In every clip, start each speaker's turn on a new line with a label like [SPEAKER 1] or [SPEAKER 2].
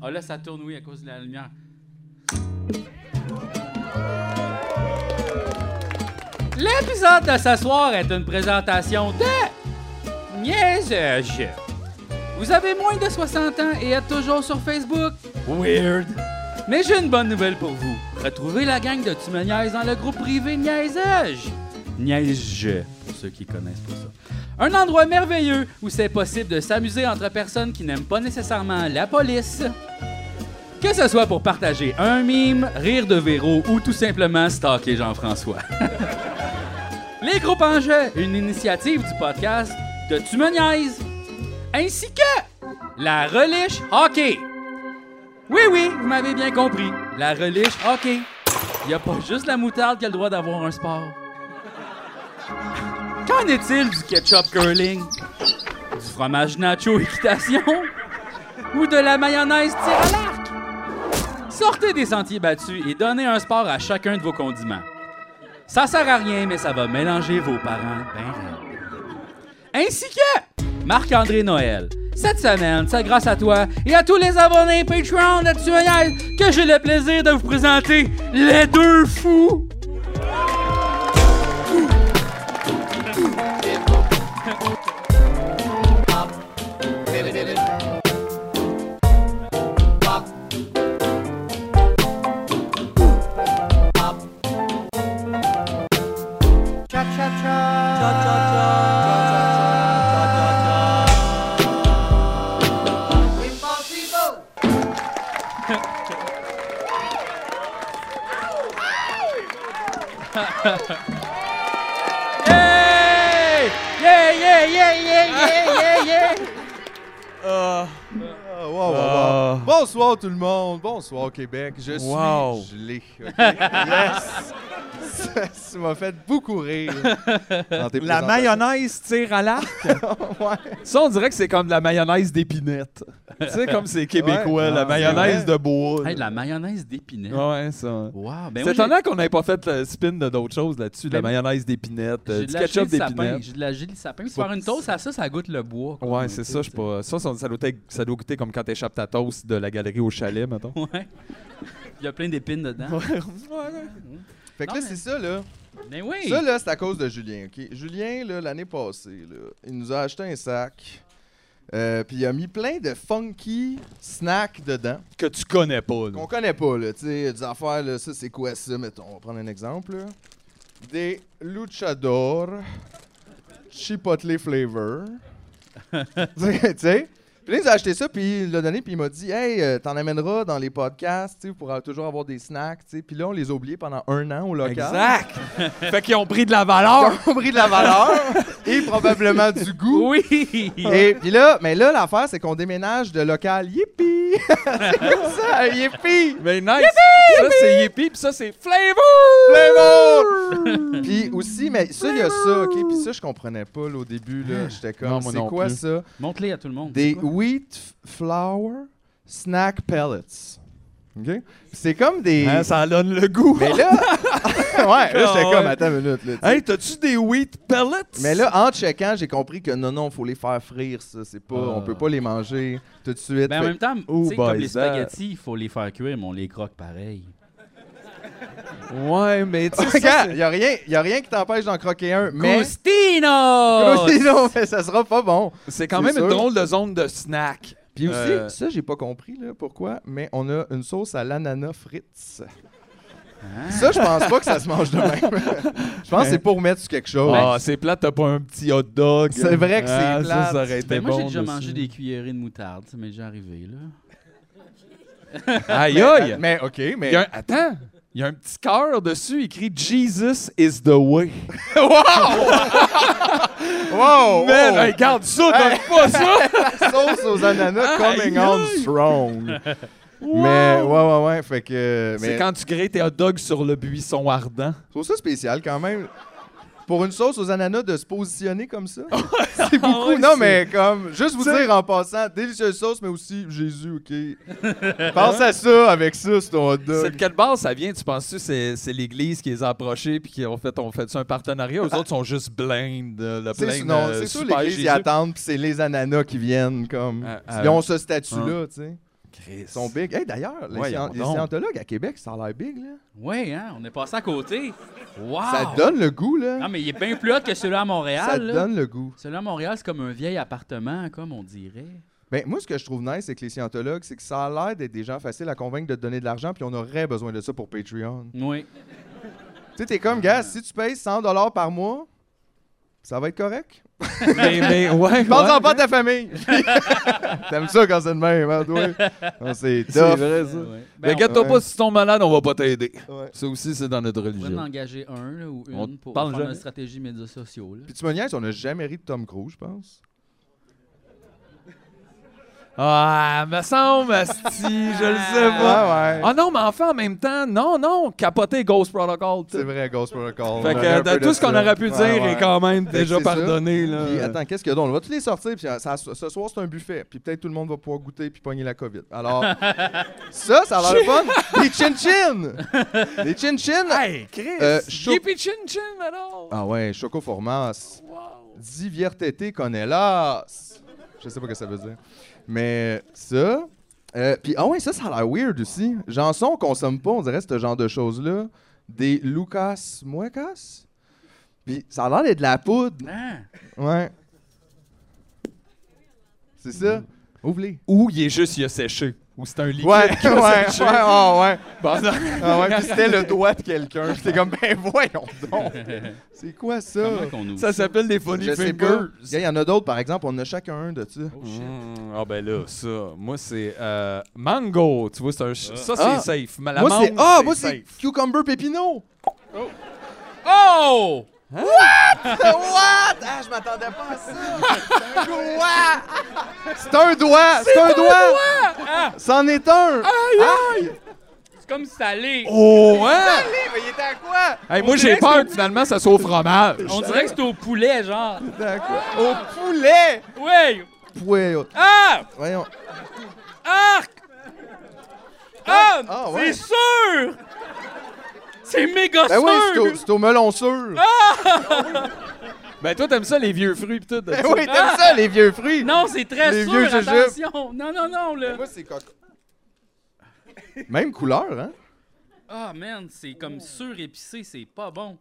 [SPEAKER 1] Ah, là, ça tourne, oui, à cause de la lumière. L'épisode de ce soir est une présentation de Niaisage. Vous avez moins de 60 ans et êtes toujours sur Facebook? Weird. Mais j'ai une bonne nouvelle pour vous. Retrouvez la gang de Tu me niaises dans le groupe privé Niaisage. Niaisage, pour ceux qui connaissent pas ça. Un endroit merveilleux où c'est possible de s'amuser entre personnes qui n'aiment pas nécessairement la police. Que ce soit pour partager un mime, rire de Véro ou tout simplement stalker Jean-François. Les groupes en jeu, une initiative du podcast de Tu me niaises, ainsi que la reliche hockey. Oui, oui, vous m'avez bien compris, la reliche hockey. Il n'y a pas juste la moutarde qui a le droit d'avoir un sport. Qu'en est-il du ketchup curling, du fromage nacho équitation ou de la mayonnaise tir à l'arc? Sortez des sentiers battus et donnez un sport à chacun de vos condiments. Ça sert à rien, mais ça va mélanger vos parents ben raide. Ainsi que Marc-André Noël. Cette semaine, c'est grâce à toi et à tous les abonnés Patreon de Tuonial que j'ai le plaisir de vous présenter les deux fous. Hey! Yeah, yeah, yeah, yeah, yeah, yeah, yeah!
[SPEAKER 2] Ah,
[SPEAKER 3] Ah, wow, wow, wow.
[SPEAKER 2] Ah.
[SPEAKER 3] Bonsoir tout le monde, bonsoir Québec, je
[SPEAKER 2] Wow.
[SPEAKER 3] suis gelé. ok? Yes! ça ça m'a fait beaucoup rire. dans tes
[SPEAKER 2] la
[SPEAKER 3] présentations.
[SPEAKER 2] mayonnaise tire à l'arc. Ça, on dirait que c'est comme de la mayonnaise d'épinette. tu sais, comme c'est québécois,
[SPEAKER 3] Ouais,
[SPEAKER 2] la
[SPEAKER 3] non,
[SPEAKER 2] mayonnaise
[SPEAKER 3] c'est vrai.
[SPEAKER 2] de bois.
[SPEAKER 1] Hey, de la mayonnaise d'épinette.
[SPEAKER 2] Ouais, ça.
[SPEAKER 1] Wow, ben
[SPEAKER 2] Ah. c'est
[SPEAKER 1] moi,
[SPEAKER 2] étonnant qu'on n'ait pas fait le spin de d'autres choses là-dessus. de La
[SPEAKER 1] Ben,
[SPEAKER 2] mayonnaise d'épinette,
[SPEAKER 1] j'ai-
[SPEAKER 2] euh,
[SPEAKER 1] j'ai de
[SPEAKER 2] du
[SPEAKER 1] la gelée
[SPEAKER 2] ketchup
[SPEAKER 1] de sapin.
[SPEAKER 2] d'épinette.
[SPEAKER 1] J'ai de la gelée de sapin. Puis faire une toast à ça, ça goûte le bois. comme
[SPEAKER 2] Ouais,
[SPEAKER 1] on
[SPEAKER 2] c'est
[SPEAKER 1] dit,
[SPEAKER 2] ça, je sais pas. Ça, ça, ça doit être- ça doit goûter comme quand t'échappes ta toast de la galerie au chalet, mettons.
[SPEAKER 1] Ouais. Il y a plein d'épines dedans.
[SPEAKER 3] Fait que
[SPEAKER 1] Non, mais-
[SPEAKER 3] là, c'est ça, là.
[SPEAKER 1] Mais Ben oui!
[SPEAKER 3] Ça, là, c'est à cause de Julien, OK? Julien, là, l'année passée, là, il nous a acheté un sac. euh, Puis il a mis plein de funky snacks dedans.
[SPEAKER 2] que tu connais pas, là.
[SPEAKER 3] qu'on connaît pas, là, tu sais, des affaires, là, ça c'est quoi ça, mettons, on va prendre un exemple, là. Des luchador chipotle flavor. tu sais, tu sais. Puis là, il a acheté ça, puis il l'a donné, puis il m'a dit, hey, euh, t'en amèneras dans les podcasts, tu sais, pour euh, toujours avoir des snacks, tu sais. Puis là, on les a oubliés pendant un an au local.
[SPEAKER 2] Exact! fait qu'ils ont pris de la valeur!
[SPEAKER 3] Ils ont pris de la valeur et probablement du goût.
[SPEAKER 1] Oui!
[SPEAKER 3] Et puis là, mais là, l'affaire, c'est qu'on déménage de local. Yippee! c'est comme ça, yippee!
[SPEAKER 2] Mais nice! ça, c'est Yippie, puis ça, c'est Flavor!
[SPEAKER 3] Flavor! Puis aussi, mais ça, il y a ça, OK? Puis ça, je comprenais pas là, au début. là. J'étais
[SPEAKER 2] Hein? Non,
[SPEAKER 3] comme,
[SPEAKER 2] moi
[SPEAKER 3] c'est
[SPEAKER 2] non
[SPEAKER 3] quoi
[SPEAKER 2] plus.
[SPEAKER 3] ça?
[SPEAKER 1] Montre-les à tout le monde.
[SPEAKER 3] Des
[SPEAKER 1] c'est quoi?
[SPEAKER 3] wheat f- flour snack pellets. OK? C'est comme des...
[SPEAKER 2] Hein, ça donne le goût!
[SPEAKER 3] Mais là... ouais, là, j'étais comme,
[SPEAKER 2] Ouais. Hein?
[SPEAKER 3] attends une minute. Là, tu sais.
[SPEAKER 2] Hey, t'as-tu des wheat pellets?
[SPEAKER 3] mais là, en checkant, j'ai compris que non, non, faut les faire frire, ça. C'est pas...
[SPEAKER 2] Ah.
[SPEAKER 3] On peut pas les manger tout de suite.
[SPEAKER 1] Ben, en
[SPEAKER 3] Fait-
[SPEAKER 1] même temps,
[SPEAKER 2] Oh
[SPEAKER 1] tu sais, comme
[SPEAKER 2] boy,
[SPEAKER 1] les
[SPEAKER 2] ça-
[SPEAKER 1] spaghettis, il faut les faire cuire, mais on les croque pareil.
[SPEAKER 2] Ouais, mais tu sais, ça,
[SPEAKER 3] Regarde,
[SPEAKER 2] c'est-
[SPEAKER 3] il y a rien, y a rien qui t'empêche d'en croquer un, mais...
[SPEAKER 1] Croustino!
[SPEAKER 3] Sinon, mais ça sera pas bon.
[SPEAKER 2] c'est quand
[SPEAKER 3] C'est
[SPEAKER 2] même
[SPEAKER 3] sûr.
[SPEAKER 2] une drôle de zone de snack.
[SPEAKER 3] Puis aussi,
[SPEAKER 2] Euh,
[SPEAKER 3] ça, j'ai pas compris là, pourquoi, mais on a une sauce à l'ananas frites.
[SPEAKER 2] Hein?
[SPEAKER 3] Ça, je pense pas que ça se mange de même. je pense que c'est pour mettre sur quelque chose.
[SPEAKER 2] Ah, c'est plate, t'as pas un petit hot dog.
[SPEAKER 3] C'est vrai que c'est
[SPEAKER 2] Ah, Ça,
[SPEAKER 3] plate.
[SPEAKER 2] ça aurait été
[SPEAKER 1] Ben, moi,
[SPEAKER 2] bon.
[SPEAKER 1] j'ai déjà
[SPEAKER 2] aussi.
[SPEAKER 1] mangé des cuillerées de moutarde, ça m'est déjà arrivé, là.
[SPEAKER 2] Aïe, aïe!
[SPEAKER 3] Mais OK, mais.
[SPEAKER 2] Il y a un- Attends! Il y a un petit cœur dessus écrit Jesus is the way.
[SPEAKER 3] Wow!
[SPEAKER 2] Man,
[SPEAKER 3] wow!
[SPEAKER 2] hey, garde ça, donne pas ça!
[SPEAKER 3] sauce aux ananas coming
[SPEAKER 2] Aïe,
[SPEAKER 3] on
[SPEAKER 2] aïe.
[SPEAKER 3] strong. Mais ouais, ouais, ouais. Fait que.
[SPEAKER 2] C'est
[SPEAKER 3] Mais
[SPEAKER 2] quand tu grées tes hot dogs sur le buisson ardent.
[SPEAKER 3] trouve ça spécial quand même. Pour une sauce aux ananas de se positionner comme ça. c'est beaucoup.
[SPEAKER 2] Ah ouais,
[SPEAKER 3] non,
[SPEAKER 2] c'est-
[SPEAKER 3] mais comme. Juste vous
[SPEAKER 2] Tu sais-
[SPEAKER 3] dire en passant, délicieuse sauce, mais aussi Jésus, OK. Pense à ça avec ça, c'est ton hot dog.
[SPEAKER 2] C'est de quelle base ça vient? Tu penses-tu que c'est, c'est l'Église qui les a approchés puis qui ont fait, on fait ça un partenariat? Eux autres sont juste blind, le
[SPEAKER 3] C'est
[SPEAKER 2] blind.
[SPEAKER 3] sûr- non, c'est sûr, les
[SPEAKER 2] euh, super
[SPEAKER 3] Grecs y
[SPEAKER 2] Jésus.
[SPEAKER 3] attendent, puis c'est les ananas qui viennent, comme.
[SPEAKER 2] Ah, ah,
[SPEAKER 3] ils ont ce statut-là, tu sais.
[SPEAKER 2] Chris.
[SPEAKER 3] Ils sont big. Hey, d'ailleurs, les,
[SPEAKER 2] Voyons
[SPEAKER 3] scien- les
[SPEAKER 2] donc.
[SPEAKER 3] scientologues à Québec, ça a l'air big, là.
[SPEAKER 1] Ouais, hein, on est passé à côté. Wow!
[SPEAKER 2] Ah,
[SPEAKER 3] Ça donne le goût, là.
[SPEAKER 1] Non, mais il est bien plus hot que celui-là à Montréal.
[SPEAKER 3] ça
[SPEAKER 1] là.
[SPEAKER 3] donne le goût.
[SPEAKER 1] Celui-là à Montréal, c'est comme un vieil appartement, comme on dirait.
[SPEAKER 3] Ben, moi, ce que je trouve nice avec les scientologues, c'est que ça a l'air d'être des gens faciles à convaincre de te donner de l'argent, puis on aurait besoin de ça pour Patreon.
[SPEAKER 1] Oui.
[SPEAKER 3] Tu sais, t'es comme, gars, si tu payes 100 par mois, ça va être correct.
[SPEAKER 2] mais, mais, ouais,
[SPEAKER 3] Pense en
[SPEAKER 2] ouais.
[SPEAKER 3] pas à ta famille. T'aimes ça quand c'est de même, hein, toi? Non, c'est
[SPEAKER 2] C'est
[SPEAKER 3] tough.
[SPEAKER 2] vrai,
[SPEAKER 1] Euh,
[SPEAKER 2] ça.
[SPEAKER 1] ouais. Ben,
[SPEAKER 2] Mais Inquiète-toi
[SPEAKER 3] ouais.
[SPEAKER 2] pas, si tu tombes malade, on va pas t'aider.
[SPEAKER 3] Ouais.
[SPEAKER 2] Ça aussi, c'est dans notre
[SPEAKER 1] on pourrait en
[SPEAKER 2] religion.
[SPEAKER 1] engager un là, ou une
[SPEAKER 2] On
[SPEAKER 1] pour
[SPEAKER 2] parle
[SPEAKER 1] faire
[SPEAKER 2] jamais.
[SPEAKER 1] une stratégie médias sociaux. là.
[SPEAKER 3] Puis tu me niaises, on n'a jamais ri de Tom Cruise, je pense.
[SPEAKER 2] Ah, me semble, asti, je le sais pas.
[SPEAKER 3] Ouais, ouais.
[SPEAKER 2] Ah non, mais enfin, en même temps, non, non, capoter Ghost Protocol. tu sais.
[SPEAKER 3] C'est vrai, Ghost Protocol.
[SPEAKER 2] Fait
[SPEAKER 3] On
[SPEAKER 2] que
[SPEAKER 3] a un
[SPEAKER 2] euh,
[SPEAKER 3] peu
[SPEAKER 2] de tout ce
[SPEAKER 3] ça.
[SPEAKER 2] qu'on aurait
[SPEAKER 3] Ouais,
[SPEAKER 2] pu dire
[SPEAKER 3] ouais.
[SPEAKER 2] est quand même
[SPEAKER 3] Fait que
[SPEAKER 2] déjà
[SPEAKER 3] c'est ça.
[SPEAKER 2] pardonné. Là.
[SPEAKER 3] Puis, attends, qu'est-ce qu'il y a d'autre? On va tous les sortir. Puis, euh, ça- ce soir, c'est un buffet. Puis peut-être tout le monde va pouvoir goûter puis pogner la COVID. Alors, ça, ça a l'air fun. Des chin-chin! Des chin-chin!
[SPEAKER 2] Hey, Chris!
[SPEAKER 3] Euh, chaud-
[SPEAKER 2] Yippee chin chin, alors!
[SPEAKER 3] Ah ouais, Choco Formas.
[SPEAKER 2] Wow.
[SPEAKER 3] Diviertété qu'on est là. Je sais pas ce que ça veut dire. Mais ça. euh, puis, ah ouais, ça, ça a l'air weird aussi. Janson, on consomme pas, on dirait, ce genre de choses-là. Des Lucas Muecas. Puis, ça a l'air d'être de la poudre.
[SPEAKER 1] Ah,
[SPEAKER 3] Ouais. C'est ça? Ouvre-les.
[SPEAKER 2] Ou il est juste, il a séché. Ou c'est un liquide.
[SPEAKER 3] Ouais,
[SPEAKER 2] qui
[SPEAKER 3] ouais,
[SPEAKER 2] a
[SPEAKER 3] ouais,
[SPEAKER 2] séché.
[SPEAKER 3] ah ouais.
[SPEAKER 2] Bon, non.
[SPEAKER 3] Ah ouais, puis c'était le doigt de quelqu'un. J'étais comme, ben voyons donc. C'est quoi ça?
[SPEAKER 1] comment qu'on ouvre
[SPEAKER 2] Ça s'appelle des funny
[SPEAKER 3] Je sais pas.
[SPEAKER 2] fingers.
[SPEAKER 3] Il y en a d'autres, par exemple, on a chacun un de ça.
[SPEAKER 1] Oh, shit.
[SPEAKER 2] Mm, Ah ben là, ça, moi c'est euh, mango, tu vois, c'est un, ch- ça c'est
[SPEAKER 3] Ah.
[SPEAKER 2] safe. Mais la
[SPEAKER 3] moi, c'est.
[SPEAKER 2] mangue,
[SPEAKER 3] Ah, moi, c'est
[SPEAKER 2] safe.
[SPEAKER 3] Cucumber Pépino.
[SPEAKER 1] Oh!
[SPEAKER 3] What? Ah, je m'attendais pas à ça. C'est un doigt. C'est un doigt. C'est un doigt.
[SPEAKER 1] Ah,
[SPEAKER 3] C'en est un. Aïe,
[SPEAKER 1] c'est comme salé.
[SPEAKER 2] Oh hein?
[SPEAKER 3] Mais il était à quoi?
[SPEAKER 2] Hey, moi
[SPEAKER 1] On
[SPEAKER 2] j'ai
[SPEAKER 1] dirait
[SPEAKER 2] peur
[SPEAKER 1] que-
[SPEAKER 2] que finalement ça soit au fromage.
[SPEAKER 1] On dirait que c'est au poulet, genre.
[SPEAKER 3] Il était à quoi? Au poulet.
[SPEAKER 1] Oui!
[SPEAKER 3] Poulet.
[SPEAKER 1] Ah!
[SPEAKER 3] oh, Voyons.
[SPEAKER 1] Arc! Ah!
[SPEAKER 3] Ah,
[SPEAKER 1] c'est
[SPEAKER 3] ouais.
[SPEAKER 1] sûr! C'est méga
[SPEAKER 3] Ben
[SPEAKER 1] sûr!
[SPEAKER 3] oui, c'est au- c'est au melon sûr.
[SPEAKER 2] Ben toi t'aimes ça les vieux fruits pis tout. de
[SPEAKER 3] Ben
[SPEAKER 2] ça.
[SPEAKER 3] oui, t'aimes ça, les vieux fruits.
[SPEAKER 1] Ah! Non, c'est très
[SPEAKER 3] Les
[SPEAKER 1] sûr,
[SPEAKER 3] vieux jujubes.
[SPEAKER 1] attention! Non, non, non, là!
[SPEAKER 3] Moi, c'est coco. Même couleur, hein?
[SPEAKER 1] Ah, man, c'est comme sûr épicé, c'est pas bon.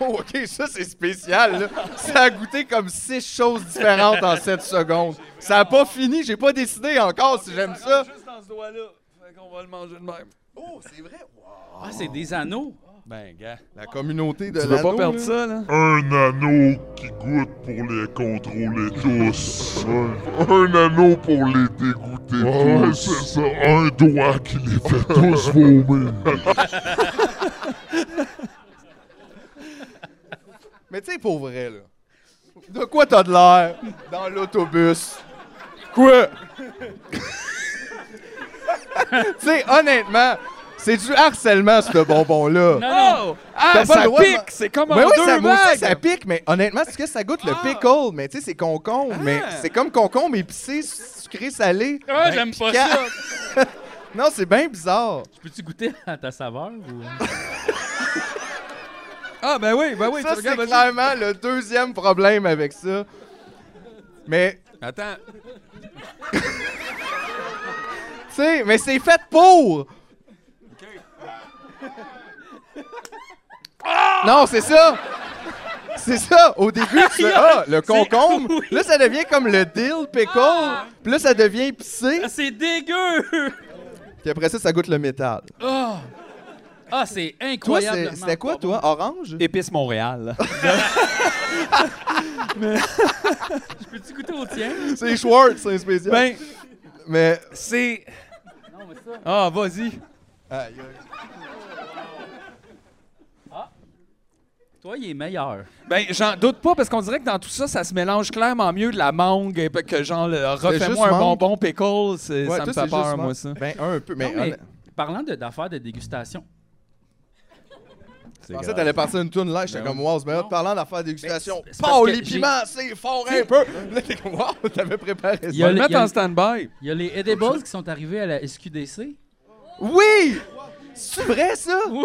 [SPEAKER 3] Oh, OK, ça, c'est spécial, là. Ça a goûté comme six choses différentes en sept secondes. Ça a pas fini, j'ai pas décidé encore si j'aime ça.
[SPEAKER 2] Juste dans ce doigt-là. Fait qu'on va le manger de même.
[SPEAKER 3] Oh, c'est vrai?
[SPEAKER 1] Ah, c'est des anneaux!
[SPEAKER 2] Ben gars,
[SPEAKER 3] La communauté de
[SPEAKER 2] tu vas pas
[SPEAKER 3] l'anneau,
[SPEAKER 2] perdre
[SPEAKER 3] là.
[SPEAKER 2] ça là.
[SPEAKER 4] Un anneau qui goûte pour les contrôler tous. Un anneau pour les dégoûter tous. c'est ça. Un doigt qui les fait tous vomir.
[SPEAKER 3] Mais tu sais, pour vrai, là. De quoi t'as de l'air dans l'autobus? Quoi? tu sais, honnêtement, c'est du harcèlement, ce bonbon-là.
[SPEAKER 1] Non, non!
[SPEAKER 2] Ah,
[SPEAKER 3] T'as pas
[SPEAKER 2] ça
[SPEAKER 3] le droit de Ben, ma-
[SPEAKER 2] pique, c'est comme en
[SPEAKER 3] Mais oui,
[SPEAKER 2] deux
[SPEAKER 3] ça, moi aussi,
[SPEAKER 2] vagues.
[SPEAKER 3] ça pique, mais honnêtement, c'est que ça goûte le pickle, mais tu sais, c'est concombre, mais c'est comme concombre épicé, sucré, salé. Ben,
[SPEAKER 1] Ah, j'aime pas
[SPEAKER 3] piquant.
[SPEAKER 1] ça!
[SPEAKER 3] Non, c'est bien bizarre.
[SPEAKER 1] Je peux-tu goûter à ta saveur? Ou...
[SPEAKER 2] Ah ben oui, ben oui,
[SPEAKER 3] ça,
[SPEAKER 2] tu
[SPEAKER 3] c'est
[SPEAKER 2] regardes. vas-y.
[SPEAKER 3] clairement le deuxième problème avec ça. Mais,
[SPEAKER 2] Attends.
[SPEAKER 3] tu sais, mais c'est fait pour! Non, c'est ça! C'est ça! Au début, tu fais, ah, le concombre.
[SPEAKER 1] oui.
[SPEAKER 3] Là, ça devient comme le dill pickle.
[SPEAKER 2] Ah.
[SPEAKER 3] Puis là, ça devient épicé.
[SPEAKER 1] Ah, c'est dégueu!
[SPEAKER 3] Puis après ça, ça goûte le métal.
[SPEAKER 1] Ah! Ah, c'est
[SPEAKER 3] Toi,
[SPEAKER 1] incroyable!
[SPEAKER 3] c'est- c'était quoi, toi? Orange?
[SPEAKER 2] Épice Montréal.
[SPEAKER 1] Je peux-tu goûter au tien?
[SPEAKER 3] C'est Schwartz, c'est spécial.
[SPEAKER 2] ben,
[SPEAKER 3] mais...
[SPEAKER 2] c'est...
[SPEAKER 1] Non, mais ça...
[SPEAKER 2] Ah, vas-y.
[SPEAKER 3] Aïe, aïe.
[SPEAKER 1] Toi, il est meilleur.
[SPEAKER 2] Ben, j'en doute pas parce qu'on dirait que dans tout ça, ça se mélange clairement mieux de la mangue et que genre, le-
[SPEAKER 3] juste
[SPEAKER 2] refais-moi un
[SPEAKER 3] mangue.
[SPEAKER 2] bonbon pickle, c'est-
[SPEAKER 3] Ouais,
[SPEAKER 2] ça
[SPEAKER 3] toi,
[SPEAKER 2] me fait
[SPEAKER 3] c'est
[SPEAKER 2] peur,
[SPEAKER 3] juste
[SPEAKER 2] moi,
[SPEAKER 3] man-
[SPEAKER 2] ça.
[SPEAKER 3] Ben, un peu, mais...
[SPEAKER 1] Non, mais
[SPEAKER 3] honnêt-
[SPEAKER 1] parlant de- d'affaires de dégustation,
[SPEAKER 3] Je pensais que t'allais partir une toune là, j'étais
[SPEAKER 2] Ben
[SPEAKER 3] comme wow, mais là,
[SPEAKER 1] Non.
[SPEAKER 3] parlant d'affaires de dégustation,
[SPEAKER 1] c'est- c'est parce
[SPEAKER 3] Paul
[SPEAKER 1] que
[SPEAKER 3] les
[SPEAKER 1] j'ai-
[SPEAKER 3] piments, c'est fort un peu! Là, t'es comme wow, t'avais préparé
[SPEAKER 2] Il
[SPEAKER 1] y a
[SPEAKER 3] ça.
[SPEAKER 2] va
[SPEAKER 1] le-
[SPEAKER 2] le
[SPEAKER 1] il
[SPEAKER 2] mettre
[SPEAKER 1] y a
[SPEAKER 2] en
[SPEAKER 1] le-
[SPEAKER 2] stand-by.
[SPEAKER 1] il y a les edibles qui sont arrivés à la SQDC.
[SPEAKER 3] Oui! C'est vrai, ça?
[SPEAKER 1] Oui!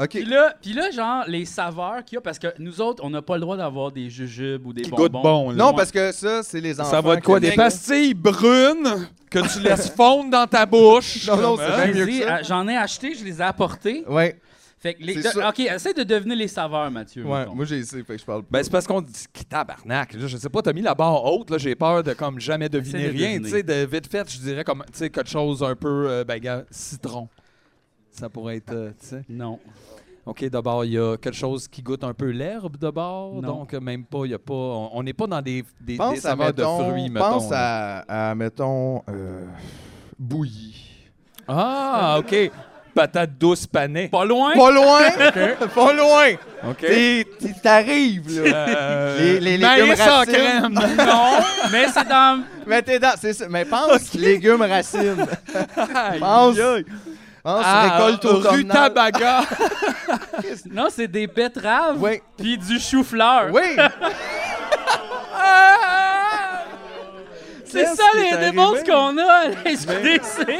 [SPEAKER 3] OK.
[SPEAKER 1] Puis là, puis là, genre, les saveurs qu'il y a, parce que nous autres, on n'a pas le droit d'avoir des jujubes ou des
[SPEAKER 2] Qui
[SPEAKER 1] bonbons.
[SPEAKER 2] goûte bon, là.
[SPEAKER 3] Non, parce que ça, c'est les enfants.
[SPEAKER 2] Ça va de quoi?
[SPEAKER 3] qui-
[SPEAKER 2] Des pastilles brunes que tu laisses fondre dans ta bouche.
[SPEAKER 3] Non, non, c'est
[SPEAKER 2] Hein?
[SPEAKER 3] bien
[SPEAKER 1] J'ai
[SPEAKER 3] mieux
[SPEAKER 1] dit,
[SPEAKER 3] que ça.
[SPEAKER 1] euh, J'en ai acheté, je les ai apportés.
[SPEAKER 3] Ouais,
[SPEAKER 1] Fait que les
[SPEAKER 3] C'est
[SPEAKER 1] de-
[SPEAKER 3] ça.
[SPEAKER 1] OK, essaie de devenir les saveurs, Mathieu.
[SPEAKER 3] ouais.
[SPEAKER 1] mettons.
[SPEAKER 3] Moi, j'ai essayé, fait que je parle pas.
[SPEAKER 2] Ben, c'est parce qu'on dit qui tabarnak. Là, je sais pas, t'as mis la barre haute. Là, j'ai peur de comme jamais deviner
[SPEAKER 1] Essaie de
[SPEAKER 2] rien.
[SPEAKER 1] deviner.
[SPEAKER 2] Tu sais, de vite fait, je dirais comme tu sais quelque chose un peu euh, ben, gars, citron. Ça pourrait être, euh, tu sais.
[SPEAKER 1] Non.
[SPEAKER 2] Ok, d'abord il y a quelque chose qui goûte un peu l'herbe de bord.
[SPEAKER 1] Non.
[SPEAKER 2] Donc euh, même pas, il y a pas. On on n'est pas dans des des, des
[SPEAKER 3] Pense à,
[SPEAKER 2] saveurs
[SPEAKER 3] mettons,
[SPEAKER 2] de fruits, mettons.
[SPEAKER 3] pense
[SPEAKER 2] là.
[SPEAKER 3] à, à, mettons, euh, bouillie.
[SPEAKER 2] Ah, ok. Patate douce panée.
[SPEAKER 1] Pas loin.
[SPEAKER 3] Pas loin! Pas loin!
[SPEAKER 2] Ok.
[SPEAKER 3] T'es- t'es- T'arrives, là.
[SPEAKER 2] Euh,
[SPEAKER 3] Les- les
[SPEAKER 2] maïs
[SPEAKER 3] légumes
[SPEAKER 2] en
[SPEAKER 3] racines.
[SPEAKER 2] crème.
[SPEAKER 1] Non, mais c'est dans.
[SPEAKER 3] Mais t'es dans. C'est ça. Mais pense légumes racines. pense. Pense
[SPEAKER 2] Ah,
[SPEAKER 3] récolte automnale.
[SPEAKER 2] rutabaga.
[SPEAKER 1] Non, c'est des betteraves.
[SPEAKER 3] Oui.
[SPEAKER 1] Puis du chou-fleur.
[SPEAKER 3] Oui.
[SPEAKER 1] C'est
[SPEAKER 3] Qu'est-ce
[SPEAKER 1] ça
[SPEAKER 3] qui
[SPEAKER 1] les
[SPEAKER 3] t'est
[SPEAKER 1] démons
[SPEAKER 3] arrivé?
[SPEAKER 1] qu'on a à
[SPEAKER 2] Ben.
[SPEAKER 1] la SQDC.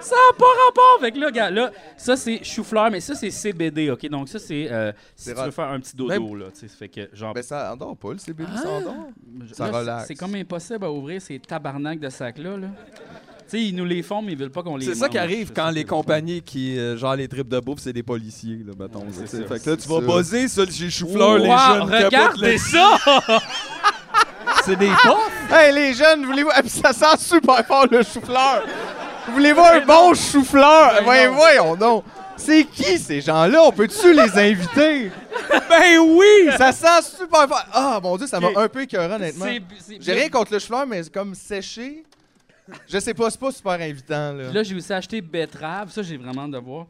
[SPEAKER 1] Ça n'a pas rapport avec là, gars. Là, ça c'est chou-fleur, mais ça c'est CBD, ok? Donc ça c'est euh, si
[SPEAKER 3] C'est
[SPEAKER 1] tu
[SPEAKER 3] rare.
[SPEAKER 1] veux faire un petit dodo
[SPEAKER 2] Même- Ben,
[SPEAKER 1] là, tu sais, ça fait que genre.
[SPEAKER 3] Mais Ah, ben, ça endort pas, le CBD,
[SPEAKER 1] Ah.
[SPEAKER 3] ça endort.
[SPEAKER 1] Là,
[SPEAKER 3] ça
[SPEAKER 1] c'est-
[SPEAKER 3] relaxe.
[SPEAKER 1] C'est comme impossible à ouvrir ces tabarnak de sacs là. là. Tu sais, ils nous les font, mais ils veulent pas qu'on les.
[SPEAKER 2] C'est ça qui
[SPEAKER 1] mange.
[SPEAKER 2] arrive
[SPEAKER 1] C'est
[SPEAKER 2] quand
[SPEAKER 1] ça
[SPEAKER 2] les
[SPEAKER 1] que-
[SPEAKER 2] compagnies qui, euh, genre les tripes de bouffe, c'est des policiers, là, mettons.
[SPEAKER 1] c'est
[SPEAKER 2] tu sais.
[SPEAKER 1] ça,
[SPEAKER 2] fait que là, tu
[SPEAKER 3] c'est
[SPEAKER 2] vas
[SPEAKER 3] ça.
[SPEAKER 2] buzzer ça, j'ai chou-fleur, les
[SPEAKER 1] Wow,
[SPEAKER 2] jeunes qui abotent, là.
[SPEAKER 1] Regardez ça!
[SPEAKER 2] C'est des puffs.
[SPEAKER 3] Hey, les jeunes, voulez-vous. Ah, puis ça sent super fort, le chou-fleur. Voulez-vous
[SPEAKER 2] Ben
[SPEAKER 3] un bon chou-fleur? Ben, voyons donc. C'est qui ces gens-là? On peut-tu les inviter?
[SPEAKER 2] Ben oui!
[SPEAKER 3] Ça sent super fort. Ah, mon Dieu, ça m'a
[SPEAKER 1] Ok.
[SPEAKER 3] un peu écœuré, honnêtement.
[SPEAKER 1] C'est- c'est-
[SPEAKER 3] J'ai rien contre le chou-fleur, mais c'est comme séché. Je sais pas, c'est pas super invitant, là.
[SPEAKER 1] Là, j'ai aussi acheté betterave. Ça, j'ai vraiment de voir.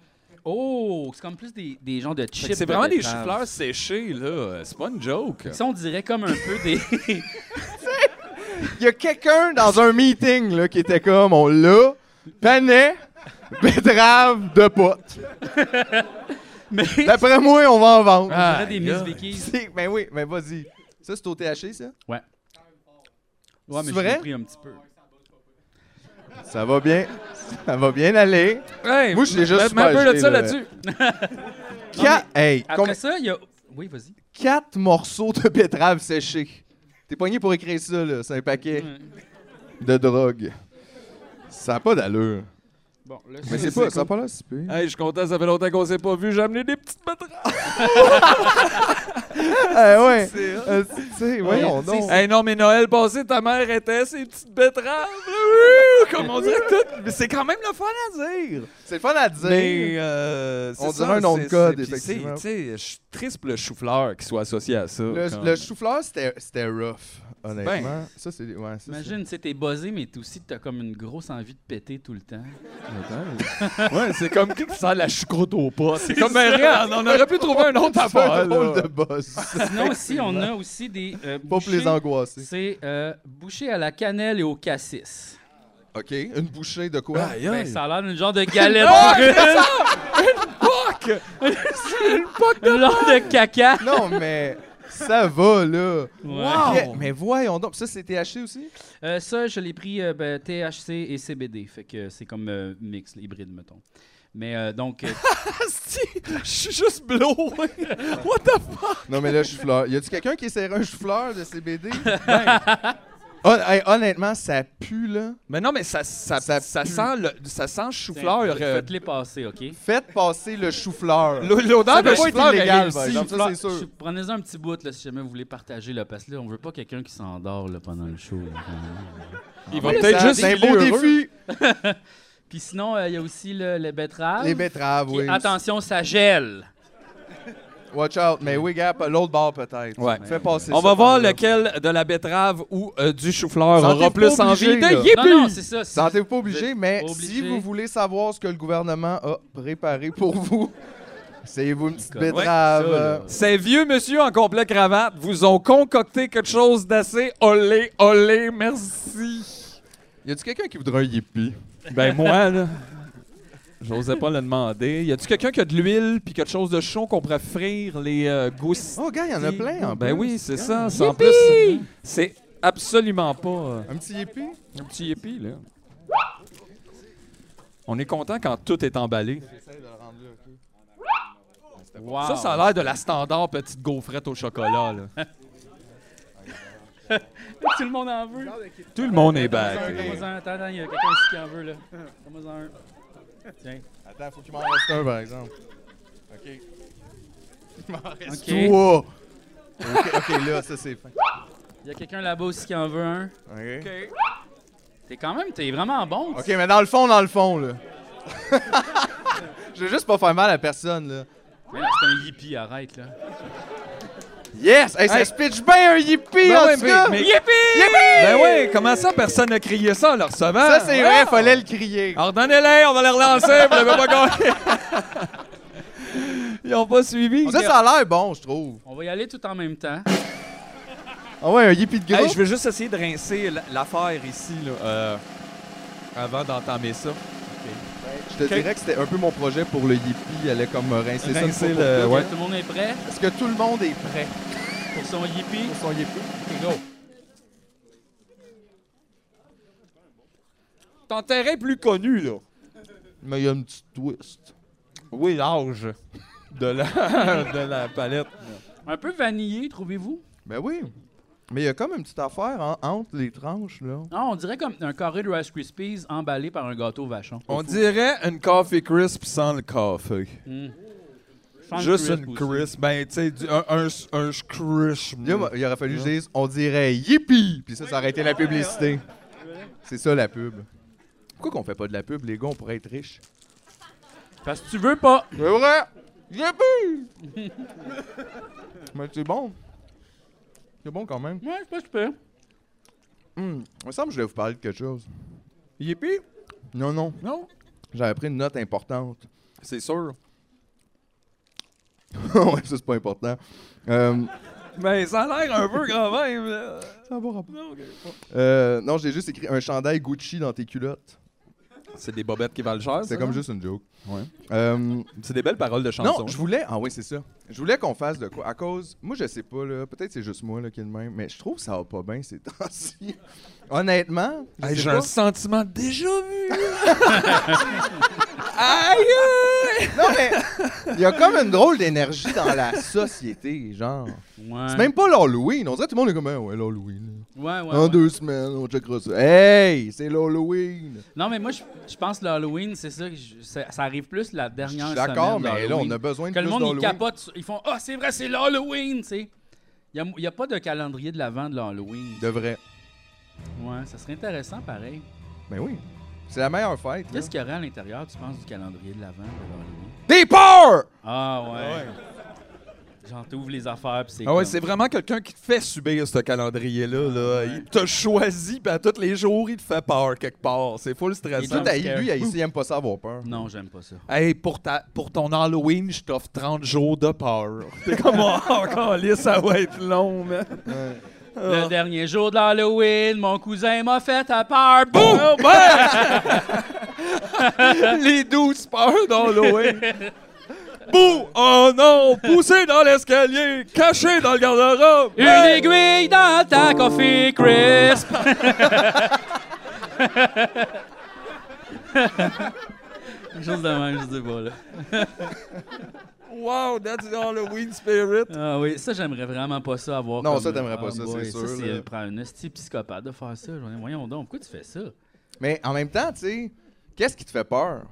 [SPEAKER 1] Oh, c'est comme plus des, des gens de
[SPEAKER 2] Fait
[SPEAKER 1] chips.
[SPEAKER 2] que C'est
[SPEAKER 1] de
[SPEAKER 2] vraiment des
[SPEAKER 1] betterave.
[SPEAKER 2] chou-fleurs séchés, là. C'est pas une joke.
[SPEAKER 1] Ça, on dirait comme un peu des.
[SPEAKER 3] Il y a quelqu'un dans un meeting là, qui était comme on l'a, panais, betterave de potes.
[SPEAKER 1] mais Ah.
[SPEAKER 3] D'après moi, on va en vendre.
[SPEAKER 1] on dirait des
[SPEAKER 2] Aïe,
[SPEAKER 1] Miss
[SPEAKER 2] aïe.
[SPEAKER 1] Vickies.
[SPEAKER 3] C'est- Ben oui, mais vas-y. Ça, c'est au THC, ça?
[SPEAKER 1] Ouais. Ouais, mais
[SPEAKER 3] C'est
[SPEAKER 1] je l'ai
[SPEAKER 3] vrai?
[SPEAKER 1] pris un petit peu.
[SPEAKER 3] Ça va bien. Ça va bien aller.
[SPEAKER 2] Hey,
[SPEAKER 3] Moi, je l'ai juste
[SPEAKER 2] mets- mets un peu
[SPEAKER 3] supergé,
[SPEAKER 2] de ça
[SPEAKER 3] là.
[SPEAKER 2] là-dessus.
[SPEAKER 3] Qua- hey,
[SPEAKER 1] Après
[SPEAKER 3] combien-
[SPEAKER 1] ça, il y a. Oui, vas-y.
[SPEAKER 3] quatre morceaux de betterave séchés. T'es poigné pour écrire ça, là. C'est un paquet de drogue. Ça n'a pas d'allure.
[SPEAKER 1] Bon, là,
[SPEAKER 3] Mais
[SPEAKER 1] ça,
[SPEAKER 3] c'est pas, ça n'a pas l'air si pire.
[SPEAKER 2] Hey, je suis content, ça fait longtemps qu'on s'est pas vu. J'ai amené des petites betteraves.
[SPEAKER 3] Ah ouais. Euh, tu sais, voyons
[SPEAKER 1] c'est-
[SPEAKER 3] donc.
[SPEAKER 2] Hey, non, mais Noël passé, ta mère était ces petites betteraves. là. Ouh, Comme on dirait tout. Mais c'est quand même le fun à dire.
[SPEAKER 3] C'est le fun à dire.
[SPEAKER 2] Mais euh,
[SPEAKER 3] On
[SPEAKER 2] c'est ça,
[SPEAKER 3] dirait un nom de
[SPEAKER 2] c'est-
[SPEAKER 3] code,
[SPEAKER 2] c'est- puis c'est-
[SPEAKER 3] effectivement.
[SPEAKER 2] tu sais, Je suis triste pour le chou-fleur qui soit associé à ça.
[SPEAKER 3] Le,
[SPEAKER 2] comme-
[SPEAKER 3] le chou-fleur, c'était c'était rough, honnêtement.
[SPEAKER 2] euh, Ben.
[SPEAKER 3] ça, c'est. Ouais, ça, c'est-
[SPEAKER 1] Imagine, tu sais, t'es buzzé, mais t'es aussi, t'as comme une grosse envie de péter tout le temps.
[SPEAKER 2] ouais, c'est comme qui sent la choucroute au pot. C'est comme un rien, on aurait pu trouver un autre
[SPEAKER 3] C'est un
[SPEAKER 2] affaire. là.
[SPEAKER 3] drôle de boss.
[SPEAKER 1] Sinon, aussi, on a aussi des. euh,
[SPEAKER 3] Pas pour
[SPEAKER 1] bouchées.
[SPEAKER 3] les angoisser.
[SPEAKER 1] C'est euh, bouché à la cannelle et au cassis.
[SPEAKER 3] OK. Une bouchée de quoi?
[SPEAKER 2] Aïe,
[SPEAKER 1] Ben,
[SPEAKER 2] aïe.
[SPEAKER 1] ça a l'air d'une genre de galette
[SPEAKER 2] Oh,
[SPEAKER 1] brune,
[SPEAKER 2] Fuck!
[SPEAKER 1] une genre de caca.
[SPEAKER 3] Non, mais ça va, là.
[SPEAKER 1] Ouais.
[SPEAKER 3] Ok, Mais voyons donc. Ça, c'était haché aussi?
[SPEAKER 1] Euh, ça, je l'ai pris euh, ben, THC et CBD. Fait que c'est comme euh, mix, hybride, mettons. Mais euh, donc, euh,
[SPEAKER 2] Asti, Je suis juste hein. blowé. What the fuck?
[SPEAKER 3] Non, mais là, chou-fleur. Y a-tu quelqu'un qui essaierait un chou-fleur de CBD? Hon- hey, honnêtement, ça pue, là.
[SPEAKER 2] Mais non, mais ça, ça,
[SPEAKER 3] Ça
[SPEAKER 2] ça, sent, le, ça sent chou-fleur. euh,
[SPEAKER 1] faites-les passer, OK?
[SPEAKER 3] Faites passer le chou-fleur.
[SPEAKER 2] l'o- L'odeur
[SPEAKER 3] Ça
[SPEAKER 2] de
[SPEAKER 3] peut pas
[SPEAKER 2] chou-fleur
[SPEAKER 3] être
[SPEAKER 2] est
[SPEAKER 3] illégal, par
[SPEAKER 2] réussie.
[SPEAKER 3] exemple. ben, Ça, c'est
[SPEAKER 1] Je-
[SPEAKER 3] sûr.
[SPEAKER 1] Prenez-en un petit bout là, si jamais vous voulez partager, là, parce que là, on veut pas quelqu'un qui s'endort là, pendant le show. là.
[SPEAKER 2] Il va
[SPEAKER 3] Ah, Mais
[SPEAKER 2] peut-être
[SPEAKER 3] ça,
[SPEAKER 2] juste
[SPEAKER 3] C'est un
[SPEAKER 2] filer
[SPEAKER 3] beau
[SPEAKER 2] heureux.
[SPEAKER 3] défi.
[SPEAKER 1] Puis sinon, euh, il y a aussi le, les betteraves.
[SPEAKER 3] Les betteraves,
[SPEAKER 1] qui,
[SPEAKER 3] oui.
[SPEAKER 1] Attention, ça gèle.
[SPEAKER 3] Watch out. Mais oui, gars, l'autre bord, peut-être.
[SPEAKER 2] Ouais.
[SPEAKER 3] Fais passer
[SPEAKER 2] On
[SPEAKER 3] ça
[SPEAKER 2] va
[SPEAKER 3] par
[SPEAKER 2] voir
[SPEAKER 3] là.
[SPEAKER 2] lequel de la betterave ou euh, du chou-fleur
[SPEAKER 3] Sentez-vous
[SPEAKER 2] aura plus
[SPEAKER 3] pas
[SPEAKER 2] envie
[SPEAKER 3] obligé, là.
[SPEAKER 2] de yébu.
[SPEAKER 1] Non, non, c'est ça. c'est-
[SPEAKER 3] Sentez-vous pas obligé,
[SPEAKER 1] êtes
[SPEAKER 3] mais
[SPEAKER 1] obligé.
[SPEAKER 3] si vous voulez savoir ce que le gouvernement a préparé pour vous, essayez-vous une petite
[SPEAKER 1] Écoute, ouais,
[SPEAKER 3] betterave.
[SPEAKER 1] ça, là.
[SPEAKER 3] euh,
[SPEAKER 2] Ces vieux monsieur en complet cravate vous ont concocté quelque chose d'assez olé, olé, merci.
[SPEAKER 3] Y a-tu quelqu'un qui voudrait un yippie?
[SPEAKER 2] Ben moi, là, j'osais pas le demander. Y a-tu quelqu'un qui a de l'huile puis quelque chose de chaud qu'on pourrait frire les euh, gousses?
[SPEAKER 3] Oh, gars, y en a plein en
[SPEAKER 2] Ben
[SPEAKER 3] plus.
[SPEAKER 2] oui, c'est
[SPEAKER 3] Gars,
[SPEAKER 2] ça. c'est En plus, c'est absolument pas euh,
[SPEAKER 3] Un petit yippie?
[SPEAKER 2] un petit épi, là. On est content quand tout est emballé.
[SPEAKER 3] J'essaie de le rendre là, ok?
[SPEAKER 1] Wow.
[SPEAKER 2] Ça, ça a l'air de la standard petite gaufrette au chocolat. là.
[SPEAKER 1] Tout le monde en veut.
[SPEAKER 2] Tout le monde est
[SPEAKER 1] Comment
[SPEAKER 2] battu.
[SPEAKER 1] ça, attends, attends, il y a quelqu'un ici qui en veut, là. Comment ça, un. Tiens.
[SPEAKER 3] Attends, faut qu'il m'en reste un, par exemple. OK. Il m'en reste
[SPEAKER 1] Ok.
[SPEAKER 3] trois. OK, ok, là, ça, c'est fin.
[SPEAKER 1] Il y a quelqu'un là-bas aussi qui en veut un.
[SPEAKER 3] OK.
[SPEAKER 1] T'es quand même, t'es vraiment bon.
[SPEAKER 3] OK, mais dans le fond, dans le fond, là. Je veux juste pas faire mal à personne, là.
[SPEAKER 1] Ouais, là, C'est un hippie, arrête, là.
[SPEAKER 3] Yes! Hey, ça
[SPEAKER 2] Hey.
[SPEAKER 3] se pitch bien un yippie,
[SPEAKER 2] Ben
[SPEAKER 3] en
[SPEAKER 2] ouais,
[SPEAKER 3] tout
[SPEAKER 2] mais-
[SPEAKER 3] cas!
[SPEAKER 2] mais-
[SPEAKER 1] Yippie!
[SPEAKER 2] Ben ouais, comment ça, personne n'a crié ça en le recevant?
[SPEAKER 3] Ça, c'est vrai,
[SPEAKER 2] Wow!
[SPEAKER 3] fallait le crier.
[SPEAKER 2] Alors, donnez-les, on va les relancer, vous l'avez pas compris. Ils ont pas suivi.
[SPEAKER 3] Ça, ça a l'air bon, je trouve.
[SPEAKER 1] On va y aller tout en même temps.
[SPEAKER 3] Ben Ah ouais, un yippie de
[SPEAKER 2] Hey,
[SPEAKER 3] groupe?
[SPEAKER 2] je vais juste essayer de rincer l- l'affaire ici, là, euh, avant d'entamer ça.
[SPEAKER 3] je te
[SPEAKER 2] ok.
[SPEAKER 3] dirais que c'était un peu mon projet pour le yippie. allait comme me rincer, ça. une
[SPEAKER 2] Rincer
[SPEAKER 3] fois pour
[SPEAKER 2] le-
[SPEAKER 3] toutes,
[SPEAKER 2] ouais.
[SPEAKER 3] là.
[SPEAKER 1] Tout le monde est prêt
[SPEAKER 3] Est-ce que tout le monde est prêt
[SPEAKER 1] pour son hippie?
[SPEAKER 3] pour son yippie?
[SPEAKER 1] Ok, go.
[SPEAKER 2] Ton terrain est plus connu, là.
[SPEAKER 3] Mais il y a une petite twist.
[SPEAKER 2] Oui, large de la, de la palette.
[SPEAKER 1] Un peu vanillé, trouvez-vous?
[SPEAKER 3] Ben oui. Mais il y a comme une petite affaire en- entre les tranches, là.
[SPEAKER 1] Ah, on dirait comme un carré de Rice Krispies emballé par un gâteau vachon.
[SPEAKER 2] On dirait une coffee crisp sans le café.
[SPEAKER 1] Sans le
[SPEAKER 2] Juste
[SPEAKER 1] crisp
[SPEAKER 2] une
[SPEAKER 1] aussi.
[SPEAKER 2] crisp. Ben, tu sais, du- un, un, un crisp.
[SPEAKER 3] Il y a- il aurait fallu que je dise, on dirait yippie, puis ça, ça aurait été la publicité. C'est ça, la pub. Pourquoi qu'on fait pas de la pub, les gars, on pourrait être riches?
[SPEAKER 1] Parce que tu veux pas.
[SPEAKER 3] C'est vrai! Yippie! Mais c'est bon. C'est bon quand même.
[SPEAKER 1] Ouais, c'est pas super.
[SPEAKER 3] Hmm, Il me semble que je vais vous parler de quelque chose.
[SPEAKER 2] Yippee?
[SPEAKER 3] Non, non,
[SPEAKER 2] Non?
[SPEAKER 3] j'avais pris une note importante.
[SPEAKER 2] C'est sûr.
[SPEAKER 3] ouais, ça, c'est pas important. Euh,
[SPEAKER 2] Ben, ça a l'air un peu quand même. là.
[SPEAKER 3] ça va rapport.
[SPEAKER 2] Non, ok.
[SPEAKER 3] Euh, non, j'ai juste écrit un chandail Gucci dans tes culottes.
[SPEAKER 2] C'est des bobettes qui valent cher.
[SPEAKER 3] C'est
[SPEAKER 2] ça,
[SPEAKER 3] comme
[SPEAKER 2] non?
[SPEAKER 3] juste une joke.
[SPEAKER 2] Ouais.
[SPEAKER 3] Euh,
[SPEAKER 2] C'est des belles paroles de chanson.
[SPEAKER 3] Non, je voulais. Ah oui, c'est ça. Je voulais qu'on fasse de quoi. À cause. Moi, je sais pas, là. Peut-être c'est juste moi, là, qui est le même. Mais je trouve que ça va pas bien ces temps-ci. Honnêtement. je
[SPEAKER 2] Hey,
[SPEAKER 3] sais
[SPEAKER 2] J'ai
[SPEAKER 3] pas.
[SPEAKER 2] un sentiment déjà vu. Aïe!
[SPEAKER 3] Non, mais. Il y a comme une drôle d'énergie dans la société, genre.
[SPEAKER 1] Ouais.
[SPEAKER 3] C'est même pas l'Halloween. On dirait que tout le monde est comme. Ah ouais, l'Halloween.
[SPEAKER 1] Ouais, ouais.
[SPEAKER 3] en
[SPEAKER 1] ouais.
[SPEAKER 3] deux semaines, on checkera ça. Hey, c'est l'Halloween.
[SPEAKER 1] Non, mais moi, je, je pense que l'Halloween, c'est ça, que je- ça. ça arrive plus la
[SPEAKER 3] Je
[SPEAKER 1] dernière
[SPEAKER 3] suis
[SPEAKER 1] semaine.
[SPEAKER 3] d'accord, mais là,
[SPEAKER 1] d'Halloween.
[SPEAKER 3] on a besoin de
[SPEAKER 1] Que le
[SPEAKER 3] plus
[SPEAKER 1] monde, ils
[SPEAKER 3] d'Halloween.
[SPEAKER 1] capotent. sur- Ils font Ah, c'est vrai, c'est l'Halloween, tu sais. Il n'y a, pas de calendrier de l'avant de l'Halloween.
[SPEAKER 3] De vrai.
[SPEAKER 1] Ouais, ça serait intéressant pareil.
[SPEAKER 3] Ben oui. C'est la meilleure fête. là.
[SPEAKER 1] Qu'est-ce qu'il y aurait à l'intérieur, tu penses, du calendrier de l'avant de l'Halloween?
[SPEAKER 3] Des peurs!
[SPEAKER 1] Ah ouais. Genre, t'ouvres les affaires, pis c'est.
[SPEAKER 2] Ah ouais,
[SPEAKER 1] comme-
[SPEAKER 2] c'est vraiment quelqu'un qui te fait subir ce calendrier-là. Là.
[SPEAKER 1] Ouais.
[SPEAKER 2] Il t'a choisi, puis à tous les jours, il te fait peur quelque part. C'est full
[SPEAKER 1] Et
[SPEAKER 2] stressant.
[SPEAKER 3] Tout
[SPEAKER 1] donc-
[SPEAKER 3] à lui, à ici, il aime pas ça avoir peur.
[SPEAKER 1] Non, j'aime pas ça.
[SPEAKER 2] Hey, pour, ta, pour ton Halloween, je t'offre 30 jours de peur. T'es comme, oh, câlisse, ça va être long, man.
[SPEAKER 1] Le dernier jour de l'Halloween, mon cousin m'a fait à peur. Boum!
[SPEAKER 2] Oh, ben! Les douze peurs d'Halloween. Bouh! Oh non! Poussé dans l'escalier! Caché dans le garde-robe!
[SPEAKER 1] Une
[SPEAKER 2] Hey!
[SPEAKER 1] aiguille dans ta coffee crisp! Quelque chose de même, je sais pas, là.
[SPEAKER 2] Wow, that's the Halloween spirit!
[SPEAKER 1] Ah oui, ça, j'aimerais vraiment pas ça avoir.
[SPEAKER 3] Non,
[SPEAKER 1] comme-
[SPEAKER 3] ça, t'aimerais pas
[SPEAKER 1] Ah,
[SPEAKER 3] ça, c'est
[SPEAKER 1] boy,
[SPEAKER 3] sûr,
[SPEAKER 1] Ça,
[SPEAKER 3] là.
[SPEAKER 1] c'est prends un esti psychopathe de faire ça. J'en ai- Voyons donc, pourquoi tu fais ça?
[SPEAKER 3] Mais en même temps, tu sais, qu'est-ce qui te fait peur?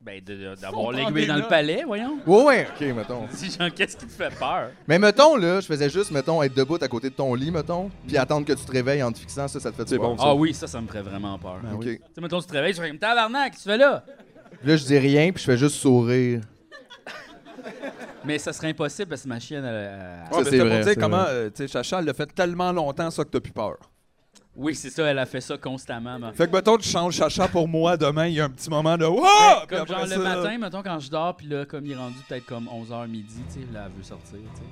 [SPEAKER 1] Ben, de- de-
[SPEAKER 2] On
[SPEAKER 1] d'avoir
[SPEAKER 2] prend
[SPEAKER 1] l'aiguille
[SPEAKER 2] des
[SPEAKER 1] dans le
[SPEAKER 2] notes.
[SPEAKER 1] palais, voyons.
[SPEAKER 3] Ouais, ouais, ok, mettons.
[SPEAKER 1] Dis, genre, qu'est-ce qui te fait peur?
[SPEAKER 3] Mais mettons, là, je faisais juste, mettons, être debout à côté de ton lit, mettons, puis attendre que tu te réveilles en te fixant, ça, ça te fait
[SPEAKER 2] C'est
[SPEAKER 3] peur.
[SPEAKER 2] bon, ça.
[SPEAKER 1] Ah oui, ça, ça me ferait vraiment peur.
[SPEAKER 2] Ben
[SPEAKER 3] Ok.
[SPEAKER 2] oui.
[SPEAKER 1] Tu sais, mettons, tu te réveilles, tu fais comme tabarnak, qu'est-ce que tu fais là?
[SPEAKER 3] Là, je dis rien, puis je fais juste sourire.
[SPEAKER 1] Mais ça serait impossible parce que ma chienne, elle. elle-
[SPEAKER 3] Ça,
[SPEAKER 2] Ouais, mais
[SPEAKER 3] c'est
[SPEAKER 2] c'était
[SPEAKER 3] vrai,
[SPEAKER 2] Pour dire
[SPEAKER 3] c'est
[SPEAKER 2] comment,
[SPEAKER 3] vrai.
[SPEAKER 2] euh, tu sais, Chacha, elle l'a fait tellement longtemps, ça, que t'as plus peur.
[SPEAKER 1] Oui, c'est ça, elle a fait ça constamment. ma-
[SPEAKER 2] Fait que, mettons, tu changes Chacha pour moi demain, il y a un petit moment de Wow! Ah! Puis
[SPEAKER 1] Comme
[SPEAKER 2] après
[SPEAKER 1] genre
[SPEAKER 2] ça,
[SPEAKER 1] le matin, mettons, quand je dors, puis là, comme il est rendu peut-être comme 11h midi, tu sais, là, elle veut sortir, tu sais.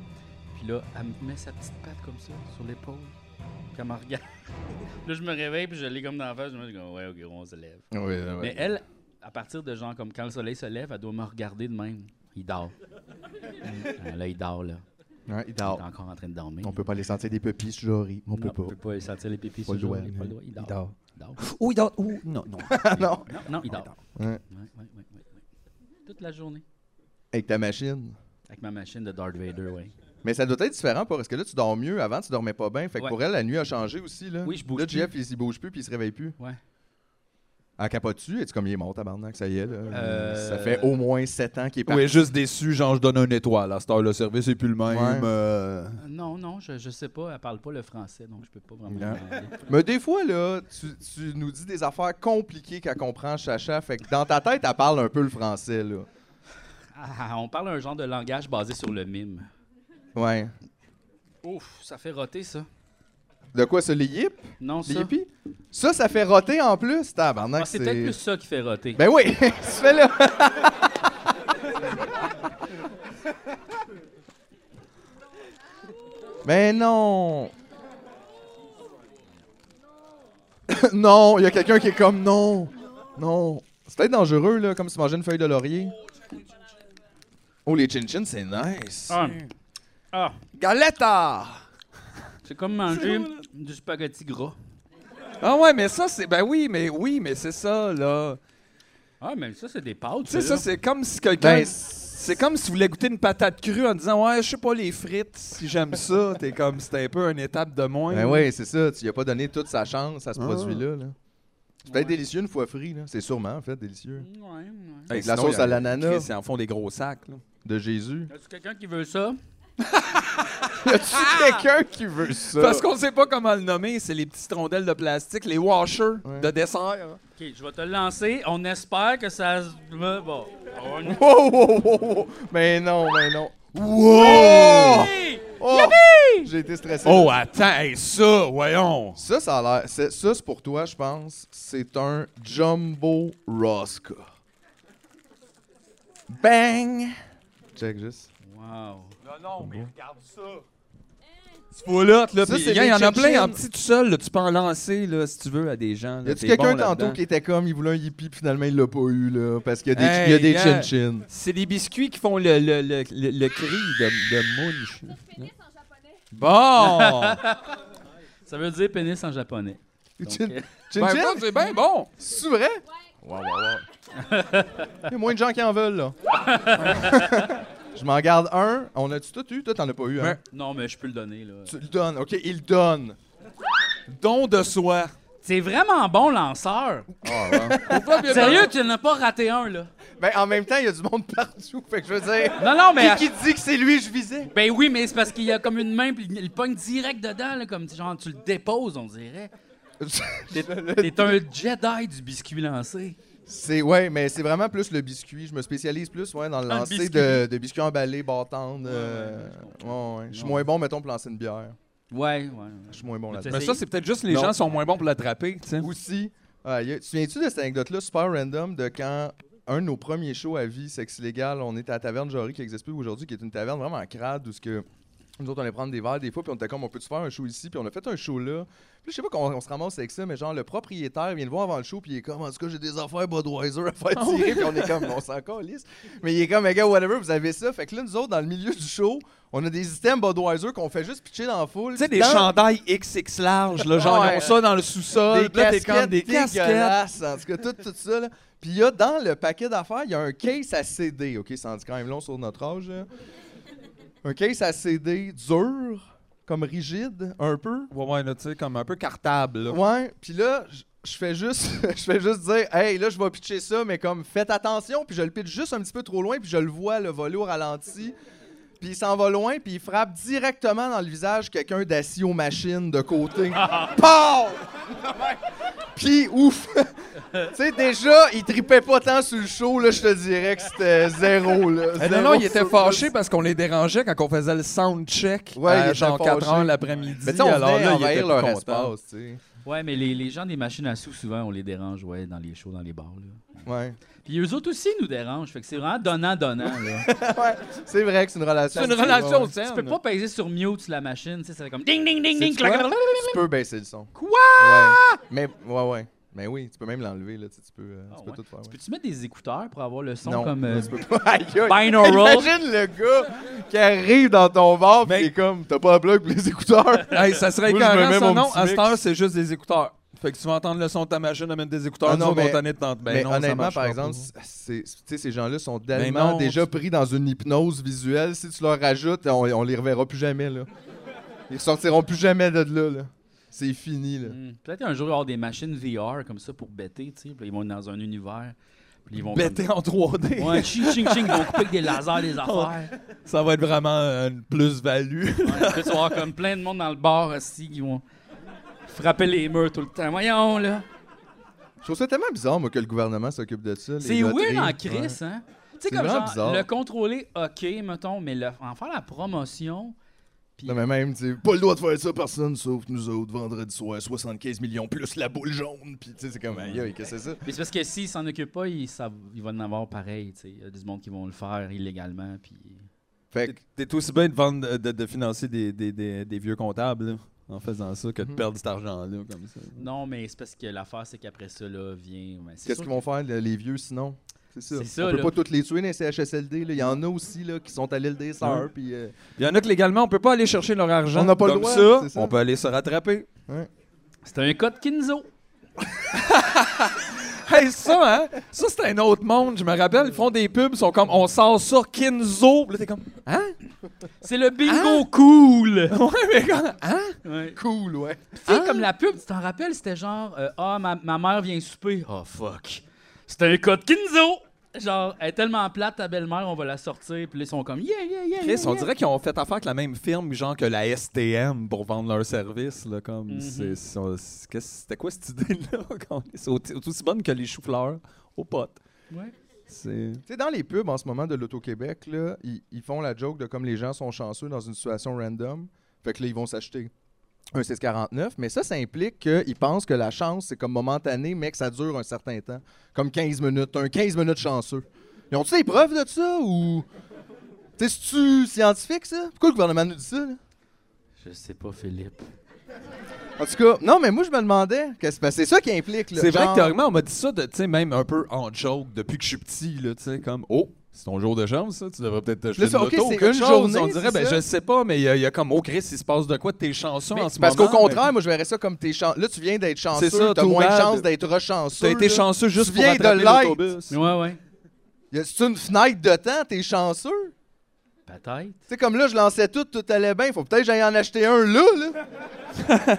[SPEAKER 1] Puis là, elle me met sa petite patte comme ça, sur l'épaule. Puis elle me regarde. là, je me réveille, puis je l'ai comme dans la face, je me dis, ouais, ok, on se lève.
[SPEAKER 2] Ah
[SPEAKER 3] Ouais, ouais.
[SPEAKER 1] Mais elle, à partir de genre, comme quand le soleil se lève, elle doit me regarder de même. Il dort. Ah, là, il dort, là.
[SPEAKER 3] Ouais, il
[SPEAKER 1] Il
[SPEAKER 3] dort.
[SPEAKER 1] est encore en train de dormir.
[SPEAKER 3] On peut pas les sentir des pupilles, je On peut
[SPEAKER 1] Non,
[SPEAKER 3] pas.
[SPEAKER 1] On peut pas sentir les pipis
[SPEAKER 3] Pas
[SPEAKER 1] sur
[SPEAKER 3] le
[SPEAKER 1] le jour,
[SPEAKER 3] doigt.
[SPEAKER 1] il a pas le doigt, Il dort. dort.
[SPEAKER 2] Ou il dort. Ou. Non, non.
[SPEAKER 3] non.
[SPEAKER 1] Non, non, il dort.
[SPEAKER 3] Ouais.
[SPEAKER 1] Ouais, ouais, ouais, ouais, ouais. Toute la journée.
[SPEAKER 3] Avec ta machine.
[SPEAKER 1] Avec ma machine de Darth Vader, oui.
[SPEAKER 3] Mais ça doit être différent parce que là, tu dors mieux. Avant, tu dormais pas bien. Fait que
[SPEAKER 1] Ouais.
[SPEAKER 3] pour elle, la nuit a changé aussi. Là.
[SPEAKER 1] Oui, je bouge
[SPEAKER 3] Là,
[SPEAKER 1] plus.
[SPEAKER 3] Jeff, il s'y bouge plus puis il se réveille plus.
[SPEAKER 1] Ouais.
[SPEAKER 3] Elle capote dessus. Es-tu comme il est mort, tabarnak? Ça y est, là.
[SPEAKER 1] Euh,
[SPEAKER 3] Ça fait au moins 7 ans qu'il est parti.
[SPEAKER 2] Oui, juste déçu, genre, je donne une étoile. À cette heure, le service est plus le même.
[SPEAKER 3] Ouais.
[SPEAKER 2] euh,
[SPEAKER 1] Non, non, je, je sais pas. Elle parle pas le français, donc je peux pas vraiment.
[SPEAKER 3] Non.
[SPEAKER 1] demander.
[SPEAKER 3] Mais des fois, là, tu, tu nous dis des affaires compliquées qu'elle comprend, Chacha. Fait que dans ta tête, elle parle un peu le français, là.
[SPEAKER 1] Ah, on parle un genre de langage basé sur le mime.
[SPEAKER 3] Ouais.
[SPEAKER 1] Ouf, ça fait roter, ça.
[SPEAKER 3] De quoi, ça, les yip?
[SPEAKER 1] Non,
[SPEAKER 3] Les
[SPEAKER 1] ça.
[SPEAKER 3] yippies? Ça, ça fait roter en plus, tabarnak.
[SPEAKER 1] Ah, c'est peut-être plus ça qui fait roter.
[SPEAKER 3] Ben oui, c'est fait là. Mais Ben non. non, il y a quelqu'un qui est comme non. Non. C'est peut-être dangereux, là, comme si tu mangeais une feuille de laurier. Oh, les chin-chin, c'est nice.
[SPEAKER 1] Ah, ah,
[SPEAKER 3] Galetta!
[SPEAKER 1] c'est comme manger du spaghetti gras.
[SPEAKER 2] Ah ouais, mais ça, c'est. Ben oui, mais oui, mais c'est ça, là.
[SPEAKER 1] Ah, mais ça, c'est des pâtes.
[SPEAKER 2] Tu sais, ça,
[SPEAKER 1] là.
[SPEAKER 2] c'est comme si quelqu'un.
[SPEAKER 3] Ben,
[SPEAKER 2] c'est comme si vous voulez goûter une patate crue en disant Ouais, je sais pas les frites, si j'aime ça. T'es comme, c'était un peu une étape de moins.
[SPEAKER 3] Ben oui, c'est ça. Tu lui as pas donné toute sa chance à ce
[SPEAKER 2] Ah.
[SPEAKER 3] produit-là. là. C'est peut-être
[SPEAKER 1] Ouais.
[SPEAKER 3] délicieux une fois frit, là. C'est sûrement, en fait, délicieux.
[SPEAKER 1] Ouais, ouais.
[SPEAKER 2] Hey,
[SPEAKER 3] Avec la
[SPEAKER 2] sinon,
[SPEAKER 3] sauce
[SPEAKER 2] y a-
[SPEAKER 3] à l'ananas.
[SPEAKER 2] Chris, ils en font des gros sacs, là.
[SPEAKER 3] De Jésus.
[SPEAKER 1] Y a-tu quelqu'un qui veut ça?
[SPEAKER 3] Y a-tu quelqu'un qui veut ça?
[SPEAKER 2] Ah! Parce qu'on sait pas comment le nommer, c'est les petites rondelles de plastique, les washers
[SPEAKER 3] Ouais.
[SPEAKER 2] de dessert.
[SPEAKER 1] Ok, je vais te le lancer. On espère que ça se. me- Bon. On-
[SPEAKER 3] Wow, wow, wow, wow. Mais non, mais non.
[SPEAKER 2] Wow!
[SPEAKER 1] Hey!
[SPEAKER 3] Oh! J'ai été stressé.
[SPEAKER 2] Oh, attends, hey, ça, voyons!
[SPEAKER 3] Ça, ça a l'air. c'est- Ça, c'est pour toi, je pense. C'est un Jumbo Rosca. Bang! Check juste.
[SPEAKER 1] Wow.
[SPEAKER 2] Non, non, mais regarde ça! Ce foulotte, là,
[SPEAKER 3] Ça,
[SPEAKER 2] pis
[SPEAKER 3] c'est
[SPEAKER 2] il y en a
[SPEAKER 3] les chin-chin.
[SPEAKER 2] plein en petit tout seul, là, tu peux en lancer, là, si tu veux, à des gens. là,
[SPEAKER 3] Y a-tu
[SPEAKER 2] t'es
[SPEAKER 3] quelqu'un
[SPEAKER 2] bon
[SPEAKER 3] tantôt
[SPEAKER 2] là-dedans.
[SPEAKER 3] qui était comme, il voulait un hippie, puis finalement, il l'a pas eu, là? Parce qu'il y a des,
[SPEAKER 2] Hey,
[SPEAKER 3] il y a des
[SPEAKER 2] gars.
[SPEAKER 3] chin-chin.
[SPEAKER 2] C'est des biscuits qui font le, le, le, le, le cri de, de Munch.
[SPEAKER 5] pénis en japonais.
[SPEAKER 2] Bon!
[SPEAKER 1] Ça veut dire pénis en japonais. Donc,
[SPEAKER 3] Chin-
[SPEAKER 1] euh,
[SPEAKER 2] ben,
[SPEAKER 3] Chin-chin?
[SPEAKER 2] ça, c'est bien bon!
[SPEAKER 3] C'est vrai?
[SPEAKER 5] Ouais.
[SPEAKER 3] Il y a moins de gens qui en veulent, là. je m'en garde un. On a-tu tout eu? Toi, t'en as pas eu, hein?
[SPEAKER 2] Ouais.
[SPEAKER 1] Non, mais je peux le donner, là.
[SPEAKER 3] Tu le donnes, OK? Il le donne.
[SPEAKER 2] Don de soi.
[SPEAKER 1] C'est vraiment bon, lanceur.
[SPEAKER 3] Ah,
[SPEAKER 1] Sérieux, tu n'as pas raté un, là.
[SPEAKER 3] Ben, en même temps, il y a du monde partout. Fait que je veux dire,
[SPEAKER 1] Non, non, mais. à-
[SPEAKER 3] qui, qui dit que c'est lui que je visais?
[SPEAKER 1] Ben oui, mais c'est parce qu'il y a comme une main, puis il pogne direct dedans, là, comme genre tu le déposes, on dirait. T'es t'es un Jedi du biscuit lancé.
[SPEAKER 3] c'est, ouais, mais c'est vraiment plus le biscuit. Je me spécialise plus ouais, dans le
[SPEAKER 1] Ah, le
[SPEAKER 3] lancer
[SPEAKER 1] biscuit.
[SPEAKER 3] de, de biscuits emballés, bâtons. euh, ouais, ouais. Je suis
[SPEAKER 1] Non.
[SPEAKER 3] moins bon, mettons, pour lancer une bière.
[SPEAKER 1] Ouais, ouais.
[SPEAKER 3] Je suis moins bon
[SPEAKER 1] Mais
[SPEAKER 3] là-dedans.
[SPEAKER 2] Mais ça, c'est peut-être juste les
[SPEAKER 3] Non.
[SPEAKER 2] gens sont moins bons pour l'attraper, tu sais.
[SPEAKER 3] Aussi, ah, y a- tu te souviens-tu de cette anecdote-là, super random, de quand un de nos premiers shows à vie, sexe légal, on était à la Taverne Jory, qui n'existe plus aujourd'hui, qui est une taverne vraiment crade, où ce que nous autres, on allait prendre des verres des fois, puis on était comme, on peut-tu faire un show ici, puis on a fait un show là. Puis je sais pas qu'on on se ramasse avec ça, mais genre, le propriétaire vient le voir avant le show, puis il est comme, en tout cas, j'ai des affaires Budweiser à
[SPEAKER 2] Ah
[SPEAKER 3] faire tirer, puis on est comme, on s'en calisse. Mais il est comme, mais gars, whatever, vous avez ça. Fait que là, nous autres, dans le milieu du show, on a des items Budweiser qu'on fait juste pitcher dans la foule.
[SPEAKER 2] Tu sais,
[SPEAKER 3] puis
[SPEAKER 2] des
[SPEAKER 3] dans-
[SPEAKER 2] chandails XX large, là, genre,
[SPEAKER 3] Ouais.
[SPEAKER 2] ils ont ça dans le sous-sol.
[SPEAKER 3] des
[SPEAKER 2] puis là, t'es
[SPEAKER 3] casquettes,
[SPEAKER 2] comme des casquettes.
[SPEAKER 3] dégueulasses, En tout cas, tout, tout ça. là. Puis il y a dans le paquet d'affaires, il y a un case à CD. OK, ça en dit quand même long sur notre âge. là. Un case à CD dur, comme rigide, un peu.
[SPEAKER 2] Ouais, ouais, là, tu sais, comme un peu cartable, là.
[SPEAKER 3] Ouais, puis là, j- je fais juste je fais juste dire "Hey, là je vais pitcher ça mais comme faites attention" puis je le pitch juste un petit peu trop loin puis je le vois le voler au ralenti. Puis il s'en va loin puis il frappe directement dans le visage quelqu'un d'assis aux machines de côté. Pow! puis ouf. tu sais déjà, il tripait pas tant sur le show là, je te dirais que c'était zéro là.
[SPEAKER 2] Eh non,
[SPEAKER 3] Zéro
[SPEAKER 2] non, il était
[SPEAKER 3] sur-
[SPEAKER 2] fâché parce qu'on les dérangeait quand on faisait le sound check
[SPEAKER 3] Ouais, il
[SPEAKER 2] à
[SPEAKER 3] était
[SPEAKER 2] genre 4
[SPEAKER 3] fâché.
[SPEAKER 2] h l'après-midi.
[SPEAKER 3] Mais tu sais, on
[SPEAKER 2] alors
[SPEAKER 3] venait
[SPEAKER 2] là, il
[SPEAKER 3] envahir
[SPEAKER 2] était
[SPEAKER 3] leur
[SPEAKER 2] plus content.
[SPEAKER 3] espace, tu sais.
[SPEAKER 1] Ouais, mais les, les gens des machines à sous, souvent, on les dérange, ouais, dans les shows, dans les bars, là.
[SPEAKER 3] Ouais.
[SPEAKER 1] Puis eux autres aussi nous dérangent, fait que c'est vraiment donnant-donnant, là.
[SPEAKER 3] C'est vrai que c'est une relation.
[SPEAKER 2] C'est une
[SPEAKER 3] Ouais,
[SPEAKER 2] relation
[SPEAKER 3] ouais.
[SPEAKER 2] saine.
[SPEAKER 1] tu peux pas peser sur mute sur la machine, tu sais, ça fait comme ding, ding, ding, ding,
[SPEAKER 3] Sais-tu quoi?
[SPEAKER 1] clac, clac, clac.
[SPEAKER 3] Tu peux baisser le son.
[SPEAKER 1] Mmh. Quoi?
[SPEAKER 3] Ouais. Mais ouais ouais. Mais oui, tu peux même l'enlever là, tu sais, tu peux euh,
[SPEAKER 1] Ah,
[SPEAKER 3] tu peux
[SPEAKER 1] ouais.
[SPEAKER 3] tout faire. ouais.
[SPEAKER 1] Tu Peux-tu mettre des écouteurs pour avoir le son
[SPEAKER 3] Non,
[SPEAKER 1] comme euh,
[SPEAKER 3] non, tu peux pas. Aïe, aïe.
[SPEAKER 1] binaural?
[SPEAKER 3] Imagine le gars qui arrive dans ton bar pis
[SPEAKER 2] Mais-
[SPEAKER 3] il est comme t'as pas un plug pour les écouteurs.
[SPEAKER 2] Hey, ça serait
[SPEAKER 3] Moi, je me
[SPEAKER 2] écœurant,
[SPEAKER 3] mets
[SPEAKER 2] ça,
[SPEAKER 3] mon
[SPEAKER 2] non?
[SPEAKER 3] petit
[SPEAKER 2] À cette
[SPEAKER 3] mix.
[SPEAKER 2] heure, c'est juste des écouteurs. Fait que tu vas entendre le son de ta machine à mettre des écouteurs,
[SPEAKER 3] Ah
[SPEAKER 2] nous
[SPEAKER 3] non,
[SPEAKER 2] autres, on
[SPEAKER 3] mais-
[SPEAKER 2] t'en est de tente. Ben
[SPEAKER 3] mais
[SPEAKER 2] non, ça
[SPEAKER 3] honnêtement,
[SPEAKER 2] marchera
[SPEAKER 3] par
[SPEAKER 2] pas.
[SPEAKER 3] exemple, c'est- c'est- tu sais, ces gens-là sont
[SPEAKER 2] Ben
[SPEAKER 3] tellement
[SPEAKER 2] non,
[SPEAKER 3] déjà pris dans une hypnose visuelle. Si tu leur rajoutes, on, on les reverra plus jamais. Là. Ils sortiront plus jamais de là. là. C'est fini. Là.
[SPEAKER 1] Hmm. Peut-être un jour, il va y avoir des machines VR comme ça pour bêter, tu sais. Puis là, ils vont être dans un univers. Puis ils vont.
[SPEAKER 2] Pété en 3D,
[SPEAKER 1] Comme... Ouais, ching, ching, ching, ils vont couper avec des lasers, des affaires.
[SPEAKER 2] ça va être vraiment euh, une plus-value.
[SPEAKER 1] Ouais, puis là, tu vas avoir comme plein de monde dans le bar aussi qui vont frapper les murs tout le temps. Voyons, là.
[SPEAKER 3] Je trouve ça tellement bizarre, moi, que le gouvernement s'occupe de ça. les
[SPEAKER 1] C'est weird
[SPEAKER 3] loteries.
[SPEAKER 1] en crise, hein? Tu sais,
[SPEAKER 3] C'est
[SPEAKER 1] comme
[SPEAKER 3] vraiment
[SPEAKER 1] genre,
[SPEAKER 3] bizarre.
[SPEAKER 1] le contrôler, OK, mettons, mais le- en faire la promotion,
[SPEAKER 3] Non, mais même, tu sais, pas le droit de faire ça, personne, sauf nous autres, vendredi soir, 75 millions plus la boule jaune. Puis, tu sais, c'est comme, aïe, aïe, qu'est-ce que c'est ça?
[SPEAKER 1] mais c'est parce que s'ils s'en occupent pas, ils, savent- ils vont en avoir pareil, tu sais. Il y a du monde qui vont le faire illégalement, puis...
[SPEAKER 3] Fait que,
[SPEAKER 2] T'es aussi bien de, vendre, de, de financer des, des, des, des vieux comptables là, en faisant ça
[SPEAKER 3] Mhm.
[SPEAKER 2] que de perdre cet argent-là comme ça.
[SPEAKER 1] Non, mais c'est parce que l'affaire, c'est qu'après ça, là, vient... ben, c'est
[SPEAKER 3] qu'est-ce
[SPEAKER 1] sûr
[SPEAKER 3] qu'ils vont faire, le- les vieux, sinon? C'est ça.
[SPEAKER 1] C'est ça,
[SPEAKER 3] On peut
[SPEAKER 1] là.
[SPEAKER 3] pas toutes les tuer dans les CHSLD, là. Il y en a aussi, là, qui sont à l'île des Sœurs, puis... euh,
[SPEAKER 2] Il y en a que légalement, on peut pas aller chercher leur argent.
[SPEAKER 3] On n'a pas le
[SPEAKER 2] Comme
[SPEAKER 3] droit,
[SPEAKER 2] ça,
[SPEAKER 3] c'est ça.
[SPEAKER 2] On peut aller se rattraper.
[SPEAKER 1] que- C'est un code Kinzo.
[SPEAKER 2] Hey, ça, hein? Ça, c'est un autre monde, je me rappelle. Ils font des pubs, ils sont comme, on sort ça, Kinzo. Puis là, t'es comme, hein?
[SPEAKER 1] C'est le bingo cool!
[SPEAKER 2] Ouais, mais comme, hein?
[SPEAKER 1] Ouais.
[SPEAKER 3] Cool, ouais.
[SPEAKER 1] Tu
[SPEAKER 2] Ah.
[SPEAKER 1] sais, comme la pub, tu t'en rappelles, c'était genre euh, Ah, ma, ma mère vient souper. Oh, fuck. C'était un code Kinzo! Genre, elle est tellement plate, ta belle-mère, on va la sortir. Puis là, ils sont comme Yeah, yeah, yeah.
[SPEAKER 2] Chris,
[SPEAKER 1] yeah,
[SPEAKER 2] on
[SPEAKER 1] yeah.
[SPEAKER 2] dirait qu'ils ont fait affaire avec la même firme, genre que la STM, pour vendre leur service. Là, comme,
[SPEAKER 3] Mhm.
[SPEAKER 2] c'est- c'est- on- c'est- qu'est-ce- c'était quoi cette idée-là? qu'on- C'est au- c'est aussi bonne que les choux-fleurs aux potes.
[SPEAKER 1] Ouais.
[SPEAKER 2] C'est...
[SPEAKER 3] Tu sais, dans les pubs en ce moment de l'Auto-Québec, là, ils, ils font la joke de comme les gens sont chanceux dans une situation random. Fait que là, ils vont s'acheter un 649, mais ça, ça implique qu'ils pensent que la chance, c'est comme momentané, mais que ça dure un certain temps. Comme 15 minutes, un 15 minutes chanceux. Ils ont-tu des preuves de ça ou. Tu sais, c'est-tu scientifique, ça? Pourquoi le gouvernement nous dit ça, là?
[SPEAKER 1] Je sais pas, Philippe.
[SPEAKER 3] En tout cas, non, mais moi, je me demandais. qu'est-ce que- C'est ça qui implique, là.
[SPEAKER 2] C'est vrai
[SPEAKER 3] genre-
[SPEAKER 2] que théoriquement, on m'a dit ça, de, tu sais, même un peu en joke, depuis que je suis petit, là, tu sais, comme, oh, c'est ton jour de chance, ça, tu devrais peut-être t'acheter
[SPEAKER 3] Là,
[SPEAKER 2] une
[SPEAKER 3] c'est- ok,
[SPEAKER 2] auto ou
[SPEAKER 3] c'est
[SPEAKER 2] quelque
[SPEAKER 3] une
[SPEAKER 2] chose.
[SPEAKER 3] journée,
[SPEAKER 2] on dirait,
[SPEAKER 3] c'est
[SPEAKER 2] ben,
[SPEAKER 3] ça.
[SPEAKER 2] je sais pas, mais il y, a- il y a comme, oh, Chris, il se passe de quoi de tes chansons
[SPEAKER 3] Mais-
[SPEAKER 2] en ce
[SPEAKER 3] parce qu'au
[SPEAKER 2] moment?
[SPEAKER 3] contraire, moi, je verrais ça comme t'es chan- Là, tu viens d'être
[SPEAKER 2] C'est ça,
[SPEAKER 3] chanceux, t'as
[SPEAKER 2] too
[SPEAKER 3] moins de
[SPEAKER 2] bad.
[SPEAKER 3] chance d'être rechanceux.
[SPEAKER 2] tu as été
[SPEAKER 3] là.
[SPEAKER 2] chanceux juste
[SPEAKER 3] Tu
[SPEAKER 2] pour
[SPEAKER 3] viens de
[SPEAKER 2] attraper
[SPEAKER 3] l'être.
[SPEAKER 2] l'autobus.
[SPEAKER 1] Ouais, ouais.
[SPEAKER 3] Y a-tu une fenêtre de temps? T'es chanceux?
[SPEAKER 1] Peut-être.
[SPEAKER 3] Tu sais, comme là, je lançais tout, tout allait bien. Faut peut-être que j'aille en acheter un là, là.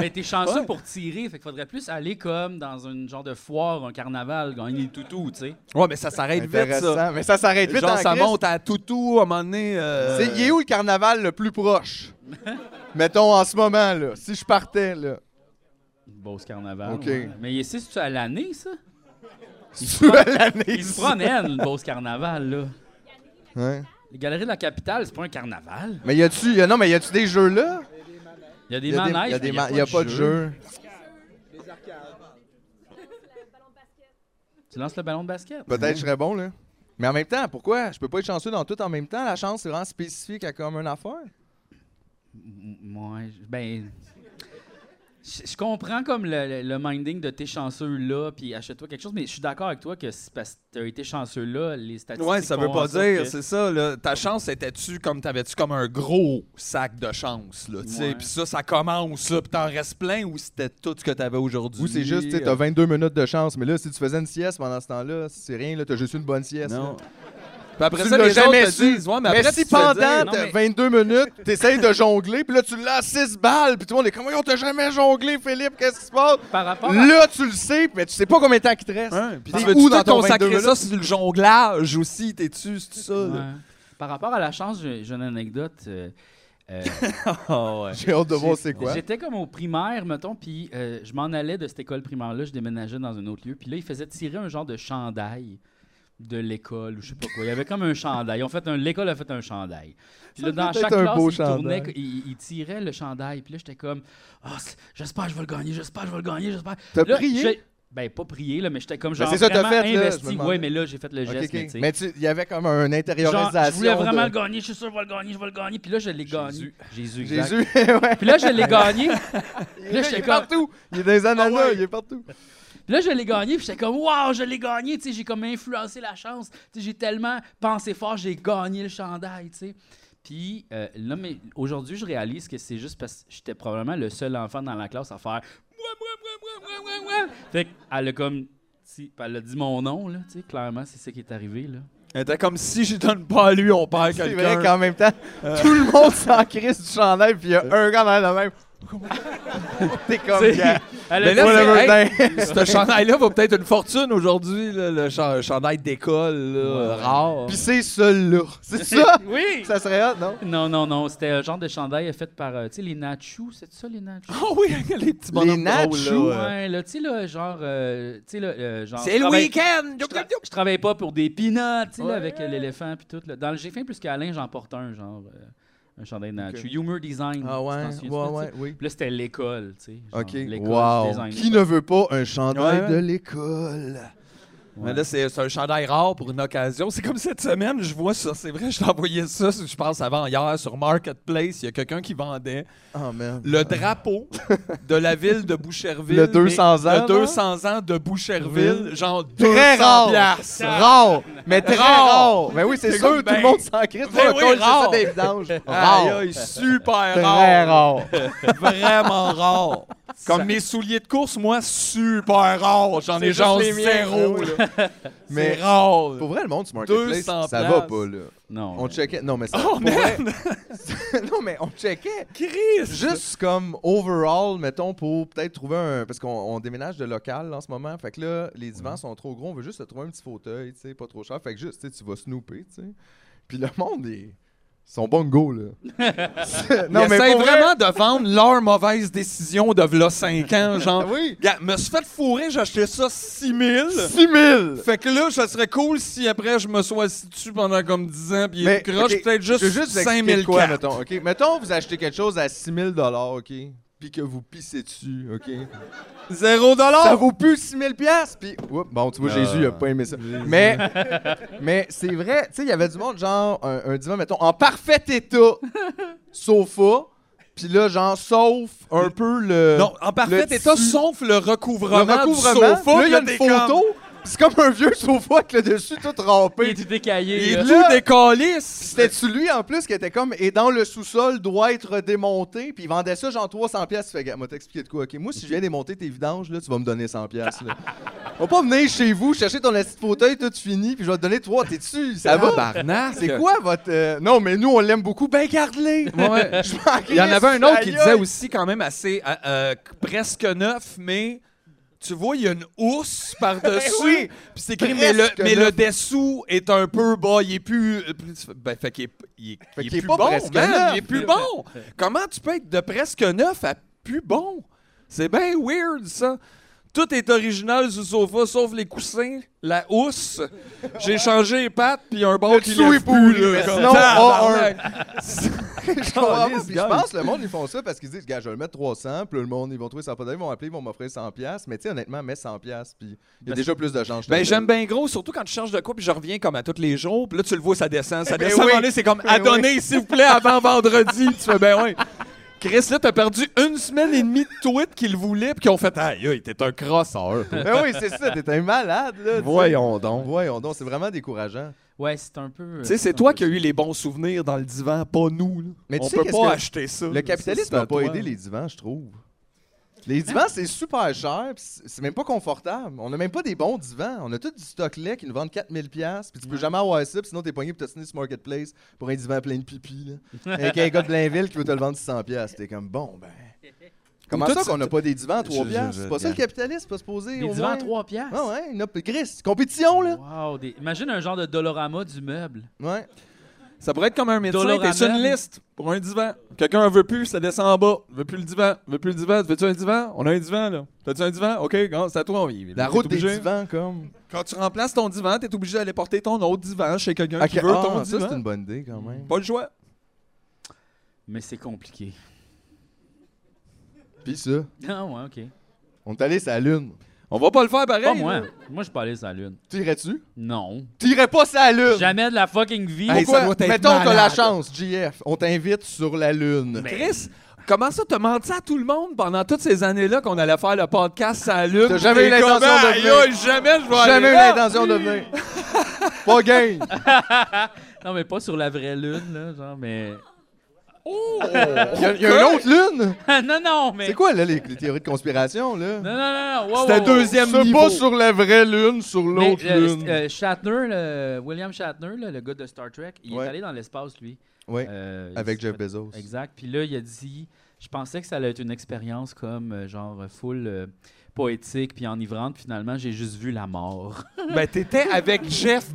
[SPEAKER 1] Mais t'es chanceux
[SPEAKER 2] Ouais.
[SPEAKER 1] pour tirer. Fait qu'il faudrait plus aller comme dans un genre de foire, un carnaval, gagner des toutous, tu sais.
[SPEAKER 2] Ouais, mais ça s'arrête vite, ça.
[SPEAKER 3] Intéressant. Mais ça s'arrête vite en
[SPEAKER 2] Genre, ça
[SPEAKER 3] crise.
[SPEAKER 2] monte à toutou, à un moment donné. euh,
[SPEAKER 3] C'est- Il est où le carnaval le plus proche? Mettons en ce moment, là. Si je partais, là.
[SPEAKER 1] Beau ce carnaval.
[SPEAKER 3] Ok.
[SPEAKER 1] ouais. Mais ici, c'est-tu à l'année, ça?
[SPEAKER 3] Sur l'année.
[SPEAKER 1] Ils se promènent, le Beauce carnaval, là.
[SPEAKER 3] Ouais.
[SPEAKER 1] Les galeries de la capitale, c'est pas un carnaval.
[SPEAKER 3] Mais y a-tu. y a- Non, mais y a-tu des jeux là?
[SPEAKER 1] Il y a des
[SPEAKER 3] Y a des-
[SPEAKER 1] manèges,
[SPEAKER 3] y a
[SPEAKER 1] mais
[SPEAKER 3] des
[SPEAKER 1] il
[SPEAKER 3] ma- y a pas de jeu.
[SPEAKER 1] Tu lances le ballon de basket.
[SPEAKER 3] Peut-être je serais bon, là. Mais en même temps, pourquoi? Je peux pas être chanceux dans tout en même temps. La chance, c'est vraiment spécifique à comme une affaire.
[SPEAKER 1] Moi, ben. Je je comprends comme le, le- le minding de t'es chanceux là, puis achète-toi quelque chose, mais je suis d'accord avec toi que c'est parce que t'as été chanceux là, les statistiques.
[SPEAKER 2] Ouais, ça
[SPEAKER 1] font
[SPEAKER 2] veut
[SPEAKER 1] en
[SPEAKER 2] pas
[SPEAKER 1] sorte
[SPEAKER 2] dire,
[SPEAKER 1] que-
[SPEAKER 2] c'est ça. Là, ta chance, était-tu comme t'avais-tu comme un gros sac de chance, là, tu sais,
[SPEAKER 1] Ouais.
[SPEAKER 2] puis ça, ça commence, ça, puis t'en restes plein, ou c'était tout ce que t'avais aujourd'hui.
[SPEAKER 3] Ou c'est juste, tu sais,
[SPEAKER 2] euh,
[SPEAKER 3] t'as 22 minutes de chance, mais là, si tu faisais une sieste pendant ce temps-là, c'est rien, là, t'as juste une bonne sieste. là.
[SPEAKER 2] Non. Puis après
[SPEAKER 3] Tu
[SPEAKER 2] ça,
[SPEAKER 3] l'as
[SPEAKER 2] les gens
[SPEAKER 3] jamais
[SPEAKER 2] te
[SPEAKER 3] su.
[SPEAKER 2] disent, ouais, mais
[SPEAKER 3] Mais,
[SPEAKER 2] après,
[SPEAKER 3] si
[SPEAKER 2] tu te fais
[SPEAKER 3] pendant
[SPEAKER 2] dire-
[SPEAKER 1] non,
[SPEAKER 3] t'as
[SPEAKER 1] mais-
[SPEAKER 3] 22 minutes, t'essayes de jongler, puis là, tu l'as 6 balles, puis tout le monde est comme, on t'a jamais jonglé, Philippe, qu'est-ce qui se passe?
[SPEAKER 1] Par rapport à-
[SPEAKER 3] Là, tu le sais, mais tu sais pas combien de temps qu'il te reste.
[SPEAKER 2] Hein, puis
[SPEAKER 3] T'es
[SPEAKER 2] tu
[SPEAKER 3] où
[SPEAKER 2] veux-tu
[SPEAKER 3] dans
[SPEAKER 2] te
[SPEAKER 3] ton 22
[SPEAKER 2] consacrer
[SPEAKER 3] minutes?
[SPEAKER 2] ça sur le jonglage aussi, t'es-tu, c'est ça, là?
[SPEAKER 1] Ouais. Par rapport à la chance, j'ai j'ai une anecdote. euh, euh,
[SPEAKER 2] Ah, ouais.
[SPEAKER 3] J'ai hâte de voir c'est quoi.
[SPEAKER 1] J'étais comme au primaire, mettons, puis euh, je m'en allais de cette école primaire-là, je déménageais dans un autre lieu, puis là, ils faisaient tirer un genre de chandail de l'école ou je sais pas quoi. Il y avait comme un chandail. Ils ont fait un- l'école a fait un chandail. Puis là,
[SPEAKER 3] Ça
[SPEAKER 1] dans
[SPEAKER 3] devait
[SPEAKER 1] chaque
[SPEAKER 3] être un
[SPEAKER 1] classe,
[SPEAKER 3] beau
[SPEAKER 1] ils tournaient,
[SPEAKER 3] chandail.
[SPEAKER 1] ils, ils tiraient le chandail. Puis là, j'étais comme, Ah, c'est- j'espère que je vais le gagner, j'espère que je vais le gagner, j'espère.
[SPEAKER 3] T'as
[SPEAKER 1] Là,
[SPEAKER 3] prié?
[SPEAKER 1] j'ai- Ben, pas prié, là, mais j'étais comme
[SPEAKER 3] Ben,
[SPEAKER 1] genre
[SPEAKER 3] c'est ça, t'as
[SPEAKER 1] vraiment
[SPEAKER 3] fait, là, je me
[SPEAKER 1] investi.
[SPEAKER 3] demandais.
[SPEAKER 1] ouais, mais là, j'ai fait le
[SPEAKER 3] Ok,
[SPEAKER 1] geste.
[SPEAKER 3] ok.
[SPEAKER 1] mais tu sais.
[SPEAKER 3] Mais tu- il y avait comme un- une
[SPEAKER 1] Genre,
[SPEAKER 3] intériorisation.
[SPEAKER 1] je voulais vraiment le
[SPEAKER 3] de...
[SPEAKER 1] gagner, je suis sûr que je vais le gagner, je vais le gagner. Puis là, je l'ai gagné. Jésus, exact.
[SPEAKER 3] Jésus, ouais.
[SPEAKER 1] Puis là, je l'ai gagné.
[SPEAKER 3] Il
[SPEAKER 1] Puis là,
[SPEAKER 3] est- il
[SPEAKER 1] j'étais
[SPEAKER 3] est
[SPEAKER 1] comme,
[SPEAKER 3] partout. Il est dans les ananas,
[SPEAKER 1] Ah ouais.
[SPEAKER 3] il est partout.
[SPEAKER 1] Puis là, je l'ai gagné, puis j'étais comme, waouh, je l'ai gagné, tu sais, j'ai comme influencé la chance. Tu sais, j'ai tellement pensé fort, j'ai gagné le chandail, tu sais. Puis euh, là, mais aujourd'hui, je réalise que c'est juste parce que j'étais probablement le seul enfant dans la classe à faire. Moi, moi, moi, moi, Fait qu'elle a comme. si- Elle a dit mon nom, là, tu sais, clairement, c'est ça qui est arrivé, là.
[SPEAKER 2] Elle était comme si je donne pas à lui, on perd
[SPEAKER 3] C'est
[SPEAKER 2] quelqu'un.
[SPEAKER 3] vrai qu'en même temps, tout le monde s'en crisse du chandail, puis il y a un gars dans le même. T'es comme.
[SPEAKER 1] C'est-
[SPEAKER 3] gars,
[SPEAKER 1] Elle
[SPEAKER 2] Mais
[SPEAKER 1] a
[SPEAKER 2] Ben là,
[SPEAKER 1] dit-
[SPEAKER 2] c'est-
[SPEAKER 3] whatever, ben.
[SPEAKER 2] hey,
[SPEAKER 3] dang.
[SPEAKER 2] Ce chandail-là vaut peut-être une fortune aujourd'hui, là, le cha- chandail d'école, là,
[SPEAKER 1] Ouais.
[SPEAKER 2] rare.
[SPEAKER 3] Puis c'est ça là. C'est ça?
[SPEAKER 1] Oui!
[SPEAKER 3] Ça serait hot, non?
[SPEAKER 1] Non, non, non, c'était un genre de chandail fait par, euh, tu sais, les nachos, c'est ça, les nachos?
[SPEAKER 2] Ah oui, les petits bonhommes drôles, là,
[SPEAKER 3] nachos.
[SPEAKER 2] ouais.
[SPEAKER 1] Ouais, là, tu sais, là, genre, euh, tu sais, là, euh, genre...
[SPEAKER 2] C'est
[SPEAKER 1] je
[SPEAKER 2] le
[SPEAKER 1] travaille-
[SPEAKER 2] week-end!
[SPEAKER 1] Je, tra- je travaille pas pour des peanuts, tu sais, là,
[SPEAKER 2] Ouais.
[SPEAKER 1] avec euh, l'éléphant puis tout, là. Dans le j'ai faim plus qu'Alain, j'en porte un, genre, euh, un chandail nacho. Humor Design.
[SPEAKER 3] Ah
[SPEAKER 1] tu t'en
[SPEAKER 3] ouais, ouais,
[SPEAKER 1] souviens-tu de ça,
[SPEAKER 3] ouais,
[SPEAKER 1] tu
[SPEAKER 3] oui.
[SPEAKER 1] sais? Puis là, c'était l'école, tu sais. genre,
[SPEAKER 3] Ok.
[SPEAKER 1] l'école
[SPEAKER 3] Wow.
[SPEAKER 1] design.
[SPEAKER 3] Qui ne veut pas un chandail
[SPEAKER 2] Ouais, ouais.
[SPEAKER 3] de l'école?
[SPEAKER 2] Mais là, c'est c'est un chandail rare pour une occasion. C'est comme cette semaine, je vois ça. C'est vrai, je t'envoyais ça, je pense, avant hier, sur Marketplace. Il y a quelqu'un qui vendait
[SPEAKER 3] Oh man.
[SPEAKER 2] le drapeau de la ville de Boucherville.
[SPEAKER 3] Le
[SPEAKER 2] mais
[SPEAKER 3] 200 ans, là.
[SPEAKER 2] Le 200 ans de Boucherville. Genre
[SPEAKER 3] Très
[SPEAKER 2] 200
[SPEAKER 3] rare.
[SPEAKER 2] piastres.
[SPEAKER 3] Rare. Mais très
[SPEAKER 2] Rare.
[SPEAKER 3] rare. Mais oui, c'est
[SPEAKER 2] C'est
[SPEAKER 3] sûr,
[SPEAKER 2] comme
[SPEAKER 3] tout le
[SPEAKER 2] ben-
[SPEAKER 3] monde s'en crisse.
[SPEAKER 2] Ben
[SPEAKER 3] Pas
[SPEAKER 2] oui,
[SPEAKER 3] con, c'est ça,
[SPEAKER 2] rare.
[SPEAKER 3] des vidanges.
[SPEAKER 2] Aïe,
[SPEAKER 3] Rare.
[SPEAKER 2] aïe, super
[SPEAKER 3] Très
[SPEAKER 2] rare.
[SPEAKER 3] rare.
[SPEAKER 2] Vraiment rare. Comme mes souliers de course, moi, super rare. J'en ai genre zéro. là.
[SPEAKER 3] Mais-
[SPEAKER 2] C'est rare. là.
[SPEAKER 3] Pour vrai, le monde du marketplace,
[SPEAKER 2] 200
[SPEAKER 3] ça va
[SPEAKER 2] places.
[SPEAKER 3] pas, là.
[SPEAKER 1] Non.
[SPEAKER 3] On
[SPEAKER 1] ouais.
[SPEAKER 3] checkait. Non, mais ça.
[SPEAKER 2] Oh,
[SPEAKER 3] pour vrai,
[SPEAKER 2] man!
[SPEAKER 3] non, mais on checkait.
[SPEAKER 2] Chris!
[SPEAKER 3] Juste comme overall, mettons, pour peut-être trouver un. Parce qu'on on déménage de local en ce moment. Fait que là, les divans sont trop gros. On veut juste se trouver un petit fauteuil, tu sais, pas trop cher. Fait que juste, tu sais, tu vas snooper, tu sais. Puis le monde est. Ils sont bongo, là. C'est-
[SPEAKER 2] Non, mais Ils essayent
[SPEAKER 3] pour vrai-
[SPEAKER 2] vraiment de vendre leur mauvaise décision de v'là 5 ans. Genre,
[SPEAKER 3] Oui!
[SPEAKER 2] Gars, me suis fait fourrer, j'ai acheté ça 6 000.
[SPEAKER 3] 6 000!
[SPEAKER 2] Fait que là, ça serait cool si après je me sois assis dessus pendant comme 10 ans, puis il croche
[SPEAKER 3] ok,
[SPEAKER 2] peut-être
[SPEAKER 3] je
[SPEAKER 2] juste,
[SPEAKER 3] veux vous
[SPEAKER 2] 5
[SPEAKER 3] expliquer
[SPEAKER 2] 000
[SPEAKER 3] quoi,
[SPEAKER 2] quatre.
[SPEAKER 3] mettons, ok? Mettons, vous achetez quelque chose à 6 000 OK? Puis que vous pissez dessus, OK? Ça
[SPEAKER 2] Zéro dollar!
[SPEAKER 3] vaut plus 6 000 Puis, Oups, bon, tu vois,
[SPEAKER 2] Ah.
[SPEAKER 3] Jésus, il a pas aimé ça. Mais, mais c'est vrai, tu sais, il y avait du monde, genre, un, un divan, mettons, en parfait état, sofa, puis là, genre, sauf un peu le...
[SPEAKER 2] Non, en parfait
[SPEAKER 3] le
[SPEAKER 2] état,
[SPEAKER 3] dessus-
[SPEAKER 2] sauf le
[SPEAKER 3] le
[SPEAKER 2] recouvrement,
[SPEAKER 3] recouvrement.
[SPEAKER 2] du sofa.
[SPEAKER 3] là, il y a
[SPEAKER 2] puis
[SPEAKER 3] une
[SPEAKER 2] t'es comme-
[SPEAKER 3] photo, puis c'est comme un vieux sofa avec le dessus tout
[SPEAKER 1] Il
[SPEAKER 3] râpé.
[SPEAKER 1] est tout décaillé,
[SPEAKER 2] Il
[SPEAKER 1] là.
[SPEAKER 2] est
[SPEAKER 3] Là-
[SPEAKER 2] tout décalisse.
[SPEAKER 3] C'était-tu lui en plus qui était comme et dans le sous-sol doit être démonté puis il vendait ça genre 300 pièces fait gars, moi t'expliquer de quoi OK. Moi si je viens démonter tes vidanges là, tu vas me donner 100 pièces là. On va pas venir chez vous chercher ton petit fauteuil tout fini puis je vais te donner 3 t'es dessus.
[SPEAKER 2] Ah,
[SPEAKER 3] Ça va
[SPEAKER 2] Barnac.
[SPEAKER 3] C'est quoi votre euh, Non, mais nous on l'aime beaucoup, ben garde-les.
[SPEAKER 2] Ouais.
[SPEAKER 3] Je m'en
[SPEAKER 2] Il y en
[SPEAKER 3] crisse,
[SPEAKER 2] avait un autre qui
[SPEAKER 3] aïe,
[SPEAKER 2] disait
[SPEAKER 3] aïe.
[SPEAKER 2] aussi quand même assez euh, euh, presque neuf, mais tu vois, il y a une housse par-dessus.
[SPEAKER 3] Ben oui,
[SPEAKER 2] Puis c'est écrit, mais le,
[SPEAKER 3] presque
[SPEAKER 2] mais
[SPEAKER 3] neuf.
[SPEAKER 2] le dessous est un peu bas. Il est plus. euh, plus- ben, fait qu'il est, il est-
[SPEAKER 3] Fait
[SPEAKER 2] il est
[SPEAKER 3] qu'il est
[SPEAKER 2] plus
[SPEAKER 3] pas
[SPEAKER 2] bon,
[SPEAKER 3] presque
[SPEAKER 2] man,
[SPEAKER 3] neuf.
[SPEAKER 2] Il est plus bon. Comment tu peux être de presque neuf à plus bon? C'est bien weird, ça. Tout est original sur le sofa, sauf les coussins, la housse. J'ai changé les pattes, puis un bon
[SPEAKER 3] Le
[SPEAKER 2] qui
[SPEAKER 3] dessous
[SPEAKER 2] lève
[SPEAKER 3] est
[SPEAKER 2] plus,
[SPEAKER 3] pourri,
[SPEAKER 2] là,
[SPEAKER 3] mais
[SPEAKER 2] comme
[SPEAKER 3] sinon, on a un.
[SPEAKER 2] tabarnak.
[SPEAKER 3] Je comprends pas,
[SPEAKER 2] Calisse,
[SPEAKER 3] Ah, puis
[SPEAKER 2] gars.
[SPEAKER 3] je pense que le monde, ils font ça parce qu'ils se disent, gars, je vais le mettre 300, puis le monde, ils vont trouver ça pas d'avis, ils vont appeler, ils vont m'offrir 100$. piastres. Mais tu sais, honnêtement, mets 100$, piastres, puis il y a déjà plus de change.
[SPEAKER 2] Ben, j'aime bien gros, surtout quand tu changes de quoi, puis je reviens comme à tous les jours, puis là, tu le vois, ça descend, ça
[SPEAKER 3] Ben
[SPEAKER 2] descend. À un
[SPEAKER 3] oui.
[SPEAKER 2] moment donné, c'est comme,
[SPEAKER 3] Ben
[SPEAKER 2] à donner, s'il vous plaît, avant vendredi. tu fais, ben ouais. Chris, là, t'as perdu une semaine et demie de tweets qu'il voulait, puis qu'ils ont fait, aïe, aïe, t'es un crosseur. toi.
[SPEAKER 3] Ben oui, c'est ça, t'es un malade, là. tu sais.
[SPEAKER 2] Voyons donc.
[SPEAKER 3] Voyons donc, c'est vraiment décourageant.
[SPEAKER 1] Ouais, c'est un peu...
[SPEAKER 2] Tu sais, c'est toi qui as eu les bons souvenirs dans le divan, pas nous. là.
[SPEAKER 3] Mais tu
[SPEAKER 2] On
[SPEAKER 3] sais
[SPEAKER 2] peut
[SPEAKER 3] qu'est-ce
[SPEAKER 2] pas
[SPEAKER 3] que-
[SPEAKER 2] acheter ça.
[SPEAKER 3] Le capitalisme n'a pas aidé les divans, je trouve. Les divans, c'est super cher, puis c'est c'est même pas confortable. On n'a même pas des bons divans. On a tout du stock laid qui nous vendent 4000$, puis tu peux jamais avoir ça, puis sinon t'es pogné pour te signer sur Marketplace pour un divan plein de pipi. Là. Avec un gars de Blainville qui veut te le vendre 600$. T'es comme, bon, ben. Comment
[SPEAKER 2] Ou
[SPEAKER 3] ça
[SPEAKER 2] tout-
[SPEAKER 3] qu'on n'a pas des divans à
[SPEAKER 2] Je-
[SPEAKER 3] 3$? piastres?
[SPEAKER 2] je- je-
[SPEAKER 3] C'est pas ça le capitalisme, pas se poser.
[SPEAKER 1] Des
[SPEAKER 3] au
[SPEAKER 1] divans à
[SPEAKER 3] moins.
[SPEAKER 1] 3 piastres.
[SPEAKER 3] Ah ouais, il y en a- Chris,
[SPEAKER 2] Ah
[SPEAKER 3] compétition, là.
[SPEAKER 1] Wow, des- imagine un genre de Dolorama du meuble.
[SPEAKER 3] Ouais.
[SPEAKER 2] Ça pourrait être comme un médecin,
[SPEAKER 1] Dolorama.
[SPEAKER 2] t'es sur une liste pour un divan. Quelqu'un en veut plus, ça descend en bas. Veut plus le divan, veut plus le divan. Veux-tu un divan? On a un divan, là. T'as-tu un divan? OK, gars, c'est à toi. on y-
[SPEAKER 3] La
[SPEAKER 2] t'es
[SPEAKER 3] route des
[SPEAKER 2] obligé.
[SPEAKER 3] divans, comme.
[SPEAKER 2] Quand tu remplaces ton divan, t'es obligé d'aller porter ton autre divan chez quelqu'un
[SPEAKER 3] Ah,
[SPEAKER 2] qui veut ton
[SPEAKER 3] ah, ça,
[SPEAKER 2] divan.
[SPEAKER 3] c'est une bonne idée, quand même.
[SPEAKER 2] Pas le choix.
[SPEAKER 1] Mais c'est compliqué.
[SPEAKER 3] Puis ça,
[SPEAKER 1] Ah ouais, OK.
[SPEAKER 3] on est allé sur la Lune.
[SPEAKER 2] On va pas le faire pareil.
[SPEAKER 1] Pas
[SPEAKER 2] là.
[SPEAKER 1] moi. Moi, je peux aller sur la lune.
[SPEAKER 3] T'irais-tu?
[SPEAKER 1] Non.
[SPEAKER 3] T'irais pas sur la Lune!
[SPEAKER 1] Jamais de la fucking vie.
[SPEAKER 2] Euh, Hey,
[SPEAKER 3] Pourquoi?
[SPEAKER 2] ça doit être
[SPEAKER 3] Mettons, t'as la
[SPEAKER 2] malade.
[SPEAKER 3] chance, GF. On t'invite sur la Lune.
[SPEAKER 2] Chris, comment ça t'as menti à tout le monde pendant toutes ces années-là qu'on allait faire le podcast sans lune?
[SPEAKER 3] T'as jamais eu
[SPEAKER 2] T'es
[SPEAKER 3] l'intention
[SPEAKER 2] comme,
[SPEAKER 3] de
[SPEAKER 2] Aïe,
[SPEAKER 3] venir.
[SPEAKER 2] aïe, jamais je vais aller
[SPEAKER 3] Jamais eu
[SPEAKER 2] là.
[SPEAKER 3] l'intention de venir. pas gain.
[SPEAKER 1] Non, mais pas sur la vraie lune, là, genre, mais... Oh!
[SPEAKER 3] Il y a, il y a une autre lune!
[SPEAKER 1] Ah, non, non, mais.
[SPEAKER 3] C'est quoi, là, les, les théories de conspiration, là?
[SPEAKER 1] Non, non, non, non. wow,
[SPEAKER 2] C'était
[SPEAKER 1] wow, wow.
[SPEAKER 2] deuxième
[SPEAKER 3] Se
[SPEAKER 2] niveau.
[SPEAKER 3] pas sur la vraie lune, sur
[SPEAKER 1] Mais,
[SPEAKER 3] l'autre
[SPEAKER 1] euh,
[SPEAKER 3] lune.
[SPEAKER 1] euh, Shatner, le- William Shatner, là, le gars de Star Trek, il
[SPEAKER 3] Ouais.
[SPEAKER 1] est allé dans l'espace, lui.
[SPEAKER 3] oui,
[SPEAKER 1] Euh, il
[SPEAKER 3] avec
[SPEAKER 1] s'est
[SPEAKER 3] Jeff
[SPEAKER 1] fait-
[SPEAKER 3] Bezos.
[SPEAKER 1] Exact. Puis là, il a dit Je pensais que ça allait être une expérience comme euh, genre full euh, poétique puis enivrante. Finalement, j'ai juste vu la mort.
[SPEAKER 2] Ben, t'étais avec Jeff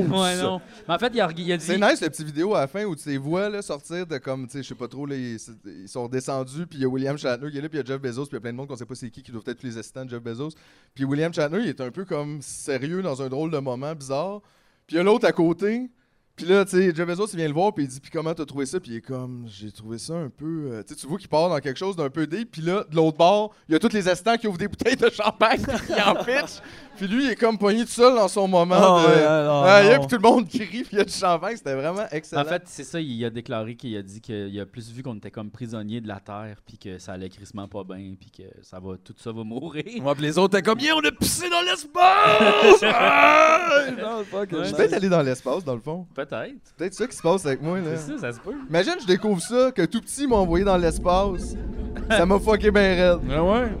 [SPEAKER 1] ouais, non. Mais en fait, il a, il a dit
[SPEAKER 3] C'est nice, la petite vidéo à la fin où tu les vois là, sortir de comme, tu sais, je sais pas trop, là, ils, c'est- ils sont descendus, puis il y a William Shatner qui est là, puis il y a Jeff Bezos, puis il y a plein de monde qu'on sait pas c'est qui, qui doivent être les assistants de Jeff Bezos. Puis William Shatner, il est un peu comme sérieux dans un drôle de moment bizarre. Puis il y a l'autre à côté. Puis là, tu sais, Jeff Bezos, il vient le voir, puis il dit, puis comment t'as trouvé ça? Puis il est comme, j'ai trouvé ça un peu. euh, Tu sais, tu vois qu'il part dans quelque chose d'un peu deep, puis là, de l'autre bord, il y a tous les assistants qui ouvrent des bouteilles de champagne, puis qui en pitchent. Puis lui, il est comme poigné tout seul dans son moment.
[SPEAKER 2] Oh,
[SPEAKER 3] de-
[SPEAKER 2] ouais, non,
[SPEAKER 3] ah,
[SPEAKER 2] non.
[SPEAKER 3] yeah, puis tout le monde crie, puis il y a du champagne, c'était vraiment excellent.
[SPEAKER 1] En fait, c'est ça, il a déclaré qu'il a dit qu'il a plus vu qu'on était comme prisonniers de la Terre, puis que ça allait crissement pas bien, puis que ça va, tout ça va mourir.
[SPEAKER 2] Moi, pis les autres étaient comme, yeah, on a pissé dans l'espace! Ah! non, fuck,
[SPEAKER 1] Ouais.
[SPEAKER 3] je suis
[SPEAKER 2] nice.
[SPEAKER 3] peut-être allé dans l'espace, dans le fond.
[SPEAKER 1] Peut-être.
[SPEAKER 3] C'est peut-être ça qui se passe avec moi, là.
[SPEAKER 1] C'est ça, ça se peut.
[SPEAKER 3] Imagine, je découvre ça, que tout petit m'a envoyé dans l'espace. ça m'a fucké ben raide.
[SPEAKER 2] Ah ouais?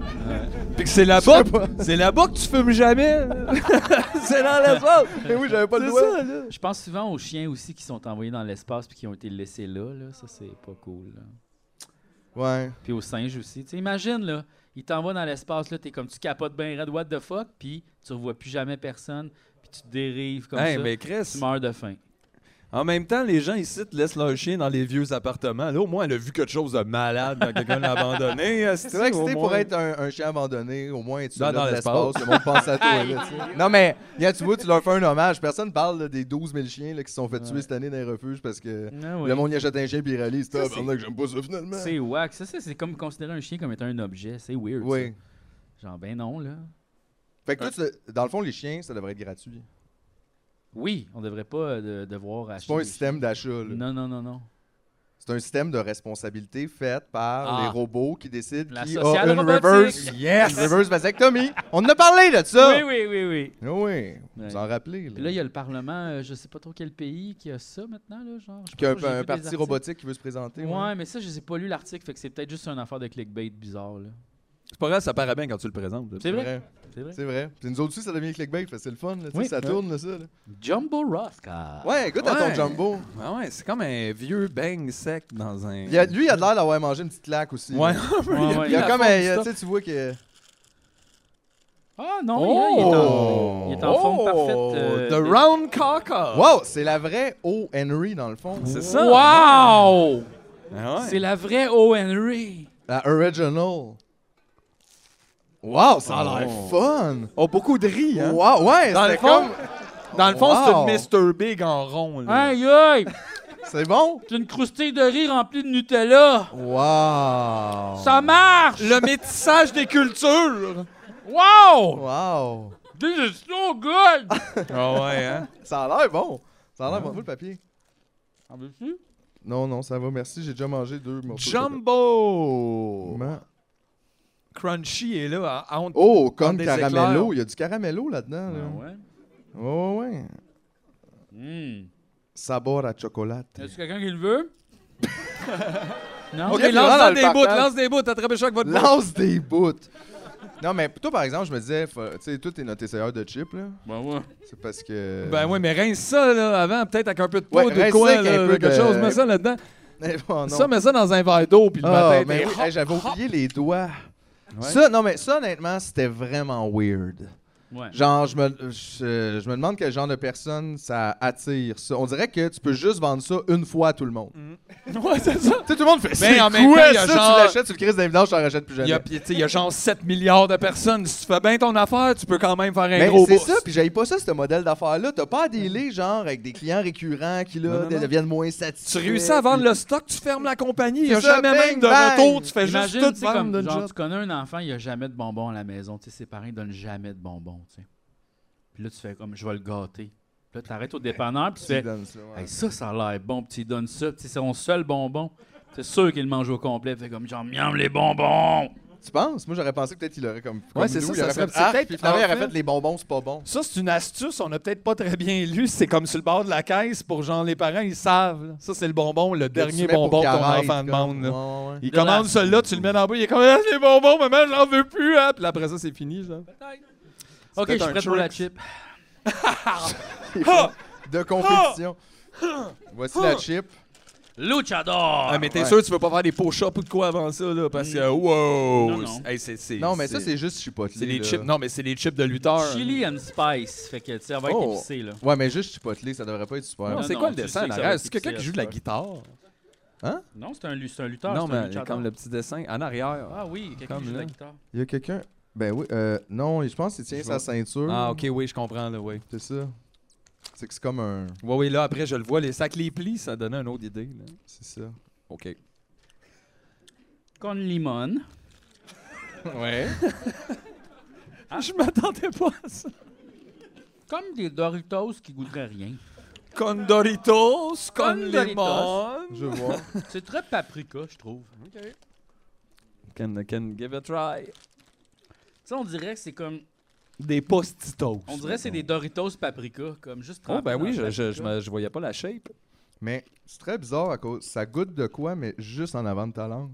[SPEAKER 2] Pis que c'est là-bas, c'est là-bas que tu fumes jamais. c'est dans l'espace.
[SPEAKER 3] Mais oui, j'avais pas le
[SPEAKER 2] C'est
[SPEAKER 3] doigt.
[SPEAKER 2] ça, là.
[SPEAKER 1] Je pense souvent aux chiens aussi qui sont envoyés dans l'espace puis qui ont été laissés là. là. Ça, c'est pas cool. là.
[SPEAKER 3] Ouais.
[SPEAKER 1] Puis aux singes aussi. Tu sais, imagine, là, il t'envoie dans l'espace, là, t'es comme tu capotes bien red, what the fuck, puis tu revois plus jamais personne, puis tu dérives comme
[SPEAKER 2] Hey,
[SPEAKER 1] ça.
[SPEAKER 2] mais
[SPEAKER 1] Tu
[SPEAKER 2] Chris,
[SPEAKER 1] meurs de faim.
[SPEAKER 2] en même temps, les gens ici te laissent leur chien dans les vieux appartements. Là, au moins, elle a vu quelque chose de malade quand quelqu'un l'a abandonné.
[SPEAKER 3] C'est vrai que c'était pour être un, un chien abandonné, au moins tu
[SPEAKER 2] Dans-
[SPEAKER 3] dans,
[SPEAKER 2] dans
[SPEAKER 3] dans
[SPEAKER 2] l'espace.
[SPEAKER 3] l'espace, le monde pense à toi. là, tu sais. non mais, regarde, tu vois, tu leur fais un hommage. Personne parle là, des 12 000 chiens là, qui se sont fait tuer cette année dans les refuges parce que
[SPEAKER 1] Ah oui.
[SPEAKER 3] le monde y achète un chien puis il réalise,
[SPEAKER 2] Ça,
[SPEAKER 3] ça,
[SPEAKER 2] c'est-
[SPEAKER 3] que j'aime pas ça finalement.
[SPEAKER 1] C'est wack. Ça, ça, c'est comme considérer un chien comme étant un objet. C'est weird.
[SPEAKER 3] Oui.
[SPEAKER 1] ça. Genre, ben non, là.
[SPEAKER 3] Fait que toi, tu- dans le fond, les chiens, ça devrait être gratuit.
[SPEAKER 1] Oui, on devrait pas euh, de- devoir acheter.
[SPEAKER 3] C'est pas un
[SPEAKER 1] des
[SPEAKER 3] système d'achat. là.
[SPEAKER 1] chiens. Non, non, non, non.
[SPEAKER 3] C'est un système de responsabilité fait par
[SPEAKER 1] Ah.
[SPEAKER 3] les robots qui décident
[SPEAKER 1] La
[SPEAKER 3] qui a
[SPEAKER 1] sociale
[SPEAKER 3] une
[SPEAKER 1] robotique.
[SPEAKER 3] reverse,
[SPEAKER 2] Yes!
[SPEAKER 3] une reverse vasectomie. On en a parlé de ça.
[SPEAKER 1] Oui, oui, oui, oui.
[SPEAKER 3] Ah Oui, vous
[SPEAKER 1] Ouais.
[SPEAKER 3] vous en rappelez.
[SPEAKER 1] Puis là,
[SPEAKER 3] Là.
[SPEAKER 1] il y a le Parlement, euh, je sais pas trop quel pays qui a ça maintenant, là, genre. je sais
[SPEAKER 3] Qu'il y a
[SPEAKER 1] pas
[SPEAKER 3] un,
[SPEAKER 1] trop, j'ai
[SPEAKER 3] un
[SPEAKER 1] vu des
[SPEAKER 3] parti
[SPEAKER 1] articles.
[SPEAKER 3] robotique qui veut se présenter. ouais.
[SPEAKER 1] Ouais, mais ça, je sais pas lu l'article, fait que c'est peut-être juste une affaire de clickbait bizarre, là.
[SPEAKER 2] C'est pas grave, ça paraît bien quand tu le présentes. là.
[SPEAKER 1] C'est
[SPEAKER 3] C'est
[SPEAKER 1] vrai?
[SPEAKER 3] vrai.
[SPEAKER 1] C'est vrai.
[SPEAKER 3] C'est vrai. Puis nous autres aussi, ça devient clickbait. fait que C'est le fun. là, tu
[SPEAKER 1] Oui. Ah.
[SPEAKER 3] sais, ça tourne, là, ça. là.
[SPEAKER 1] Jumbo Rosca.
[SPEAKER 3] Ouais, goûte à
[SPEAKER 2] Ouais.
[SPEAKER 3] ton jumbo.
[SPEAKER 2] Ah ouais, c'est comme un vieux bang sec dans un.
[SPEAKER 3] Il a- lui, il a l'air d'avoir mangé une petite claque aussi.
[SPEAKER 2] Ouais,
[SPEAKER 3] là.
[SPEAKER 1] Ouais, ouais.
[SPEAKER 3] Il y a
[SPEAKER 1] La
[SPEAKER 3] comme. un- euh, Tu
[SPEAKER 2] sais,
[SPEAKER 3] sais, tu vois que.
[SPEAKER 1] Ah non, il, est en, il est en forme
[SPEAKER 2] Oh!
[SPEAKER 1] parfaite. euh,
[SPEAKER 2] The Round Cocker.
[SPEAKER 1] Ah.
[SPEAKER 3] Wow, c'est la vraie O. Henry, dans le fond.
[SPEAKER 2] C'est ça.
[SPEAKER 1] Wow!
[SPEAKER 2] Ah ouais.
[SPEAKER 1] C'est la vraie O. Henry.
[SPEAKER 3] La original. Wow, ça a l'air fun.
[SPEAKER 2] Oh, beaucoup de riz, hein.
[SPEAKER 3] Wow, ouais,
[SPEAKER 2] Dans le
[SPEAKER 3] c'était
[SPEAKER 2] fond,
[SPEAKER 3] comme.
[SPEAKER 2] Dans le fond,
[SPEAKER 3] Wow.
[SPEAKER 2] c'est une Mr. Big en rond, là.
[SPEAKER 1] Aïe aïe!
[SPEAKER 3] C'est bon?
[SPEAKER 1] C'est une croustille de riz remplie de Nutella.
[SPEAKER 3] Wow!
[SPEAKER 1] Ça marche!
[SPEAKER 2] Le métissage des cultures.
[SPEAKER 1] Wow!
[SPEAKER 3] Wow!
[SPEAKER 1] This is so good!
[SPEAKER 2] Ah ouais, hein.
[SPEAKER 3] Ça a l'air bon! Ça a l'air bon, Vous, le papier?
[SPEAKER 1] En veux-tu?
[SPEAKER 3] Non, non, ça va, merci, j'ai déjà mangé deux morceaux.
[SPEAKER 2] Jumbo.
[SPEAKER 3] Ma-
[SPEAKER 2] Crunchy est là. à- entre-
[SPEAKER 3] Oh, comme
[SPEAKER 2] des
[SPEAKER 3] caramello,
[SPEAKER 2] éclairs.
[SPEAKER 3] il y a du caramello
[SPEAKER 2] Ah,
[SPEAKER 3] là-dedans.
[SPEAKER 2] ben,
[SPEAKER 3] Là.
[SPEAKER 1] ouais.
[SPEAKER 3] Ouais, ouais, ouais.
[SPEAKER 1] Hmm.
[SPEAKER 3] Sabor à chocolat.
[SPEAKER 1] Y a-tu quelqu'un qui le veut? non?
[SPEAKER 2] Ok,
[SPEAKER 3] Jeff, il
[SPEAKER 2] lance
[SPEAKER 3] rentre
[SPEAKER 2] dans
[SPEAKER 3] dans
[SPEAKER 2] des
[SPEAKER 3] le
[SPEAKER 2] bouts,
[SPEAKER 3] partage.
[SPEAKER 2] lance des bouts, attrapez chaque votre bout.
[SPEAKER 3] Lance des bouts! Non, mais toi, par exemple, je me disais, fa- tu sais, toi, t'es notre essayeur de chips, là.
[SPEAKER 1] Ben ouais.
[SPEAKER 3] C'est parce que.
[SPEAKER 2] Ben ouais, mais rince ça là, avant, peut-être avec un peu de
[SPEAKER 3] Euh, Ouais,
[SPEAKER 2] poudre ou
[SPEAKER 3] rince
[SPEAKER 2] quoi,
[SPEAKER 3] ça avec
[SPEAKER 2] là,
[SPEAKER 3] un peu
[SPEAKER 2] quelque
[SPEAKER 3] de-
[SPEAKER 2] chose, mets ça là-dedans.
[SPEAKER 3] mais. bon, Eh, oh, non.
[SPEAKER 2] Ça, mets ça dans un verre d'eau, puis le
[SPEAKER 3] Ah,
[SPEAKER 2] matin,
[SPEAKER 3] mais
[SPEAKER 2] t'es- Ah.
[SPEAKER 3] oui, hey, j'avais oublié les doigts.
[SPEAKER 2] Ouais.
[SPEAKER 3] Ça, non, mais ça, honnêtement, c'était vraiment weird.
[SPEAKER 1] Ouais.
[SPEAKER 3] Genre, je me, je, je me demande quel genre de personne ça attire. Ça. On dirait que tu peux juste vendre ça une fois à tout le monde.
[SPEAKER 2] Ouais, c'est ça.
[SPEAKER 3] Tu sais, tout le monde fait
[SPEAKER 2] Mm. Mais
[SPEAKER 3] C'est
[SPEAKER 2] en même
[SPEAKER 3] quoi
[SPEAKER 2] temps, il y a
[SPEAKER 3] ça,
[SPEAKER 2] genre-
[SPEAKER 3] tu l'achètes, tu le crises dans les vidanges, tu n'en rachètes plus
[SPEAKER 2] Il y, a,
[SPEAKER 3] jamais.
[SPEAKER 2] puis, tu sais, il y a genre 7 milliards de personnes. Si tu fais bien ton affaire, tu peux quand même faire un
[SPEAKER 3] Mais
[SPEAKER 2] gros
[SPEAKER 3] c'est
[SPEAKER 2] boost.
[SPEAKER 3] ça, puis j'avais pas ça, ce modèle d'affaires-là. T'as pas à dealer, genre, avec des clients récurrents qui, là,
[SPEAKER 2] Non, non, non.
[SPEAKER 3] deviennent moins satisfaits.
[SPEAKER 2] Tu réussis à vendre le stock, tu fermes la compagnie. Il n'y a
[SPEAKER 3] C'est ça,
[SPEAKER 2] jamais
[SPEAKER 3] bang,
[SPEAKER 2] même de
[SPEAKER 3] bang.
[SPEAKER 2] retour. Tu fais
[SPEAKER 1] Imagine, tu
[SPEAKER 2] juste
[SPEAKER 1] sais,
[SPEAKER 2] tout vendre
[SPEAKER 1] comme,
[SPEAKER 2] de
[SPEAKER 1] genre,
[SPEAKER 2] job.
[SPEAKER 1] tu connais un enfant, il a jamais de bonbons à la maison. Tu sais, ses parents ils donnent jamais de bonbons. Tu sais. Puis là, tu fais comme, je vais le gâter. Puis là, tu arrêtes au dépanneur, puis tu
[SPEAKER 3] Tu
[SPEAKER 1] fais,
[SPEAKER 3] donnes ça, ouais.
[SPEAKER 1] hey, ça, ça a l'air bon, puis tu lui donnes ça. Puis tu sais, C'est son seul bonbon. C'est sûr qu'il le mange au complet. Fait comme, genre, miam les bonbons.
[SPEAKER 3] Tu penses? Moi, j'aurais pensé que peut-être il aurait comme. comme
[SPEAKER 2] c'est
[SPEAKER 3] nous,
[SPEAKER 2] ça,
[SPEAKER 3] il
[SPEAKER 2] ça
[SPEAKER 3] aurait
[SPEAKER 2] serait-
[SPEAKER 3] fait
[SPEAKER 2] c'est
[SPEAKER 3] arc,
[SPEAKER 2] peut-être-
[SPEAKER 3] puis finalement, il
[SPEAKER 2] en
[SPEAKER 3] aurait
[SPEAKER 2] fait-
[SPEAKER 3] fait les bonbons, c'est pas bon.
[SPEAKER 2] Ça, c'est une astuce, on n'a peut-être pas très bien lu. C'est comme sur le bord de la caisse pour genre les parents, ils savent. là. Ça, c'est le bonbon, le dernier bonbon que ton enfant demande. là.
[SPEAKER 3] demande.
[SPEAKER 2] Il
[SPEAKER 1] Là,
[SPEAKER 2] commande
[SPEAKER 1] là.
[SPEAKER 2] celui-là, tu le mets dans le bas, il est comme ah, c'est les bonbons, maman, j'en veux plus. hein. Puis là, après ça, c'est fini. Genre.
[SPEAKER 1] Ok, je suis
[SPEAKER 2] peut-être un
[SPEAKER 1] prêt pour la
[SPEAKER 2] trick.
[SPEAKER 1] chip.
[SPEAKER 3] De compétition. Voici la chip.
[SPEAKER 1] Luchador!
[SPEAKER 2] Ah, mais t'es
[SPEAKER 3] ouais.
[SPEAKER 2] sûr, tu veux pas faire des pots shop ou de quoi avant ça, là, parce que wow!
[SPEAKER 1] Hmm. Non, non.
[SPEAKER 2] Hey, c'est- c'est-
[SPEAKER 3] Non, mais ça, c'est juste chipotlé.
[SPEAKER 2] C'est les
[SPEAKER 3] là.
[SPEAKER 2] chips. Non, mais c'est les chips de 8 heures.
[SPEAKER 1] Chili and spice. Fait que, tu sais, elle va être
[SPEAKER 3] Oh.
[SPEAKER 1] épicée, là.
[SPEAKER 3] Ouais, mais juste chipotlé, ça devrait pas être super.
[SPEAKER 2] Non,
[SPEAKER 1] Non,
[SPEAKER 2] c'est
[SPEAKER 1] non,
[SPEAKER 2] quoi le
[SPEAKER 1] tu
[SPEAKER 2] dessin
[SPEAKER 1] sais que
[SPEAKER 2] en
[SPEAKER 1] ça
[SPEAKER 2] arrière?
[SPEAKER 1] va
[SPEAKER 2] Est-ce que quelqu'un qui
[SPEAKER 1] fixer,
[SPEAKER 2] joue de la guitare?
[SPEAKER 1] Non, c'est un, lu- c'est un lutteur.
[SPEAKER 2] non,
[SPEAKER 1] c'est un
[SPEAKER 2] mais
[SPEAKER 1] luchador.
[SPEAKER 2] comme le petit dessin en arrière.
[SPEAKER 1] Ah oui, quelqu'un
[SPEAKER 2] Comme
[SPEAKER 1] qui joue de
[SPEAKER 2] là.
[SPEAKER 1] la guitare.
[SPEAKER 3] Il y a quelqu'un. Ben oui, euh, non, je pense qu'il tient
[SPEAKER 2] Je
[SPEAKER 3] sa
[SPEAKER 2] vois.
[SPEAKER 3] ceinture.
[SPEAKER 2] Ah, ok, oui, je comprends, là, oui.
[SPEAKER 3] C'est ça. C'est que c'est comme un.
[SPEAKER 2] Oui, oui, là, après, je le vois, les sacs, les plis, ça donnait une autre idée. là.
[SPEAKER 3] C'est ça.
[SPEAKER 2] Ok.
[SPEAKER 1] Con limon.
[SPEAKER 3] Ouais.
[SPEAKER 1] Ah,
[SPEAKER 2] Je m'attendais pas à ça.
[SPEAKER 1] Comme des Doritos qui goûteraient rien.
[SPEAKER 2] Condoritos, con
[SPEAKER 1] Condoritos.
[SPEAKER 2] lemon.
[SPEAKER 3] Je vois.
[SPEAKER 1] C'est très paprika, je trouve.
[SPEAKER 2] Can, can give a try.
[SPEAKER 1] Tu sais, on dirait que c'est comme.
[SPEAKER 2] Des postitos.
[SPEAKER 1] On dirait que c'est des Doritos paprika, comme juste
[SPEAKER 2] Oh, ben
[SPEAKER 1] trempé
[SPEAKER 2] oui,
[SPEAKER 1] dans
[SPEAKER 2] je,
[SPEAKER 1] le
[SPEAKER 2] je, je,
[SPEAKER 1] paprika.
[SPEAKER 2] me- je voyais pas la shape.
[SPEAKER 3] Mais c'est très bizarre à cause. Ça goûte de quoi, mais juste en avant de ta langue.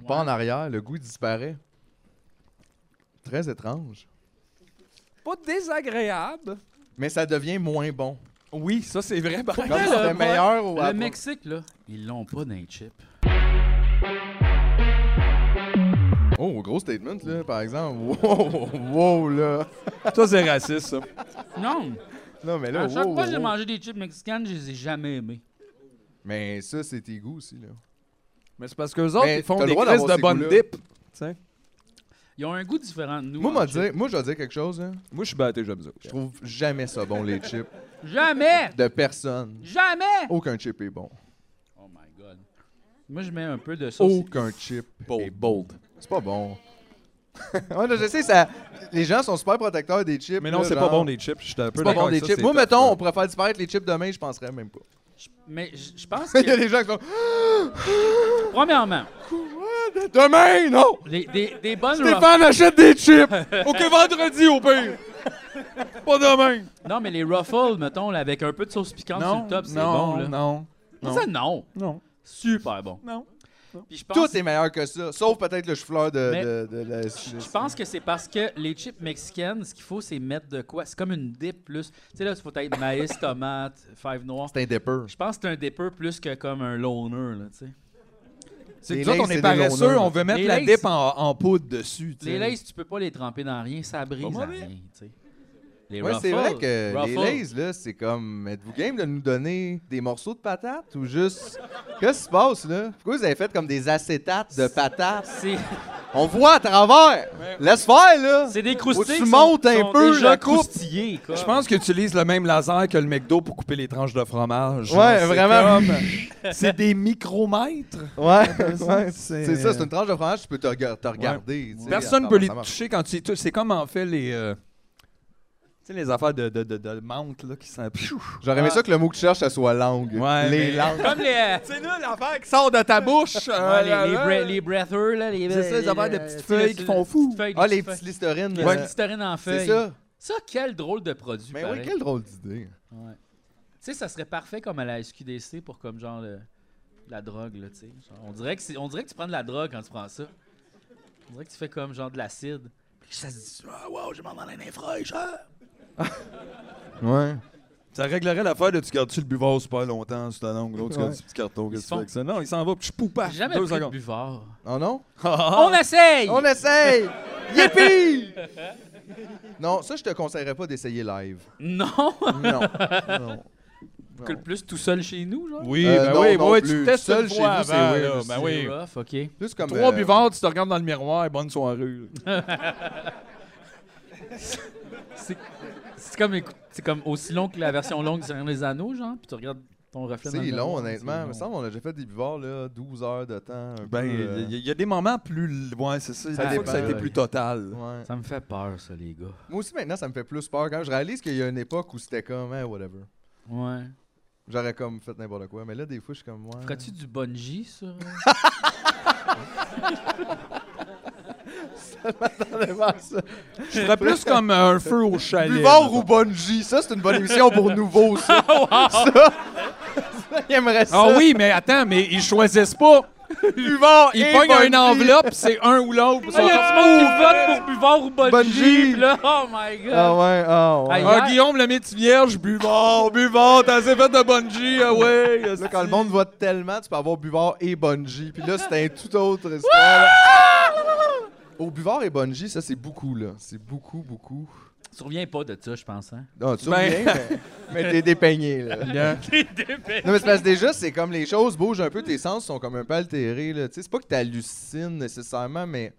[SPEAKER 1] Ouais.
[SPEAKER 3] Pas en arrière, le goût disparaît. Très étrange.
[SPEAKER 2] Pas désagréable.
[SPEAKER 3] Mais ça devient moins bon.
[SPEAKER 2] Oui, ça, c'est vrai. par
[SPEAKER 3] Comme
[SPEAKER 1] le-
[SPEAKER 3] si c'était
[SPEAKER 1] le-
[SPEAKER 3] meilleur ou
[SPEAKER 1] Le
[SPEAKER 3] après-
[SPEAKER 1] Mexique, là, ils l'ont pas dans les chips.
[SPEAKER 3] Oh, gros statement, là, par exemple. Wow, wow, là.
[SPEAKER 2] Ça, c'est raciste, ça.
[SPEAKER 1] Non!
[SPEAKER 3] Non, mais là,
[SPEAKER 1] à chaque
[SPEAKER 3] wow,
[SPEAKER 1] fois que j'ai
[SPEAKER 3] wow.
[SPEAKER 1] mangé des chips mexicaines, je les ai jamais aimés.
[SPEAKER 3] Mais ça, c'est tes goûts aussi, là.
[SPEAKER 2] Mais c'est parce qu'eux autres,
[SPEAKER 3] Mais
[SPEAKER 2] ils font
[SPEAKER 3] t'as le
[SPEAKER 2] des
[SPEAKER 3] droit
[SPEAKER 2] crises
[SPEAKER 3] d'avoir ces
[SPEAKER 2] de bonne
[SPEAKER 3] goûts-là.
[SPEAKER 2] dip. Tu sais,
[SPEAKER 1] Ils ont un goût différent de nous.
[SPEAKER 3] Moi,
[SPEAKER 1] en
[SPEAKER 3] m'a
[SPEAKER 1] chips.
[SPEAKER 3] dire- moi, je vais dire quelque chose, hein.
[SPEAKER 2] Moi, je suis batté, j'aime ça.
[SPEAKER 3] Je trouve jamais ça bon, les chips.
[SPEAKER 1] Jamais!
[SPEAKER 3] De personne.
[SPEAKER 1] Jamais!
[SPEAKER 3] Aucun chip est bon.
[SPEAKER 1] Oh my god. Moi, je mets un peu de
[SPEAKER 2] Oh.
[SPEAKER 1] sauce.
[SPEAKER 3] Aucun chip est
[SPEAKER 2] Bold. bold.
[SPEAKER 3] C'est pas bon. Ouais, je sais, ça... les gens sont super protecteurs des chips.
[SPEAKER 2] Mais non,
[SPEAKER 3] là,
[SPEAKER 2] c'est
[SPEAKER 3] genre,
[SPEAKER 2] pas bon des chips. Je suis un peu
[SPEAKER 3] C'est pas
[SPEAKER 2] d'accord
[SPEAKER 3] bon des
[SPEAKER 2] avec ça,
[SPEAKER 3] chips.
[SPEAKER 2] c'est
[SPEAKER 3] Moi,
[SPEAKER 2] top,
[SPEAKER 3] mettons,
[SPEAKER 2] ça.
[SPEAKER 3] on pourrait faire disparaître les chips demain, je penserais même pas.
[SPEAKER 1] Mais je je pense
[SPEAKER 3] Il y a
[SPEAKER 1] que,
[SPEAKER 3] des gens qui sont
[SPEAKER 1] premièrement,
[SPEAKER 2] Demain, non!
[SPEAKER 1] les- des, des bonnes Ruffles.
[SPEAKER 2] Stéphane achète des chips! OK, vendredi, au pire! Pas demain!
[SPEAKER 1] Non, mais les Ruffles, mettons, là, avec un peu de sauce piquante sur le top, c'est bon, là.
[SPEAKER 2] non, non.
[SPEAKER 1] Ça, non.
[SPEAKER 2] non,
[SPEAKER 1] Super bon.
[SPEAKER 2] non.
[SPEAKER 1] Puis je pense,
[SPEAKER 3] tout est meilleur que ça, sauf peut-être le chou-fleur de,
[SPEAKER 1] Mais-
[SPEAKER 3] de, de la.
[SPEAKER 1] je pense que c'est parce que les chips mexicaines, ce qu'il faut, c'est mettre de quoi? C'est comme une dip plus. Tu sais, là, il faut être maïs, tomate, five noir.
[SPEAKER 3] C'est un dipper.
[SPEAKER 1] Je pense que c'est un dipper plus que comme un loner, là, tu sais.
[SPEAKER 2] C'est
[SPEAKER 3] Les
[SPEAKER 2] que nous
[SPEAKER 3] Lays,
[SPEAKER 2] autres, on est
[SPEAKER 3] c'est des
[SPEAKER 2] paresseux,
[SPEAKER 3] loners.
[SPEAKER 2] on veut mettre
[SPEAKER 1] Les
[SPEAKER 2] la
[SPEAKER 1] Lays.
[SPEAKER 2] dip en, en poudre dessus. tu sais.
[SPEAKER 1] Les Lays, tu peux pas les tremper dans rien, ça brise
[SPEAKER 2] Pas
[SPEAKER 1] à
[SPEAKER 2] mauvais.
[SPEAKER 1] rien, tu sais. Les
[SPEAKER 3] Ouais, c'est vrai
[SPEAKER 1] Ruffles-
[SPEAKER 3] que les
[SPEAKER 1] Ruffles,
[SPEAKER 3] Lays, là, c'est comme. Êtes-vous game de nous donner des morceaux de patates ou juste. Qu'est-ce qui se passe, là? Pourquoi vous avez fait comme des acétates de patates?
[SPEAKER 1] C'est...
[SPEAKER 3] On voit à travers! Laisse faire, là!
[SPEAKER 1] C'est des croustilles.
[SPEAKER 3] tu
[SPEAKER 1] qui sont-
[SPEAKER 3] montes un
[SPEAKER 1] sont
[SPEAKER 3] peu,
[SPEAKER 1] déjà
[SPEAKER 3] je coupe.
[SPEAKER 1] croustillés, quoi.
[SPEAKER 2] Je pense que tu utilises le même laser que le McDo pour couper les tranches de fromage. Genre,
[SPEAKER 3] Ouais,
[SPEAKER 2] c'est
[SPEAKER 3] vraiment.
[SPEAKER 2] comme- C'est des micromètres.
[SPEAKER 3] Ouais, ouais.
[SPEAKER 2] c'est-
[SPEAKER 3] C'est ça, c'est une tranche de fromage, tu peux te, rega- te regarder. tu sais,
[SPEAKER 2] Personne
[SPEAKER 3] attends,
[SPEAKER 2] peut les
[SPEAKER 3] ça marche.
[SPEAKER 2] toucher quand tu les touches. C'est comme en fait les. euh, Tu sais, les affaires de, de, de, de mount là, qui sont.
[SPEAKER 3] J'aurais aimé ça que le mot que tu cherches, ça soit langue.
[SPEAKER 2] Ouais,
[SPEAKER 3] les
[SPEAKER 2] mais-
[SPEAKER 3] langues.
[SPEAKER 1] Comme les... euh,
[SPEAKER 2] C'est hein. là l'affaire qui sort de ta bouche. Ah,
[SPEAKER 1] Ouais, les, les, bre- les breathers, là. Les,
[SPEAKER 2] C'est ça, les affaires de
[SPEAKER 1] euh,
[SPEAKER 2] petites
[SPEAKER 1] tu sais,
[SPEAKER 2] feuilles
[SPEAKER 1] le-
[SPEAKER 2] qui
[SPEAKER 1] le-
[SPEAKER 2] font fou.
[SPEAKER 1] petites feuilles,
[SPEAKER 3] Ah,
[SPEAKER 1] petites
[SPEAKER 3] les
[SPEAKER 1] feuilles.
[SPEAKER 3] petites listerines.
[SPEAKER 1] Les
[SPEAKER 3] euh,
[SPEAKER 1] petites terrines en feuilles.
[SPEAKER 3] c'est ça.
[SPEAKER 1] Ça, quel drôle de produit,
[SPEAKER 3] Mais
[SPEAKER 1] pareil.
[SPEAKER 3] oui, quelle drôle d'idée.
[SPEAKER 1] Ouais. Tu sais, ça serait parfait comme à la SQDC pour comme genre le- la drogue, là, tu sais. Genre, On dirait, que c'est- on dirait que tu prends de la drogue quand tu prends ça. On dirait que tu fais comme genre de l'acide. Puis ça se dit, ah, wow, j'ai m'en aller dans les fraîches, ah!
[SPEAKER 3] Ouais.
[SPEAKER 2] Ça réglerait l'affaire de tu gardes-tu le buvard super longtemps sur ta langue, l'autre tu
[SPEAKER 3] Ouais.
[SPEAKER 2] gardes du petit carton, qu'est-ce que tu fais
[SPEAKER 1] font-
[SPEAKER 2] avec ça? Non, il s'en va, puis je poupa,
[SPEAKER 1] J'ai jamais
[SPEAKER 2] Ah, deux
[SPEAKER 1] pris de
[SPEAKER 2] secondes. Ah,
[SPEAKER 1] buvard.
[SPEAKER 3] Oh non?
[SPEAKER 1] On essaye!
[SPEAKER 3] On essaye! Yippee! non, ça, je te conseillerais pas d'essayer live.
[SPEAKER 1] Non!
[SPEAKER 3] Non. non.
[SPEAKER 1] On coule plus tout seul chez nous, genre?
[SPEAKER 2] Oui,
[SPEAKER 3] Euh,
[SPEAKER 2] ben
[SPEAKER 3] non,
[SPEAKER 2] oui,
[SPEAKER 3] non
[SPEAKER 2] oui,
[SPEAKER 3] plus.
[SPEAKER 2] tu testes
[SPEAKER 3] Seul
[SPEAKER 2] une
[SPEAKER 3] chez
[SPEAKER 2] fois
[SPEAKER 3] vous, c'est
[SPEAKER 2] avant,
[SPEAKER 3] weird,
[SPEAKER 2] là,
[SPEAKER 3] c'est
[SPEAKER 2] ben oui. Ah,
[SPEAKER 1] Rough, ok.
[SPEAKER 3] Plus comme. euh,
[SPEAKER 2] Trois buvards, tu te regardes dans le miroir, bonne soirée.
[SPEAKER 1] C'est comme, écou- c'est comme aussi long que la version longue du Seigneur des Anneaux, genre, puis tu regardes ton reflet dans
[SPEAKER 3] C'est
[SPEAKER 1] le
[SPEAKER 3] long,
[SPEAKER 1] miroir,
[SPEAKER 3] honnêtement.
[SPEAKER 1] c'est
[SPEAKER 3] Il me
[SPEAKER 1] long.
[SPEAKER 3] semble qu'on a déjà fait des buvards, là, 12 heures de temps. un
[SPEAKER 2] Ben,
[SPEAKER 3] peu,
[SPEAKER 2] il
[SPEAKER 3] euh,
[SPEAKER 2] y, a- il y a des moments plus. Ouais, c'est ça.
[SPEAKER 3] Ça
[SPEAKER 2] des fois que ça a
[SPEAKER 3] dépend,
[SPEAKER 2] été
[SPEAKER 1] ouais.
[SPEAKER 2] plus total.
[SPEAKER 3] ouais.
[SPEAKER 1] Ça me fait peur, ça, les gars.
[SPEAKER 3] Moi aussi, maintenant, ça me fait plus peur. Quand je réalise qu'il y a une époque où c'était comme, hey, whatever.
[SPEAKER 1] Ouais.
[SPEAKER 3] J'aurais comme fait n'importe quoi. Mais là, des fois, je suis comme, ouais.
[SPEAKER 1] Ferais-tu du bungee sur. euh?
[SPEAKER 2] Je ferais plus comme un feu au chalet.
[SPEAKER 3] Buvard
[SPEAKER 2] mettons.
[SPEAKER 3] ou Bungie, ça c'est une bonne émission pour nouveaux, ça. ça, ça, il aimerait ça.
[SPEAKER 2] Ah oui, mais attends, mais ils choisissent pas.
[SPEAKER 3] Buvard
[SPEAKER 2] Ils
[SPEAKER 3] et
[SPEAKER 2] pognent une
[SPEAKER 3] Bungie.
[SPEAKER 2] enveloppe, c'est un ou l'autre. Ils
[SPEAKER 1] Il y a
[SPEAKER 2] sont
[SPEAKER 1] du monde
[SPEAKER 2] comme,
[SPEAKER 1] qui vote pour Buvard ou Bungie,
[SPEAKER 3] Bungie.
[SPEAKER 1] pis là. Oh my god.
[SPEAKER 3] Ah ouais, ah ouais.
[SPEAKER 1] Aïe.
[SPEAKER 2] Ah, Guillaume, le métier vierge, buvard, buvard, t'as assez fait de bungee, ah ouais.
[SPEAKER 3] Là, quand le monde vote tellement, tu peux avoir Buvard et Bungie. Puis là, c'est un tout autre histoire. Au Buvard et Bungie, ça c'est beaucoup, là. C'est beaucoup, beaucoup.
[SPEAKER 1] Tu reviens pas de ça, je pense. Hein?
[SPEAKER 3] Non, tu
[SPEAKER 2] Ben-
[SPEAKER 3] reviens, mais, mais t'es dépeigné, là.
[SPEAKER 1] T'es dépêché.
[SPEAKER 3] Non, mais c'est parce que déjà, c'est comme les choses bougent un peu, tes sens sont comme un peu altérés. Là. Tu sais, C'est pas que t'hallucines nécessairement, mais.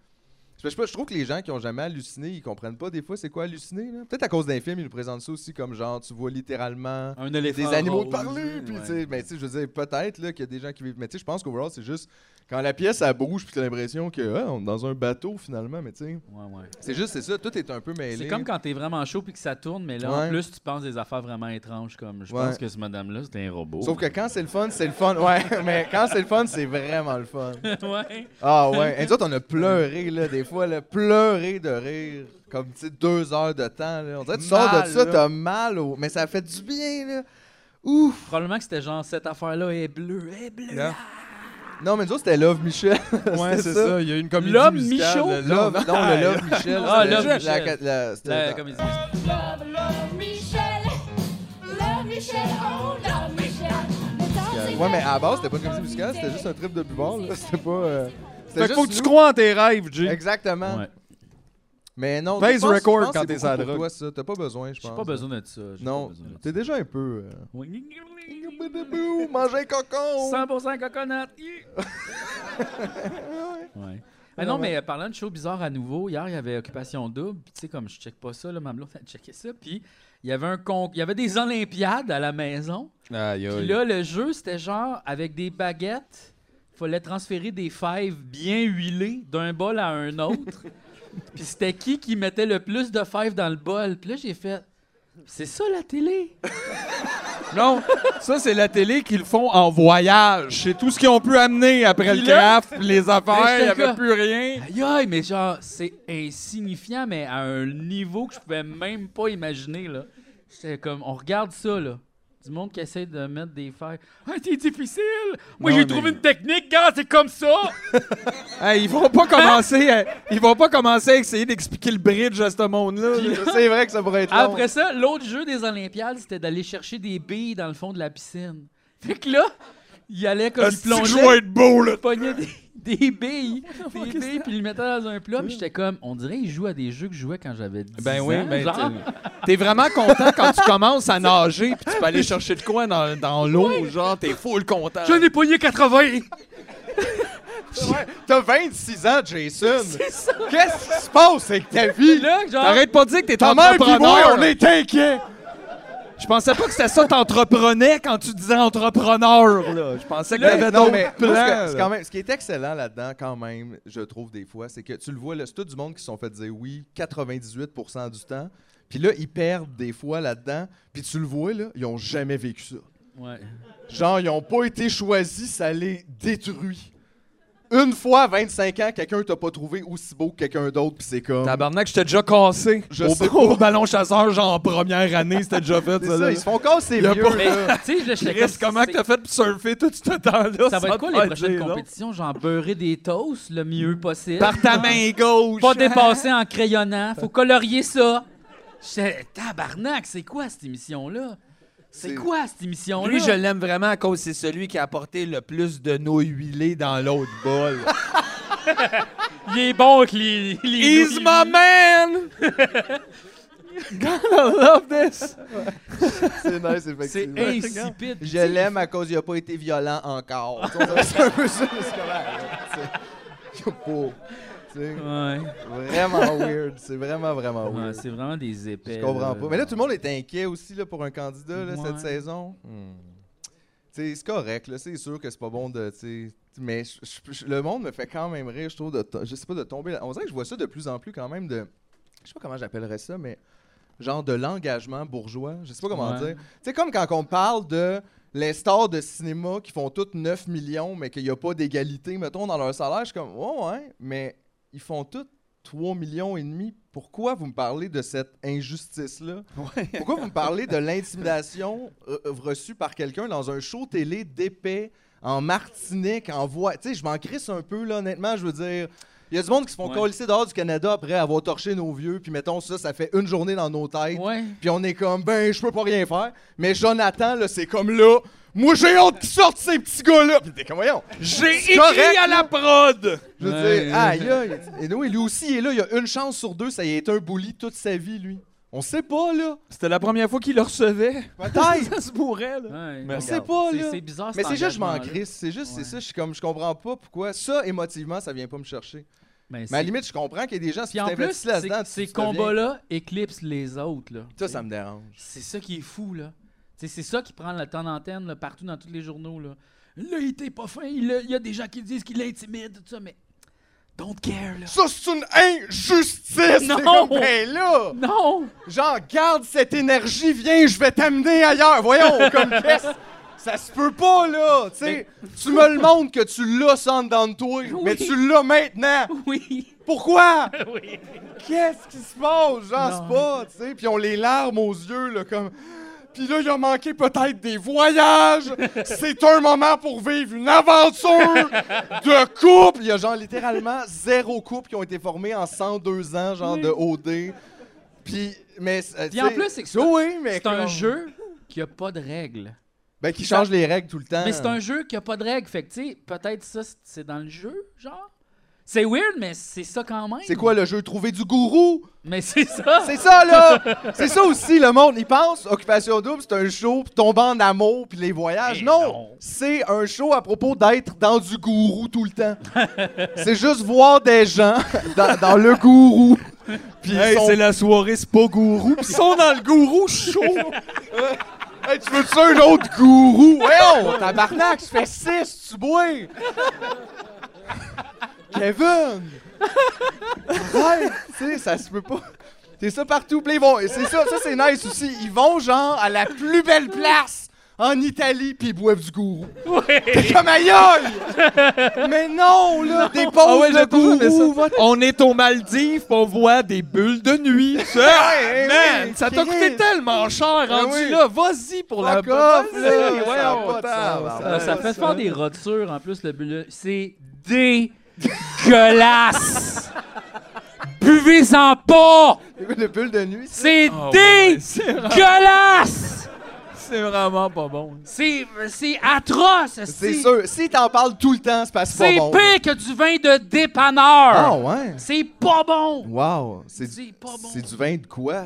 [SPEAKER 3] Je sais pas, je trouve que les gens qui ont jamais halluciné, ils comprennent pas des fois c'est quoi halluciner. là. Peut-être à cause d'un film, ils nous présentent ça aussi comme genre, tu vois littéralement
[SPEAKER 1] Un éléphant.
[SPEAKER 3] des animaux te
[SPEAKER 1] rose,
[SPEAKER 3] parler. Puis,
[SPEAKER 1] ouais.
[SPEAKER 3] tu sais, mais tu sais, je veux dire, peut-être là, qu'il y a des gens qui vivent. Mais tu sais, je pense qu'overall, c'est juste quand la pièce, elle bouge, puis t'as l'impression que ah, on est dans un bateau finalement, mais tu sais.
[SPEAKER 1] Ouais, ouais.
[SPEAKER 3] C'est juste, c'est ça, tout est un peu mêlé.
[SPEAKER 1] C'est comme quand t'es vraiment chaud puis que ça tourne, mais là, en
[SPEAKER 3] Ouais.
[SPEAKER 1] plus, tu penses des affaires vraiment étranges comme je
[SPEAKER 3] Ouais.
[SPEAKER 1] pense que ce madame-là, c'était un robot.
[SPEAKER 3] Sauf que quand c'est le fun, c'est le fun. Ouais, mais quand c'est le fun, c'est vraiment le fun.
[SPEAKER 1] ouais.
[SPEAKER 3] Ah ouais, et nous autres, on a pleuré, là, des fois, là, pleuré de rire. Comme, tu sais, deux heures de temps, là. On dirait que tu sors de
[SPEAKER 2] Mal,
[SPEAKER 3] ça,
[SPEAKER 2] là.
[SPEAKER 3] t'as mal, au... mais ça fait du bien, là. Ouf!
[SPEAKER 1] Probablement que c'était genre cette affaire-là est bleue, est bleue.
[SPEAKER 2] Yeah.
[SPEAKER 3] Non, mais nous autres, c'était Love Michel.
[SPEAKER 2] Ouais,
[SPEAKER 3] C'était
[SPEAKER 2] c'est ça, il y a une comédie
[SPEAKER 1] L'homme
[SPEAKER 2] musicale.
[SPEAKER 1] Michaud.
[SPEAKER 2] là,
[SPEAKER 3] Love,
[SPEAKER 2] non.
[SPEAKER 3] non, le Love Michel.
[SPEAKER 1] Ah,
[SPEAKER 3] c'était
[SPEAKER 1] Love
[SPEAKER 3] la-
[SPEAKER 1] Michel.
[SPEAKER 3] la- c'était
[SPEAKER 1] La
[SPEAKER 3] dans-
[SPEAKER 1] comédie.
[SPEAKER 5] Love, love, Michel. Love, Michel. Oh, love, Michel.
[SPEAKER 3] Ouais, mais à la base, c'était pas une comédie musicale, c'était juste un trip de buvard, là. C'était pas... euh, c'était
[SPEAKER 2] Fait que faut que
[SPEAKER 3] juste
[SPEAKER 2] tu
[SPEAKER 3] nous.
[SPEAKER 2] crois en tes rêves, Jay.
[SPEAKER 3] Exactement.
[SPEAKER 1] Ouais.
[SPEAKER 3] Mais non,
[SPEAKER 2] Pèse
[SPEAKER 3] je pense- je
[SPEAKER 2] record
[SPEAKER 3] pense que
[SPEAKER 2] quand
[SPEAKER 3] c'est
[SPEAKER 2] t'es
[SPEAKER 3] beaucoup
[SPEAKER 2] sur la
[SPEAKER 3] pour
[SPEAKER 2] drogue.
[SPEAKER 3] toi, ça. T'as pas besoin, je pense. hein.
[SPEAKER 1] J'ai pas besoin de ça. j'ai pas
[SPEAKER 3] Non,
[SPEAKER 1] besoin de ça.
[SPEAKER 3] t'es déjà un peu... euh,
[SPEAKER 1] Ouais.
[SPEAKER 3] Manger un cocon!
[SPEAKER 1] 100% coconut. Hi. ouais. Ah non, mais euh, parlant de show bizarre à nouveau, hier, il y avait Occupation Double. puis Tu sais, comme je check pas ça, là, ma blonde, elle checkait ça. Puis il y avait un con... il y avait des Olympiades à la maison.
[SPEAKER 2] Aïe,
[SPEAKER 1] Puis là, le jeu, c'était genre avec des baguettes, fallait transférer des fèves bien huilées d'un bol à un autre. Puis c'était qui qui mettait le plus de fèves dans le bol. Puis là, j'ai fait. C'est ça la télé?
[SPEAKER 2] Non, ça, c'est la télé qu'ils font en voyage. C'est tout ce qu'ils ont pu amener après
[SPEAKER 1] Puis
[SPEAKER 2] le
[SPEAKER 1] là-
[SPEAKER 2] craft, puis les affaires,
[SPEAKER 1] Mais
[SPEAKER 2] il n'y
[SPEAKER 1] j'étais
[SPEAKER 2] avait
[SPEAKER 1] là.
[SPEAKER 2] plus rien.
[SPEAKER 1] Aïe, aïe, mais genre, c'est insignifiant, mais à un niveau que je pouvais même pas imaginer, là. J'étais comme, on regarde ça, là. Du monde qui essaie de mettre des fers. Ah, c'est difficile! Moi,
[SPEAKER 2] Non,
[SPEAKER 1] j'ai
[SPEAKER 2] mais-
[SPEAKER 1] trouvé une technique, gars, c'est comme ça!
[SPEAKER 2] Hey, ils vont pas commencer à, ils vont pas commencer à essayer d'expliquer le bridge à ce monde-là.
[SPEAKER 3] C'est vrai que ça pourrait être long.
[SPEAKER 1] Après ça, l'autre jeu des Olympiades, c'était d'aller chercher des billes dans le fond de la piscine. Fait que là, il allait comme, il
[SPEAKER 2] Est-ce que je
[SPEAKER 1] plongeait,
[SPEAKER 2] vais être beau, là?
[SPEAKER 1] il pognait des, des billes, des billes, puis il le mettait dans un plat, puis j'étais comme, on dirait qu'il joue à des jeux que je jouais quand j'avais 10
[SPEAKER 2] Ben
[SPEAKER 1] ans.
[SPEAKER 2] oui, ben
[SPEAKER 1] genre.
[SPEAKER 2] t'es- t'es vraiment content quand tu commences à nager puis tu peux aller chercher de quoi dans, dans l'eau, genre t'es full content.
[SPEAKER 1] J'en ai pogné 80!
[SPEAKER 3] T'as 26 ans, Jason. Qu'est-ce qui se passe avec ta vie?
[SPEAKER 1] Puis là, hein? genre,
[SPEAKER 2] T'arrêtes pas de dire que t'es
[SPEAKER 3] Ta mère pis moi,
[SPEAKER 2] entrepreneur.
[SPEAKER 3] on est inquiets.
[SPEAKER 2] Je pensais pas que c'était ça t'entreprenais quand tu disais entrepreneur là. Je pensais que t'avais
[SPEAKER 3] Non,
[SPEAKER 2] d'autres
[SPEAKER 3] mais
[SPEAKER 2] plans.
[SPEAKER 3] moi, ce, que- c'est
[SPEAKER 2] là.
[SPEAKER 3] quand même, ce qui est excellent là-dedans, quand même, je trouve des fois, c'est que tu le vois, là, c'est tout du monde qui se sont fait dire oui 98% du temps. Puis là, ils perdent des fois là-dedans. Puis tu le vois, là, ils ont jamais vécu ça.
[SPEAKER 1] ouais.
[SPEAKER 3] Genre, ils ont pas été choisis, ça les détruit. Une fois à 25 ans, quelqu'un t'a pas trouvé aussi beau que quelqu'un d'autre, puis c'est comme...
[SPEAKER 2] Tabarnak, j'étais déjà cassé.
[SPEAKER 3] Je
[SPEAKER 2] au,
[SPEAKER 3] sais
[SPEAKER 2] au ballon chasseur, genre en première année, c'était déjà fait.
[SPEAKER 3] C'est
[SPEAKER 2] ça,
[SPEAKER 3] ça,
[SPEAKER 2] là.
[SPEAKER 3] ils se font casser
[SPEAKER 2] Il a
[SPEAKER 3] vieux,
[SPEAKER 2] pas-
[SPEAKER 1] Mais,
[SPEAKER 3] là.
[SPEAKER 1] tu sais, là, j'étais
[SPEAKER 2] Chris,
[SPEAKER 1] comme,
[SPEAKER 2] comment que
[SPEAKER 1] c'est-
[SPEAKER 2] t'as fait pour surfer tout ce temps-là?
[SPEAKER 1] Ça va être Mm.
[SPEAKER 2] sans
[SPEAKER 1] quoi
[SPEAKER 2] te faire
[SPEAKER 1] les prochaines
[SPEAKER 2] dire, non?
[SPEAKER 1] compétitions? Genre beurrer des toasts le mieux possible.
[SPEAKER 2] Par ta main gauche. hein?
[SPEAKER 1] Pas dépasser en crayonnant. Faut colorier ça. J'étais, tabarnak, c'est quoi cette émission-là? C'est
[SPEAKER 3] C'est-
[SPEAKER 1] quoi cette émission-là?
[SPEAKER 2] Lui, je l'aime vraiment à cause c'est celui qui a apporté le plus de nos huilées dans l'autre bol.
[SPEAKER 1] Il est bon avec les... les
[SPEAKER 2] He's my man! Gonna love this!
[SPEAKER 3] C'est nice,
[SPEAKER 1] C'est
[SPEAKER 3] effectivement.
[SPEAKER 1] insipide.
[SPEAKER 3] Je l'aime à cause qu'il a pas été violent encore. Tu sais, on dirait que c'est un peu ça, c'est comme, ah, tu sais, il a pas- tu sais,
[SPEAKER 1] Ouais,
[SPEAKER 3] Vraiment weird. C'est vraiment, vraiment
[SPEAKER 1] Ouais,
[SPEAKER 3] weird.
[SPEAKER 1] c'est vraiment des épais.
[SPEAKER 3] Ah Je comprends
[SPEAKER 1] là.
[SPEAKER 3] pas. Mais là, tout le monde est inquiet aussi là, pour un candidat là,
[SPEAKER 1] euh, Ouais.
[SPEAKER 3] cette saison. Hmm. Tu sais, C'est correct, là, c'est sûr que c'est pas bon de. tu sais, Mais je- je- je- le monde me fait quand même rire, je trouve, de to- je sais pas, de tomber. là- On dirait que je vois ça de plus en plus quand même de. Je sais pas comment j'appellerais ça, mais genre de l'engagement bourgeois. Je sais pas comment
[SPEAKER 1] Ouais.
[SPEAKER 3] dire. Tu sais, comme quand on parle de les stars de cinéma qui font toutes 9 millions, mais qu'il n'y a pas d'égalité, mettons, dans leur salaire, je suis comme, oh, ouais, mais ils font toutes 3 millions et demi. Pourquoi vous me parlez de cette injustice-là? Pourquoi vous me parlez de l'intimidation euh, euh, reçue par quelqu'un dans un show télé d'épais en Martinique, en voix... Tu sais, je m'en crisse un peu, là, honnêtement. Je veux dire... Il y a du monde qui se font
[SPEAKER 1] Ouais.
[SPEAKER 3] colisser dehors du Canada après avoir torché nos vieux, puis mettons ça, ça fait une journée dans nos têtes.
[SPEAKER 1] Ouais.
[SPEAKER 3] Puis on est comme, ben, je peux pas rien faire. Mais Jonathan, là, c'est comme là. Moi, j'ai honte qu'ils sortent ces petits gars-là. Puis t'es comme, voyons.
[SPEAKER 2] J'ai
[SPEAKER 3] C'est
[SPEAKER 2] écrit
[SPEAKER 3] correct,
[SPEAKER 2] à la prod!
[SPEAKER 3] Je veux
[SPEAKER 1] Ouais.
[SPEAKER 3] dire, aïe, aïe. Et nous, lui aussi, il est là. Il a une chance sur deux. Ça y est un bully toute sa vie, lui. On sait pas, là.
[SPEAKER 2] C'était la première fois qu'il le recevait.
[SPEAKER 3] Peut-être.
[SPEAKER 2] Ça se bourrait, là.
[SPEAKER 1] Ouais.
[SPEAKER 2] Mais
[SPEAKER 3] on
[SPEAKER 1] Regarde,
[SPEAKER 3] sait pas,
[SPEAKER 1] c'est-
[SPEAKER 3] là.
[SPEAKER 1] C'est bizarre,
[SPEAKER 3] Mais
[SPEAKER 1] cet
[SPEAKER 3] c'est juste, je m'en
[SPEAKER 1] engagement-là.
[SPEAKER 3] crisse. C'est juste,
[SPEAKER 1] Ouais.
[SPEAKER 3] c'est ça. Je suis comme, je comprends pas pourquoi. Ça, émotivement, ça vient pas me chercher.
[SPEAKER 1] Ben, c'est-
[SPEAKER 3] Mais à la limite, je comprends qu'il y a des gens qui
[SPEAKER 1] Puis en plus,
[SPEAKER 3] t'investissent là-dedans.
[SPEAKER 1] c'est- ces
[SPEAKER 3] tu- tu deviens-
[SPEAKER 1] combats-là éclipsent les autres. Là.
[SPEAKER 3] Ça, ça me dérange.
[SPEAKER 1] C'est ça qui est fou, là. T'sais, c'est ça qui prend le temps d'antenne là, partout dans tous les journaux. Là, là il était pas fin, il, a- il y a des gens qui disent qu'il est intimide, tout ça, mais don't care, là.
[SPEAKER 3] Ça, c'est une injustice!
[SPEAKER 1] Non!
[SPEAKER 3] C'est comme, ben là!
[SPEAKER 1] Non!
[SPEAKER 3] Genre, garde cette énergie, viens, je vais t'amener ailleurs. Voyons, comme qu'est-ce. Ça se peut pas, là. Tu sais, tu me le montres que tu l'as sans dans de toi, mais tu l'as maintenant.
[SPEAKER 1] Oui!
[SPEAKER 3] Pourquoi? Qu'est-ce qui se passe? J'en
[SPEAKER 1] Non.
[SPEAKER 3] sais pas, tu sais. Puis on les larmes aux yeux, là, comme. Puis là, il a manqué peut-être des voyages. C'est un moment pour vivre une aventure de couple. Il y a genre littéralement zéro couple qui ont été formés en 102 ans, genre de OD. Puis, mais. euh,
[SPEAKER 1] Puis en
[SPEAKER 3] tu sais,
[SPEAKER 1] plus, c'est que c'est-
[SPEAKER 3] oui, mais
[SPEAKER 1] C'est un
[SPEAKER 3] comme-
[SPEAKER 1] jeu qui a pas de règles.
[SPEAKER 3] Ben, qui change les règles tout le temps.
[SPEAKER 1] Mais c'est un jeu qui a pas de règles. Fait que, tu sais, peut-être ça, c'est- c'est dans le jeu, genre. C'est weird, mais c'est ça quand même.
[SPEAKER 3] C'est quoi le jeu? Trouver du gourou?
[SPEAKER 1] Mais c'est ça!
[SPEAKER 3] C'est ça, là! C'est ça aussi, le monde. Il pense, Occupation Double, c'est un show, puis tomber en amour, puis les voyages.
[SPEAKER 1] Eh
[SPEAKER 3] non!
[SPEAKER 1] non.
[SPEAKER 3] C'est un show à propos d'être dans du gourou tout le temps. c'est juste voir des gens dans, dans le gourou. Puis ils
[SPEAKER 2] Hey,
[SPEAKER 3] sont-
[SPEAKER 2] c'est la soirée Spa Gourou. Pis ils sont dans le gourou chaud.
[SPEAKER 3] Hey, tu veux-tu un autre gourou? Voyons! Oh, Tabarnak, je fais six, tu bois! Kevin! Ouais, tu sais, ça se peut pas. C'est ça partout, puis ils vont- et C'est ça, ça c'est nice aussi. Ils vont genre à la plus belle place en Italie, puis ils boivent du gourou. T'es comme aïe! aïe! Mais non, là, dépose
[SPEAKER 2] Ah
[SPEAKER 3] le gourou! va-
[SPEAKER 2] On est aux Maldives, pis on voit des bulles de nuit. Ça,
[SPEAKER 3] Ouais,
[SPEAKER 2] man,
[SPEAKER 3] oui,
[SPEAKER 2] ça t'a coûté
[SPEAKER 3] Chris. Ben
[SPEAKER 2] tellement cher, rendu
[SPEAKER 3] oui.
[SPEAKER 2] là. Vas-y pour la
[SPEAKER 3] Fuck off,
[SPEAKER 2] bonne-
[SPEAKER 3] là,
[SPEAKER 2] Hey,
[SPEAKER 3] ça
[SPEAKER 2] ouais,
[SPEAKER 3] a
[SPEAKER 2] on
[SPEAKER 3] pas de
[SPEAKER 2] t'en-
[SPEAKER 3] sens,
[SPEAKER 1] Ah,
[SPEAKER 3] Ouais,
[SPEAKER 1] ça fait
[SPEAKER 3] ça.
[SPEAKER 1] faire des rotures en plus, le bulle. C'est dégueulasse! Buvez-en pas!
[SPEAKER 3] Le bulle de nuit, c'est-
[SPEAKER 1] C'est
[SPEAKER 2] Oh, ouais,
[SPEAKER 1] dégueulasse!
[SPEAKER 2] c'est vra- C'est vraiment pas bon.
[SPEAKER 1] C'est c'est atroce!
[SPEAKER 3] c'est
[SPEAKER 1] esti.
[SPEAKER 3] sûr. Si t'en parles tout le temps, c'est parce que
[SPEAKER 1] C'est
[SPEAKER 3] c'est pas bon.
[SPEAKER 1] pire que du vin de dépanneur!
[SPEAKER 3] Ah ouais?
[SPEAKER 1] C'est pas bon!
[SPEAKER 3] Wow! C'est
[SPEAKER 1] C'est pas bon.
[SPEAKER 3] c'est du vin de quoi?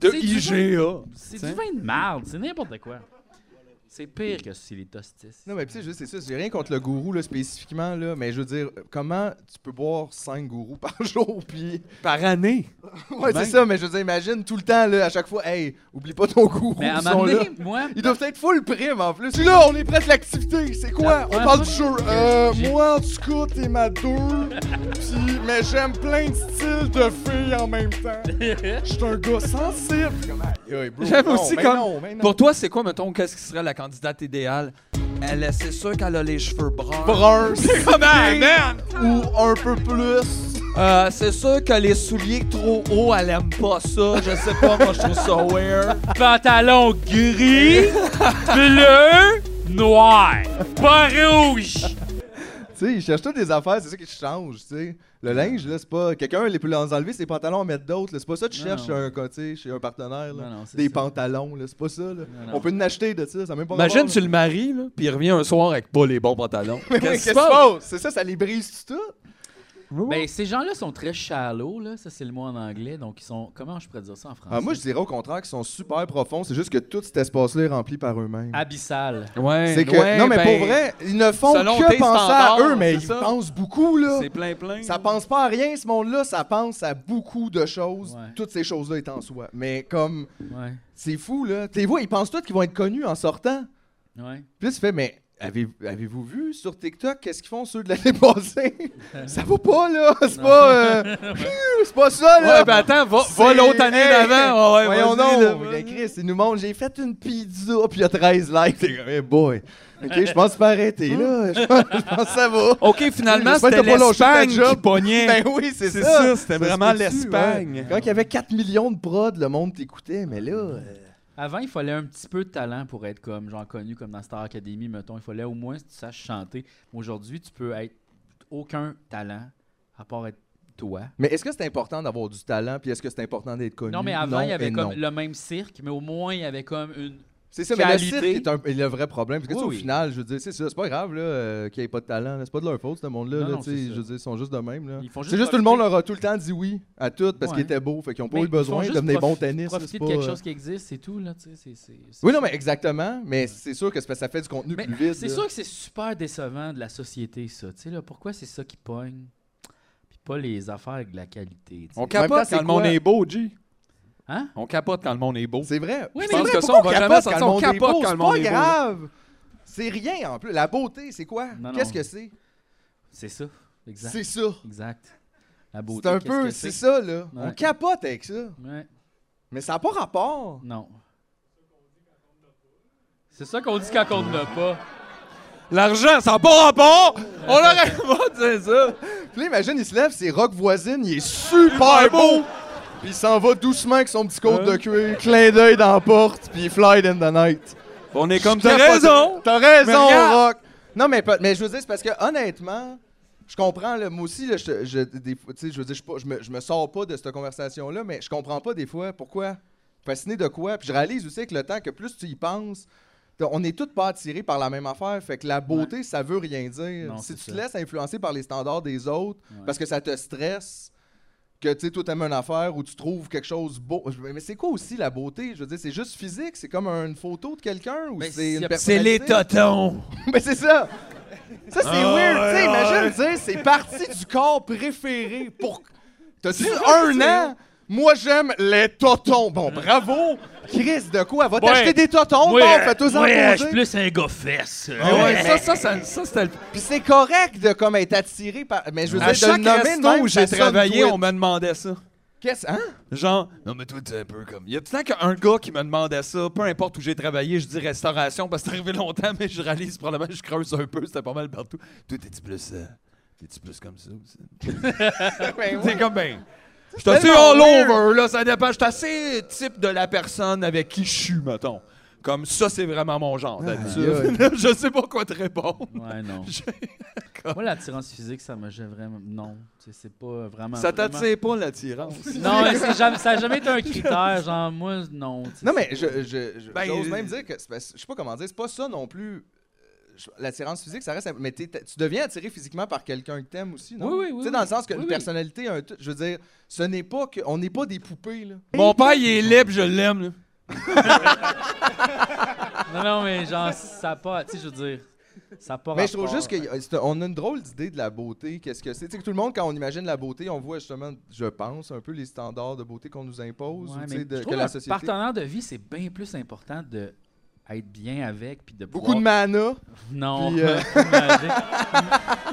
[SPEAKER 2] De
[SPEAKER 1] C'est du
[SPEAKER 2] IGA.
[SPEAKER 1] C'est
[SPEAKER 2] Tiens.
[SPEAKER 1] du vin de marde, c'est n'importe quoi. C'est pire que si les tostis.
[SPEAKER 3] Non, mais tu sais, juste, c'est ça. J'ai rien contre le gourou, là, spécifiquement, là. Mais je veux dire, comment tu peux boire 5 gourous par jour, puis.
[SPEAKER 2] Par année.
[SPEAKER 3] Ouais,
[SPEAKER 2] Ben.
[SPEAKER 3] c'est ça, mais je veux dire, imagine tout le temps, là, à chaque fois, hey, oublie pas ton gourou.
[SPEAKER 1] Mais à un
[SPEAKER 3] ils sont
[SPEAKER 1] moment
[SPEAKER 3] là.
[SPEAKER 1] donné, moi,
[SPEAKER 3] Ils doivent être full prime en plus. Puis là, on est prêt à l'activité. C'est quoi?
[SPEAKER 1] La
[SPEAKER 3] On
[SPEAKER 1] première
[SPEAKER 3] parle
[SPEAKER 1] fois
[SPEAKER 3] du
[SPEAKER 1] que-
[SPEAKER 3] show. Euh,
[SPEAKER 1] j'ai-
[SPEAKER 3] moi, en tout cas, t'es ma deux. Puis, mais j'aime plein de styles de filles en même temps. Je suis un gars sensible. Comme, aïe, aïe, bro,
[SPEAKER 2] J'aime
[SPEAKER 3] non,
[SPEAKER 2] aussi
[SPEAKER 3] mais
[SPEAKER 2] comme-
[SPEAKER 3] non, mais non.
[SPEAKER 2] Pour toi, c'est quoi, mettons, qu'est-ce qui serait la candidate idéale? Elle, est- c'est sûr qu'elle a les cheveux bruns.
[SPEAKER 3] brun
[SPEAKER 2] Comme un man!
[SPEAKER 3] ou un peu plus.
[SPEAKER 2] Euh, c'est sûr que les souliers trop hauts, elle aime pas ça. Je sais pas, moi je trouve ça weird.
[SPEAKER 1] pantalon gris, bleu, noir, pas rouge!
[SPEAKER 3] Tu sais, ils cherchent tous des affaires, c'est ça qui change, tu sais. Le linge, là, c'est pas. Quelqu'un les peut les enlever, ses pantalons en mettre d'autres, là. C'est pas ça que tu
[SPEAKER 1] Non,
[SPEAKER 3] cherches
[SPEAKER 1] non.
[SPEAKER 3] chez un, co- tu sais, chez un partenaire, là.
[SPEAKER 1] Non, non, c'est
[SPEAKER 3] des
[SPEAKER 1] ça.
[SPEAKER 3] pantalons, là. C'est pas ça, là.
[SPEAKER 1] Non, non.
[SPEAKER 3] On peut en acheter de ça, ça a même pas
[SPEAKER 2] Imagine,
[SPEAKER 3] rapport,
[SPEAKER 2] tu le maries, là, puis il revient un soir avec pas les bons pantalons.
[SPEAKER 3] là. Mais oui, Qu'est-ce qui se passe? C'est ça, ça les brise tout.
[SPEAKER 1] Ben, ces gens-là sont très shallow, là. Ça, c'est le mot en anglais. Donc, ils sont. Comment je pourrais dire ça en français?
[SPEAKER 3] Ah, moi, je dirais au contraire qu'ils sont super profonds, c'est juste que tout cet espace-là est rempli par eux-mêmes.
[SPEAKER 1] Abyssal.
[SPEAKER 2] Ouais,
[SPEAKER 3] C'est que.
[SPEAKER 2] ouais,
[SPEAKER 3] non, mais
[SPEAKER 2] Ah, ben,
[SPEAKER 3] pour vrai, ils ne font
[SPEAKER 2] selon
[SPEAKER 3] que
[SPEAKER 2] tes
[SPEAKER 3] penser à
[SPEAKER 2] standards,
[SPEAKER 3] eux, mais
[SPEAKER 2] c'est
[SPEAKER 3] ils
[SPEAKER 2] ça.
[SPEAKER 3] pensent beaucoup, là.
[SPEAKER 2] C'est plein, plein.
[SPEAKER 3] Ça pense pas à rien, ce monde-là. Ça pense à beaucoup de choses.
[SPEAKER 1] Ouais.
[SPEAKER 3] Toutes ces choses-là étant en soi. Mais comme,
[SPEAKER 1] Ouais.
[SPEAKER 3] c'est fou, là. Tes voix, ils pensent tous qu'ils vont être connus en sortant.
[SPEAKER 1] Ouais.
[SPEAKER 3] Puis là, tu fais, mais avez- avez-vous vu sur TikTok qu'est-ce qu'ils font ceux de l'année passée? ça va pas, là. C'est pas, euh, c'est pas ça, là.
[SPEAKER 2] Ouais, ben attends,
[SPEAKER 1] Oh,
[SPEAKER 2] va, va
[SPEAKER 3] C'est-
[SPEAKER 2] l'autre année
[SPEAKER 3] Hey!
[SPEAKER 1] Ah
[SPEAKER 2] d'avant. Ouais,
[SPEAKER 3] Voyons
[SPEAKER 2] vas-y, là,
[SPEAKER 3] donc,
[SPEAKER 2] vas-y.
[SPEAKER 3] il a écrit, il nous montre, j'ai fait une pizza, puis il y a 13 likes. T'es comme, hey boy. OK, je pense que tu peux arrêter, là. Je pense, je pense que ça va.
[SPEAKER 2] OK, finalement,
[SPEAKER 3] J'espère que
[SPEAKER 2] c'était
[SPEAKER 3] t'as pas lâché ta
[SPEAKER 2] l'Espagne qui
[SPEAKER 3] job.
[SPEAKER 2] pognait.
[SPEAKER 3] Ben oui, c'est
[SPEAKER 2] c'est
[SPEAKER 3] ça.
[SPEAKER 2] ça, c'était
[SPEAKER 3] se
[SPEAKER 2] vraiment
[SPEAKER 3] peut-tu,
[SPEAKER 2] l'Espagne.
[SPEAKER 3] ouais. Quand il y avait 4 millions de prods, le monde t'écoutait, mais là... euh,
[SPEAKER 1] Avant, il fallait un petit peu de talent pour être comme, genre connu comme dans Star Academy, mettons. Il fallait au moins que tu saches chanter. Mais Aujourd'hui, tu peux être aucun talent à part être toi.
[SPEAKER 3] Mais est-ce que c'est important d'avoir du talent, puis est-ce que c'est important d'être connu?
[SPEAKER 1] Non, mais avant, il y
[SPEAKER 3] et
[SPEAKER 1] avait comme
[SPEAKER 3] non.
[SPEAKER 1] le même cirque, mais au moins, il y avait comme une.
[SPEAKER 3] C'est ça, mais le
[SPEAKER 1] qualité.
[SPEAKER 3] cirque est, un- est le vrai problème. Parce
[SPEAKER 1] Oui,
[SPEAKER 3] que, tu sais,
[SPEAKER 1] oui.
[SPEAKER 3] au final, je veux dire, c'est ça, c'est pas grave là, euh, qu'il n'y ait pas de talent. là. C'est pas de leur faute, ce monde-là.
[SPEAKER 1] Non,
[SPEAKER 3] là,
[SPEAKER 1] non,
[SPEAKER 3] tu
[SPEAKER 1] c'est
[SPEAKER 3] sais,
[SPEAKER 1] ça.
[SPEAKER 3] je veux dire, ils sont juste de même. Là.
[SPEAKER 1] Ils font
[SPEAKER 3] Ah. C'est juste tout le monde
[SPEAKER 1] profiter-
[SPEAKER 3] leur a tout le temps dit oui à tout parce
[SPEAKER 1] Ouais.
[SPEAKER 3] qu'ils étaient beaux. Fait qu'ils n'ont pas
[SPEAKER 1] Mais
[SPEAKER 3] eu
[SPEAKER 1] ils font
[SPEAKER 3] besoin de
[SPEAKER 1] juste
[SPEAKER 3] devenir bons
[SPEAKER 1] profiter-
[SPEAKER 3] tennis. là,
[SPEAKER 1] Profiter
[SPEAKER 3] c'est
[SPEAKER 1] de
[SPEAKER 3] pas,
[SPEAKER 1] quelque
[SPEAKER 3] euh,
[SPEAKER 1] chose qui existe, c'est tout, là, tu sais. c'est- c'est- c'est-
[SPEAKER 3] Oui, non, mais exactement. Mais c'est sûr que c'est parce que ça fait du contenu
[SPEAKER 1] Mais
[SPEAKER 3] plus vite.
[SPEAKER 1] C'est
[SPEAKER 3] là.
[SPEAKER 1] sûr que c'est super décevant de la société, ça. Tu sais, là, pourquoi c'est ça qui pogne? Puis pas les affaires de la qualité. tu sais.
[SPEAKER 2] On capote
[SPEAKER 3] temps, c'est
[SPEAKER 2] quand le monde
[SPEAKER 3] quoi?
[SPEAKER 2] est beau, G.
[SPEAKER 1] Hein?
[SPEAKER 2] On capote quand le monde est beau.
[SPEAKER 3] C'est vrai.
[SPEAKER 1] Oui,
[SPEAKER 3] Je
[SPEAKER 1] mais
[SPEAKER 3] pense
[SPEAKER 1] vrai,
[SPEAKER 3] que
[SPEAKER 2] pourquoi
[SPEAKER 3] ça, on
[SPEAKER 2] on
[SPEAKER 3] va jamais
[SPEAKER 2] capote
[SPEAKER 3] s'en
[SPEAKER 2] quand le
[SPEAKER 3] sortir.
[SPEAKER 2] monde est beau?
[SPEAKER 3] C'est pas
[SPEAKER 2] C'est pas
[SPEAKER 3] grave. C'est rien en plus. La beauté, c'est quoi?
[SPEAKER 1] Non, non.
[SPEAKER 3] Qu'est-ce que c'est?
[SPEAKER 1] C'est ça. Exact.
[SPEAKER 3] C'est ça.
[SPEAKER 1] Exact. La beauté.
[SPEAKER 3] C'est un
[SPEAKER 1] qu'est-ce
[SPEAKER 3] peu,
[SPEAKER 1] que
[SPEAKER 3] c'est ça, là. On
[SPEAKER 1] Ouais.
[SPEAKER 3] capote avec ça.
[SPEAKER 1] Ouais.
[SPEAKER 3] Mais ça n'a pas rapport.
[SPEAKER 1] Non. C'est ça qu'on dit quand on ne l'a pas.
[SPEAKER 2] L'argent, ça n'a pas rapport! On aurait pas dit ça!
[SPEAKER 3] Puis là, imagine, il se lève, c'est rock voisine, il est super beau! Puis il s'en va doucement avec son petit côte de cuir, clin d'œil dans la porte, puis il fly in the night.
[SPEAKER 2] On est comme,
[SPEAKER 3] Je
[SPEAKER 2] t'as
[SPEAKER 3] capote.
[SPEAKER 2] raison!
[SPEAKER 3] T'as
[SPEAKER 2] Mais
[SPEAKER 3] raison,
[SPEAKER 2] regarde.
[SPEAKER 3] rock! Non, mais, pas- mais je veux dire, c'est parce que honnêtement, je comprends, là, moi aussi, là, je, je- des fois, tu sais, je veux dire, je, suis pas- je me, je me sors pas de cette conversation-là, mais je comprends pas des fois pourquoi. Fasciné de quoi? Puis je réalise aussi avec le temps que plus tu y penses, t'as- on est tous pas attirés par la même affaire. Fait que la beauté, ça veut rien dire.
[SPEAKER 1] Non,
[SPEAKER 3] si
[SPEAKER 1] c'est
[SPEAKER 3] tu te
[SPEAKER 1] ça.
[SPEAKER 3] laisses influencer par les standards des autres,
[SPEAKER 1] Ouais.
[SPEAKER 3] parce que ça te stresse, que tu sais, toi, t'aimes une affaire ou tu trouves quelque chose beau. Je- Mais c'est quoi aussi la beauté? Je veux dire, c'est juste physique? C'est comme une photo de quelqu'un ou
[SPEAKER 1] Ben,
[SPEAKER 3] c'est
[SPEAKER 1] c'est-
[SPEAKER 3] une
[SPEAKER 2] C'est les
[SPEAKER 3] personnalité?
[SPEAKER 2] totons!
[SPEAKER 3] Mais c'est ça! Ça, c'est
[SPEAKER 2] Ah
[SPEAKER 3] weird,
[SPEAKER 2] ouais,
[SPEAKER 3] tu sais,
[SPEAKER 2] ah
[SPEAKER 3] imagine
[SPEAKER 2] ouais.
[SPEAKER 3] dire, c'est partie du corps préféré pour... T'as-tu un an? Moi, j'aime les totons. Bon, bravo! Chris, de quoi? Va t'acheter des totons, bon, fais-toi en poser.
[SPEAKER 1] plus un gars fesse.
[SPEAKER 3] Ah ouais,
[SPEAKER 2] ça, ça, ça, ça, c'était le.
[SPEAKER 3] Puis c'est correct de comme être attiré par... Mais je veux dire,
[SPEAKER 2] À
[SPEAKER 3] de
[SPEAKER 2] chaque
[SPEAKER 3] le nommer de
[SPEAKER 2] resto
[SPEAKER 3] même,
[SPEAKER 2] où
[SPEAKER 3] ça
[SPEAKER 2] j'ai
[SPEAKER 3] sonne
[SPEAKER 2] travaillé,
[SPEAKER 3] tweet.
[SPEAKER 2] on me demandait ça.
[SPEAKER 3] Qu'est-ce... Hein?
[SPEAKER 2] Genre, non, mais toi, t'es un peu comme. Il y a tout le temps qu'un gars qui me demandait ça, peu importe où j'ai travaillé, je dis restauration parce que c'est arrivé longtemps, mais je réalise probablement que je creuse un peu, c'était pas mal partout. Toi, t'es-tu plus. euh, t'es-tu plus comme ça aussi?
[SPEAKER 3] Ben oui.
[SPEAKER 2] C'est comme ben. Je suis assez
[SPEAKER 3] tellement
[SPEAKER 2] all
[SPEAKER 3] weird.
[SPEAKER 2] over, là, ça dépend. Je suis assez type de la personne avec qui je suis, mettons. Comme ça, c'est vraiment mon genre d'habitude. je sais pas quoi te répondre.
[SPEAKER 1] Ouais, non. Moi, l'attirance physique, ça me gêne vraiment. Non, tu sais, c'est pas vraiment.
[SPEAKER 2] Ça
[SPEAKER 1] vraiment-
[SPEAKER 2] t'attire pas l'attirance.
[SPEAKER 1] Non, mais c'est jamais- ça n'a jamais été un critère. Genre, moi, non. tu sais,
[SPEAKER 3] Non, mais je, je, je-
[SPEAKER 2] Ben,
[SPEAKER 3] j'ose
[SPEAKER 2] euh,
[SPEAKER 3] même dire que, c'est parce- je sais pas comment dire, c'est pas ça non plus. Euh, je- L'attirance physique, ça reste. un- Mais t'es- t'es- tu deviens attiré physiquement par quelqu'un que t'aimes aussi, non?
[SPEAKER 1] Oui, oui, oui,
[SPEAKER 3] Tu sais,
[SPEAKER 1] oui.
[SPEAKER 3] dans le sens que
[SPEAKER 1] Oui,
[SPEAKER 3] une
[SPEAKER 1] oui.
[SPEAKER 3] personnalité, a un tout- je veux dire, ce n'est pas que. On n'est pas des poupées, là.
[SPEAKER 2] Mon père, il est libre, je l'aime. là.
[SPEAKER 1] Non, non, mais genre, ça n'a pas. Tu sais, je veux dire, ça n'a pas.
[SPEAKER 3] Mais je trouve
[SPEAKER 1] rapport.
[SPEAKER 3] juste qu'on a une drôle d'idée de la beauté. Qu'est-ce que c'est? Tu sais, que tout le monde, quand on imagine la beauté, on voit justement, je pense, un peu les standards de beauté qu'on nous impose
[SPEAKER 1] Ouais,
[SPEAKER 3] ou, tu
[SPEAKER 1] mais
[SPEAKER 3] sais, de-
[SPEAKER 1] je
[SPEAKER 3] que
[SPEAKER 1] trouve
[SPEAKER 3] la
[SPEAKER 1] un
[SPEAKER 3] société.
[SPEAKER 1] partenaire de vie, c'est bien plus important de être bien avec puis de
[SPEAKER 3] Beaucoup de
[SPEAKER 1] pouvoir-
[SPEAKER 3] mana.
[SPEAKER 1] non
[SPEAKER 3] puis, euh,
[SPEAKER 1] imagine.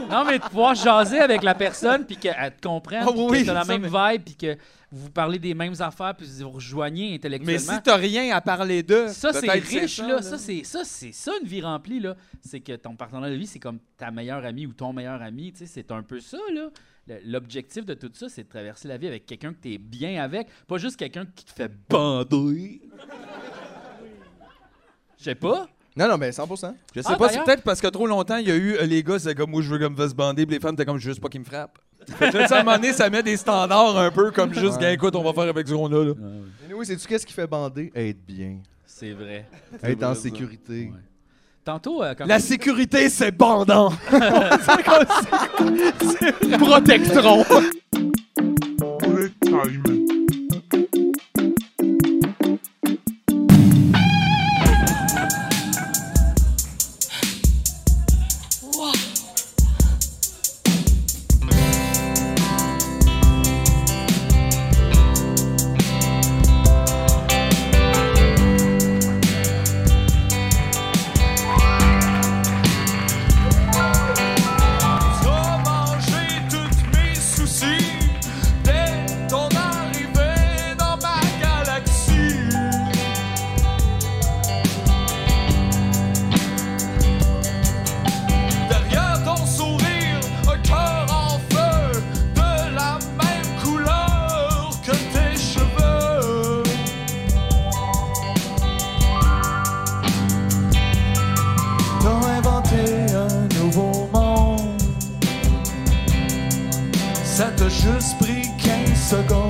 [SPEAKER 1] non mais de pouvoir jaser avec la personne puis qu'elle te comprenne
[SPEAKER 2] Ah
[SPEAKER 1] puis
[SPEAKER 2] oui,
[SPEAKER 1] que t'as la
[SPEAKER 2] ça,
[SPEAKER 1] même vibe puis que vous parlez des mêmes affaires puis vous vous rejoignez
[SPEAKER 2] Mais si
[SPEAKER 1] intellectuellement
[SPEAKER 2] t'as rien à parler d'eux,
[SPEAKER 1] ça c'est
[SPEAKER 2] peut-être
[SPEAKER 1] riche
[SPEAKER 2] ça,
[SPEAKER 1] là. ça c'est ça c'est ça une vie remplie là c'est que ton partenaire de vie c'est comme ta meilleure amie ou ton meilleur ami tu sais c'est un peu ça là Le- l'objectif de tout ça c'est de traverser la vie avec quelqu'un que t'es bien avec pas juste quelqu'un qui te fait bander je sais pas
[SPEAKER 3] Non, non, mais 100
[SPEAKER 2] Je sais
[SPEAKER 1] Ah,
[SPEAKER 2] pas, c'est
[SPEAKER 1] d'ailleurs-
[SPEAKER 2] peut-être parce que trop longtemps, il y a eu euh, les gars, c'est comme moi, je veux comme me fasse bander, puis les femmes, t'es comme, je veux juste pas qu'ils me frappent. Fait que là, tu sais, à un moment donné, ça met des standards un peu comme juste, gars, écoute, on va faire avec ce qu'on a. Là.
[SPEAKER 3] Et oui, c'est-tu qu'est-ce qui fait bander? Être bien.
[SPEAKER 1] c'est vrai
[SPEAKER 3] Être en sécurité.
[SPEAKER 1] Ouais. tantôt euh, quand
[SPEAKER 2] La sécurité, c'est bandant.
[SPEAKER 3] Protectron!
[SPEAKER 4] Break time.
[SPEAKER 2] T'as mangé toutes mes soucis dès ton âge Oh!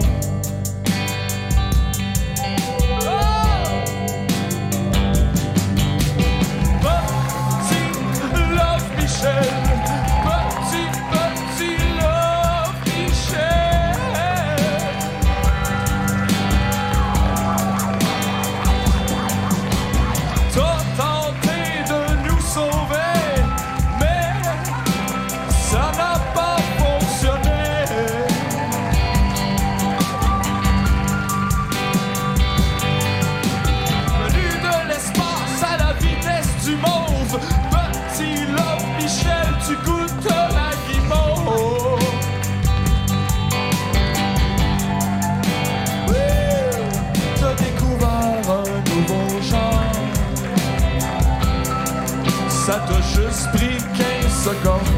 [SPEAKER 2] juste pris 15 secondes.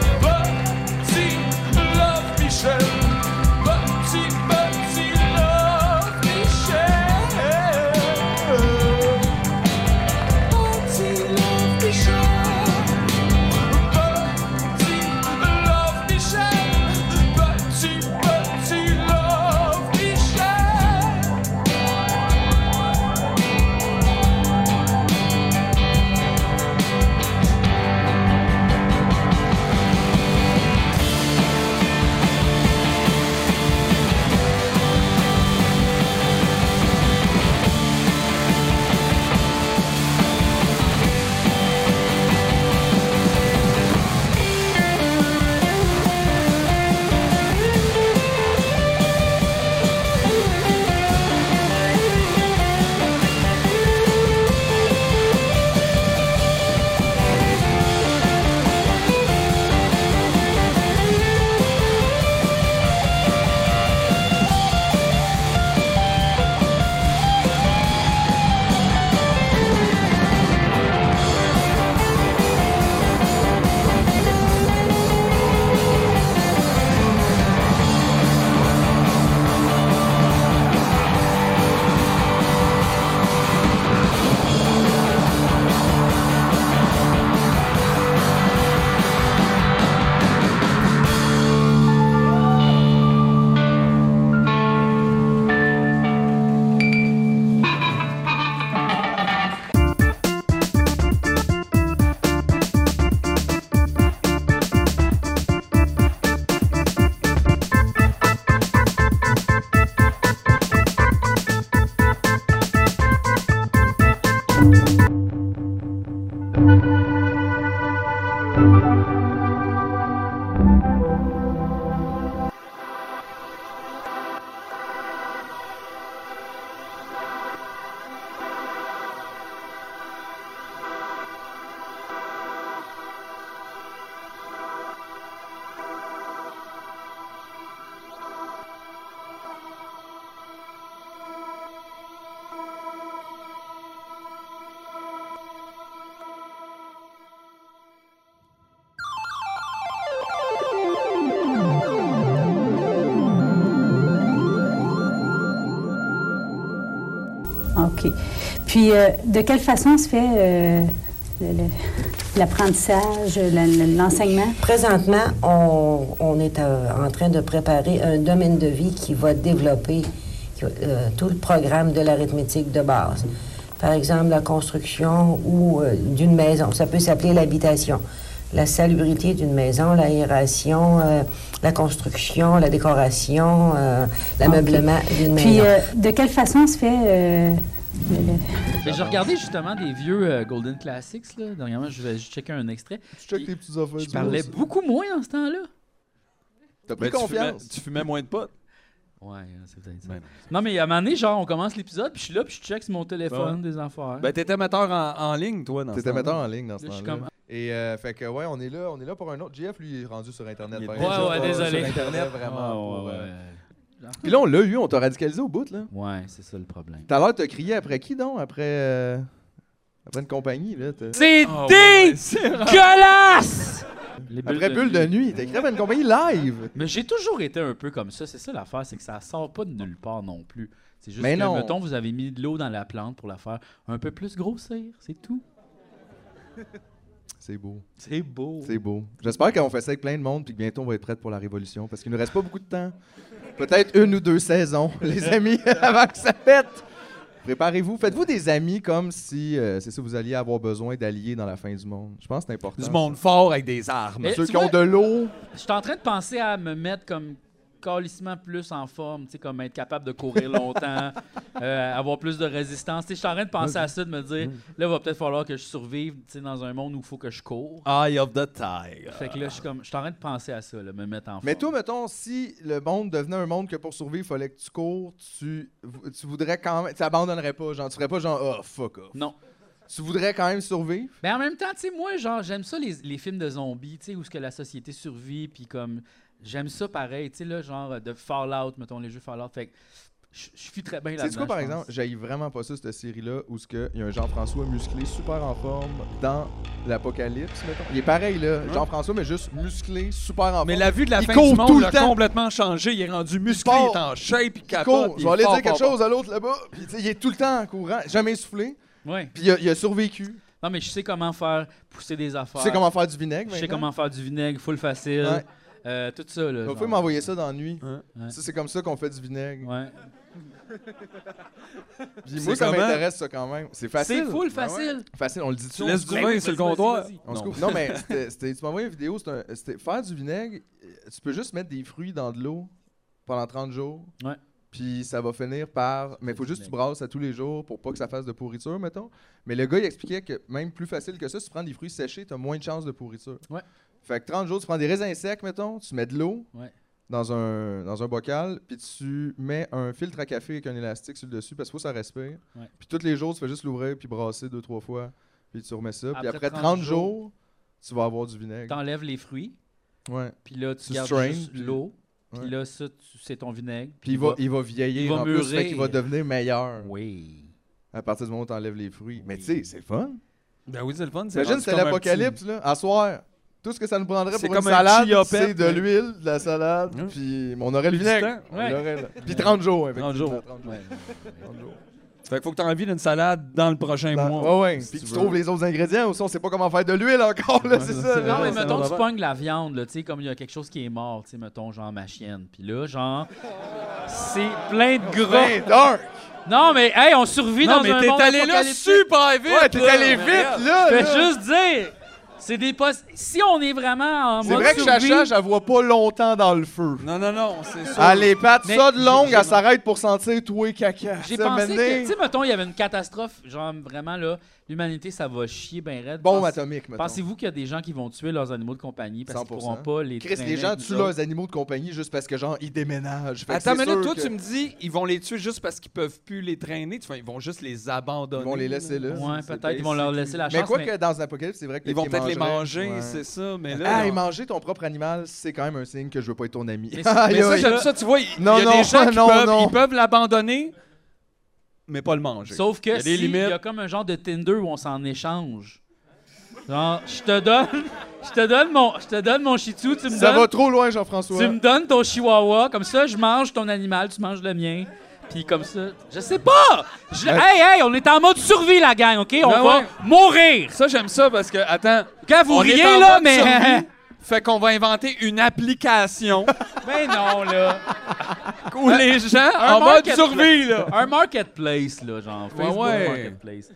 [SPEAKER 2] Petit love, Michel. Petit, petit love, Michel. Petit love, Michel. Petit love, Michel. Petit, petit love, Michel.
[SPEAKER 6] OK. Puis, euh, de quelle façon se fait euh, le- le- l'apprentissage, le- le- l'enseignement?
[SPEAKER 7] Présentement, on, on est euh, en train de préparer un domaine de vie qui va développer qui va- euh, tout le programme de l'arithmétique de base. Par exemple, la construction ou euh, d'une maison. Ça peut s'appeler l'habitation. La salubrité d'une maison, l'aération, euh, la construction, la décoration, euh, l'ameublement d'une maison.
[SPEAKER 6] Puis, euh, de quelle façon se fait euh, le- le-
[SPEAKER 1] Mais j'ai regardé justement des vieux euh, Golden Classics, là. Dernièrement, je vais juste checker un extrait.
[SPEAKER 3] Tu check tes petites affaires.
[SPEAKER 1] Je
[SPEAKER 3] du
[SPEAKER 1] parlais
[SPEAKER 3] monde,
[SPEAKER 1] beaucoup moins dans ce temps-là.
[SPEAKER 3] ça. T'as
[SPEAKER 2] Mais
[SPEAKER 3] pris
[SPEAKER 2] Ben, tu fumais,
[SPEAKER 3] confiance.
[SPEAKER 2] tu fumais moins de potes.
[SPEAKER 1] Ouais, hein, c'est peut-être ça.
[SPEAKER 2] Ben non.
[SPEAKER 1] non, mais à un moment donné, genre, on commence l'épisode, puis je suis là, puis je check sur mon téléphone des affaires.
[SPEAKER 2] Ben, t'étais metteur en, en ligne, toi, dans ce
[SPEAKER 3] T'étais
[SPEAKER 2] temps-là.
[SPEAKER 3] metteur en ligne dans ce
[SPEAKER 1] Là, je suis
[SPEAKER 3] temps-là.
[SPEAKER 1] comme- ah.
[SPEAKER 3] Et euh, fait que ouais, on est là, on est là pour un autre. JF lui est rendu sur internet.
[SPEAKER 2] Il est
[SPEAKER 3] par
[SPEAKER 2] déjà
[SPEAKER 3] exemple.
[SPEAKER 1] Ouais, ouais,
[SPEAKER 3] Sur
[SPEAKER 1] désolé.
[SPEAKER 3] internet
[SPEAKER 1] Ouais,
[SPEAKER 3] vraiment. pour,
[SPEAKER 1] ah, ouais,
[SPEAKER 3] euh,
[SPEAKER 1] ouais.
[SPEAKER 3] Puis là on l'a eu, on t'a radicalisé au bout là.
[SPEAKER 1] Ouais, c'est ça le problème.
[SPEAKER 3] Tout à l'heure t'as crié après qui donc Après euh, après une compagnie là. t'as-
[SPEAKER 1] C'est
[SPEAKER 2] Oh, ouais,
[SPEAKER 1] dégueulasse!
[SPEAKER 2] c'est vrai.
[SPEAKER 1] Les bulles
[SPEAKER 3] Après
[SPEAKER 1] de
[SPEAKER 3] bulle
[SPEAKER 1] nuit.
[SPEAKER 3] de nuit, t'as écrit après une compagnie live.
[SPEAKER 1] Mais j'ai toujours été un peu comme ça. C'est ça l'affaire, c'est que ça sort pas de nulle part non plus. C'est juste
[SPEAKER 3] Mais
[SPEAKER 1] que,
[SPEAKER 3] non.
[SPEAKER 1] mettons, vous avez mis de l'eau dans la plante pour la faire un peu plus grossir. C'est tout.
[SPEAKER 3] C'est beau,
[SPEAKER 1] C'est beau.
[SPEAKER 3] c'est beau. J'espère qu'on fait ça avec plein de monde puis que bientôt on va être prête pour la révolution parce qu'il nous reste pas beaucoup de temps. Peut-être une ou deux saisons, les amis, avant que ça pète. Préparez-vous, faites-vous des amis comme si euh, c'est ça vous alliez avoir besoin d'alliés dans la fin du monde. Je pense que c'est important.
[SPEAKER 2] Du monde fort avec des armes. Eh,
[SPEAKER 1] Mais
[SPEAKER 3] Ceux
[SPEAKER 1] tu
[SPEAKER 3] qui ont
[SPEAKER 1] vois-
[SPEAKER 3] de l'eau,
[SPEAKER 1] Je suis en train de penser à me mettre comme calissement plus en forme, tu sais, comme être capable de courir longtemps, euh, avoir plus de résistance. Tu sais, Je suis en train de penser à ça, de me dire, là, il va peut-être falloir que je survive tu sais, dans un monde où il faut que je cours.
[SPEAKER 2] Eye of the Tiger.
[SPEAKER 1] Fait que là, je suis, comme, je suis en train de penser à ça, là, me mettre en forme.
[SPEAKER 3] Mais toi, mettons, si le monde devenait un monde que pour survivre, il fallait que tu cours, tu, tu voudrais quand même. Tu abandonnerais pas, genre. Tu ferais pas genre, oh fuck off.
[SPEAKER 1] Non.
[SPEAKER 3] Tu voudrais quand même survivre.
[SPEAKER 1] Mais en même temps, tu sais, moi, genre, j'aime ça les, les films de zombies, tu sais, où ce que la société survit, puis comme, j'aime ça pareil, tu sais, là, genre de Fallout, mettons les jeux Fallout. Fait que je je suis très bien là-dedans.
[SPEAKER 3] C'est quoi, par
[SPEAKER 1] je pense.
[SPEAKER 3] exemple, j'aille vraiment pas ça, cette série-là, où ce que il y a un Jean-François musclé, super en forme, dans l'Apocalypse, mettons. Il est pareil, là. Jean-François, mais juste musclé, super en forme.
[SPEAKER 2] Mais la vue de la
[SPEAKER 3] Il
[SPEAKER 2] fin
[SPEAKER 3] court
[SPEAKER 2] du
[SPEAKER 3] tout
[SPEAKER 2] monde
[SPEAKER 3] le
[SPEAKER 2] l'a
[SPEAKER 3] temps.
[SPEAKER 2] complètement changé. Il est rendu musclé,
[SPEAKER 3] part.
[SPEAKER 2] il est en shape,
[SPEAKER 3] Il
[SPEAKER 2] il capote.
[SPEAKER 3] court.
[SPEAKER 2] il
[SPEAKER 3] Je vais aller
[SPEAKER 2] est fort,
[SPEAKER 3] dire quelque
[SPEAKER 2] fort,
[SPEAKER 3] chose à l'autre là-bas. Puis, tu sais, il est tout le temps en courant, jamais soufflé.
[SPEAKER 1] Ouais.
[SPEAKER 3] Puis il a, il a survécu.
[SPEAKER 1] Non, mais je sais comment faire pousser des affaires.
[SPEAKER 3] Tu sais comment faire du vinaigre.
[SPEAKER 1] Je sais
[SPEAKER 3] maintenant?
[SPEAKER 1] comment faire du vinaigre full facile.
[SPEAKER 3] Ouais.
[SPEAKER 1] Euh, tout ça, là.
[SPEAKER 3] L'autre
[SPEAKER 1] genre.
[SPEAKER 3] fois, il m'a envoyé ça dans la nuit.
[SPEAKER 2] Ouais.
[SPEAKER 3] Ça, c'est comme ça qu'on fait du vinaigre.
[SPEAKER 1] Ouais.
[SPEAKER 3] Puis
[SPEAKER 2] C'est
[SPEAKER 3] moi, ça
[SPEAKER 2] comment?
[SPEAKER 3] m'intéresse, ça, quand même. C'est
[SPEAKER 1] C'est
[SPEAKER 3] facile.
[SPEAKER 1] full
[SPEAKER 3] Ben ouais.
[SPEAKER 1] facile. ben,
[SPEAKER 3] Facile, on le dit
[SPEAKER 2] Tu
[SPEAKER 3] tout.
[SPEAKER 2] laisses du vin sur le comptoir.
[SPEAKER 3] On se
[SPEAKER 2] Non.
[SPEAKER 3] coupe. Non, mais c'était- c'était- tu m'as envoyé une vidéo, c'est un- c'était faire du vinaigre, euh, tu peux juste mettre des fruits dans de l'eau pendant 30 jours.
[SPEAKER 1] Ouais.
[SPEAKER 3] Puis ça va finir par. Mais il faut
[SPEAKER 1] du
[SPEAKER 3] juste que tu
[SPEAKER 1] vinaigre.
[SPEAKER 3] brasses à tous les jours pour pas que ça fasse de pourriture, mettons. Mais le gars, il expliquait que même plus facile que ça, si tu prends des fruits séchés, tu as moins de chances de pourriture.
[SPEAKER 1] Ouais.
[SPEAKER 3] Fait que 30 jours, tu prends des raisins secs, mettons, tu mets de l'eau
[SPEAKER 1] Ouais.
[SPEAKER 3] dans, un, dans un bocal, puis tu mets un filtre à café avec un élastique sur le dessus parce qu'il faut que ça respire.
[SPEAKER 1] Ouais.
[SPEAKER 3] Puis tous les jours, tu fais juste l'ouvrir puis brasser deux, trois fois, puis tu remets ça. puis
[SPEAKER 1] Après
[SPEAKER 3] après 30,
[SPEAKER 1] 30
[SPEAKER 3] jours,
[SPEAKER 1] jours,
[SPEAKER 3] tu vas avoir du vinaigre.
[SPEAKER 1] T'enlèves les fruits,
[SPEAKER 3] Ouais.
[SPEAKER 1] puis là, tu
[SPEAKER 3] Tu
[SPEAKER 1] gardes
[SPEAKER 3] strain,
[SPEAKER 1] juste
[SPEAKER 3] puis-
[SPEAKER 1] l'eau.
[SPEAKER 3] Ouais.
[SPEAKER 1] Puis là, ça, tu- c'est ton vinaigre.
[SPEAKER 3] Puis il va, il va vieillir
[SPEAKER 1] il va
[SPEAKER 3] en plus, fait qu'il va
[SPEAKER 1] mûrir.
[SPEAKER 3] devenir meilleur
[SPEAKER 1] Oui.
[SPEAKER 3] à partir du moment où tu enlèves les fruits. Mais
[SPEAKER 1] Oui.
[SPEAKER 3] tu sais, c'est le fun.
[SPEAKER 2] Ben oui, c'est le fun. c'est
[SPEAKER 3] Imagine,
[SPEAKER 2] rendu
[SPEAKER 3] c'était
[SPEAKER 2] comme un
[SPEAKER 3] l'apocalypse, là, à soir. Tout ce que ça nous prendrait
[SPEAKER 2] C'est
[SPEAKER 3] pour une
[SPEAKER 2] comme un
[SPEAKER 3] salade,
[SPEAKER 2] chiopette,
[SPEAKER 3] c'est de
[SPEAKER 2] mais-
[SPEAKER 3] l'huile, de la salade,
[SPEAKER 2] Hein?
[SPEAKER 3] puis on aurait le
[SPEAKER 2] Plus
[SPEAKER 3] vinaigre.
[SPEAKER 2] du temps,
[SPEAKER 3] On
[SPEAKER 1] ouais.
[SPEAKER 3] l'aurait, là. Puis 30 jours, effectivement,
[SPEAKER 2] 30 jours.
[SPEAKER 3] 30
[SPEAKER 1] Ouais.
[SPEAKER 3] 30 jours.
[SPEAKER 2] petit- Fait qu'il faut que tu envie d'une salade dans le prochain
[SPEAKER 3] Dans-
[SPEAKER 2] mois.
[SPEAKER 3] Bah, ouais, ouais.
[SPEAKER 2] si
[SPEAKER 3] Puis
[SPEAKER 2] tu
[SPEAKER 3] tu,
[SPEAKER 2] veux.
[SPEAKER 3] trouves les autres ingrédients aussi, on sait pas comment faire de l'huile encore, là,
[SPEAKER 2] Ouais,
[SPEAKER 3] c'est
[SPEAKER 2] c'est
[SPEAKER 3] ça.
[SPEAKER 2] ça.
[SPEAKER 3] là.
[SPEAKER 1] Non, mais
[SPEAKER 2] ça
[SPEAKER 1] mettons,
[SPEAKER 2] va
[SPEAKER 1] tu
[SPEAKER 2] bien.
[SPEAKER 1] pognes la viande, là, tu sais, comme il y a quelque chose qui est mort, tu sais, mettons, genre ma chienne. Puis là, genre, c'est plein de gras.
[SPEAKER 3] Ben, dark!
[SPEAKER 1] Non, mais, hey, on survit
[SPEAKER 2] Non,
[SPEAKER 1] dans
[SPEAKER 2] mais
[SPEAKER 1] un
[SPEAKER 2] t'es
[SPEAKER 1] monde
[SPEAKER 2] allé là
[SPEAKER 1] apocalyptique.
[SPEAKER 2] super vite.
[SPEAKER 3] Ouais, t'es
[SPEAKER 2] là.
[SPEAKER 3] allé vite, là!
[SPEAKER 1] Je vais
[SPEAKER 3] là.
[SPEAKER 1] juste dire, c'est des postes. Si on est vraiment en
[SPEAKER 3] C'est
[SPEAKER 1] mode
[SPEAKER 3] vrai que
[SPEAKER 1] survie,
[SPEAKER 3] Chacha, je la vois pas longtemps dans le feu.
[SPEAKER 2] Non, non, non, c'est sûr.
[SPEAKER 3] Elle est patte
[SPEAKER 1] Mais
[SPEAKER 3] ça de longue,
[SPEAKER 1] j'ai-
[SPEAKER 3] elle s'arrête pour sentir tout et caca.
[SPEAKER 1] j'ai
[SPEAKER 3] Ça,
[SPEAKER 1] pensé que,
[SPEAKER 3] maintenant,
[SPEAKER 1] tu sais, mettons, il y avait une catastrophe, genre vraiment là, l'humanité, ça va chier ben raide.
[SPEAKER 3] Bombe
[SPEAKER 1] Pense-
[SPEAKER 3] atomique, mettons.
[SPEAKER 1] Pensez-vous qu'il y a des gens qui vont tuer leurs animaux de compagnie parce qu'ils
[SPEAKER 3] 100%.
[SPEAKER 1] pourront pas les
[SPEAKER 3] Chris,
[SPEAKER 1] traîner
[SPEAKER 3] les gens
[SPEAKER 1] avec nous
[SPEAKER 3] tuent
[SPEAKER 1] autres?
[SPEAKER 3] leurs animaux de compagnie juste parce que, genre, ils déménagent. Fait que
[SPEAKER 2] Attends,
[SPEAKER 3] c'est
[SPEAKER 2] mais là,
[SPEAKER 3] sûr
[SPEAKER 2] toi,
[SPEAKER 3] que
[SPEAKER 2] tu me dis, ils vont les tuer juste parce qu'ils peuvent plus les traîner. Tu vois, ils vont juste les abandonner.
[SPEAKER 3] Ils vont les laisser là.
[SPEAKER 1] Ouais,
[SPEAKER 2] C'est
[SPEAKER 1] peut-être ils vont leur laisser la
[SPEAKER 3] Mais
[SPEAKER 1] chance.
[SPEAKER 3] quoi que dans un apocalypse, c'est vrai que
[SPEAKER 2] Ils vont peut-être les
[SPEAKER 3] mangeraient.
[SPEAKER 2] manger,
[SPEAKER 3] Ouais.
[SPEAKER 2] c'est ça. Mais là.
[SPEAKER 3] Ah, et
[SPEAKER 2] non.
[SPEAKER 3] manger ton propre animal, c'est quand même un signe que je veux pas être ton ami.
[SPEAKER 1] Mais-
[SPEAKER 3] Aïe,
[SPEAKER 2] Mais ça,
[SPEAKER 3] aïe.
[SPEAKER 2] j'aime ça, tu vois, il il y
[SPEAKER 3] Non,
[SPEAKER 2] a
[SPEAKER 3] non,
[SPEAKER 2] des gens qui
[SPEAKER 3] non,
[SPEAKER 2] peuvent,
[SPEAKER 3] non.
[SPEAKER 2] ils peuvent l'abandonner, mais pas le manger.
[SPEAKER 1] Sauf
[SPEAKER 2] Il y
[SPEAKER 1] que
[SPEAKER 2] a des
[SPEAKER 1] si, il y
[SPEAKER 2] limites.
[SPEAKER 1] a comme un genre de Tinder où on s'en échange. Genre, je te donne, je te donne mon, je te donne mon Shih Tzu, tu me
[SPEAKER 3] Ça
[SPEAKER 2] Hein?
[SPEAKER 1] donnes
[SPEAKER 3] va trop loin,
[SPEAKER 1] Tu
[SPEAKER 3] Jean-François.
[SPEAKER 1] me donnes ton chihuahua, comme ça je mange ton animal, tu manges le mien. Puis comme ça, je sais pas! Je-
[SPEAKER 3] Ouais.
[SPEAKER 1] Hey, hey, on est en mode survie, la gang, OK? On
[SPEAKER 2] Ben
[SPEAKER 1] va
[SPEAKER 2] ouais.
[SPEAKER 1] mourir!
[SPEAKER 2] Ça, j'aime ça parce que, attends,
[SPEAKER 1] Quand vous
[SPEAKER 2] on est en
[SPEAKER 1] riez,
[SPEAKER 2] mode
[SPEAKER 1] là, mais...
[SPEAKER 2] survie, fait qu'on va inventer une application
[SPEAKER 1] ben non, là!
[SPEAKER 2] où les gens,
[SPEAKER 1] Un
[SPEAKER 2] en mode
[SPEAKER 1] marketplace.
[SPEAKER 2] survie, là.
[SPEAKER 1] Un marketplace, là, genre. Facebook
[SPEAKER 2] ouais.
[SPEAKER 1] marketplace.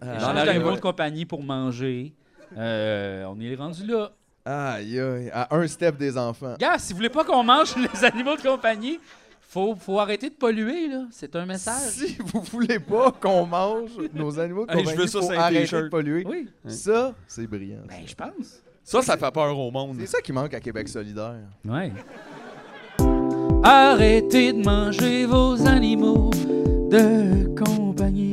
[SPEAKER 2] Ah,
[SPEAKER 1] Échange
[SPEAKER 2] ouais.
[SPEAKER 1] d'animaux de compagnie pour manger. Euh, on est rendu là.
[SPEAKER 3] Aïe, aïe, à un step des enfants.
[SPEAKER 1] Gars, si vous voulez pas qu'on mange les animaux de compagnie, faut, faut arrêter de polluer, là. C'est un message.
[SPEAKER 3] Si vous voulez pas qu'on mange nos animaux de
[SPEAKER 2] Hey, je
[SPEAKER 3] compagnie,
[SPEAKER 2] veux ça
[SPEAKER 3] faut
[SPEAKER 2] sur un
[SPEAKER 3] arrêter
[SPEAKER 2] t-shirt.
[SPEAKER 3] de polluer.
[SPEAKER 1] Oui.
[SPEAKER 3] Ça, c'est brillant.
[SPEAKER 1] Ben, je pense.
[SPEAKER 2] Ça, ça fait peur au monde.
[SPEAKER 3] C'est ça qui manque à Québec solidaire.
[SPEAKER 1] Ouais. Arrêtez de manger vos animaux de compagnie.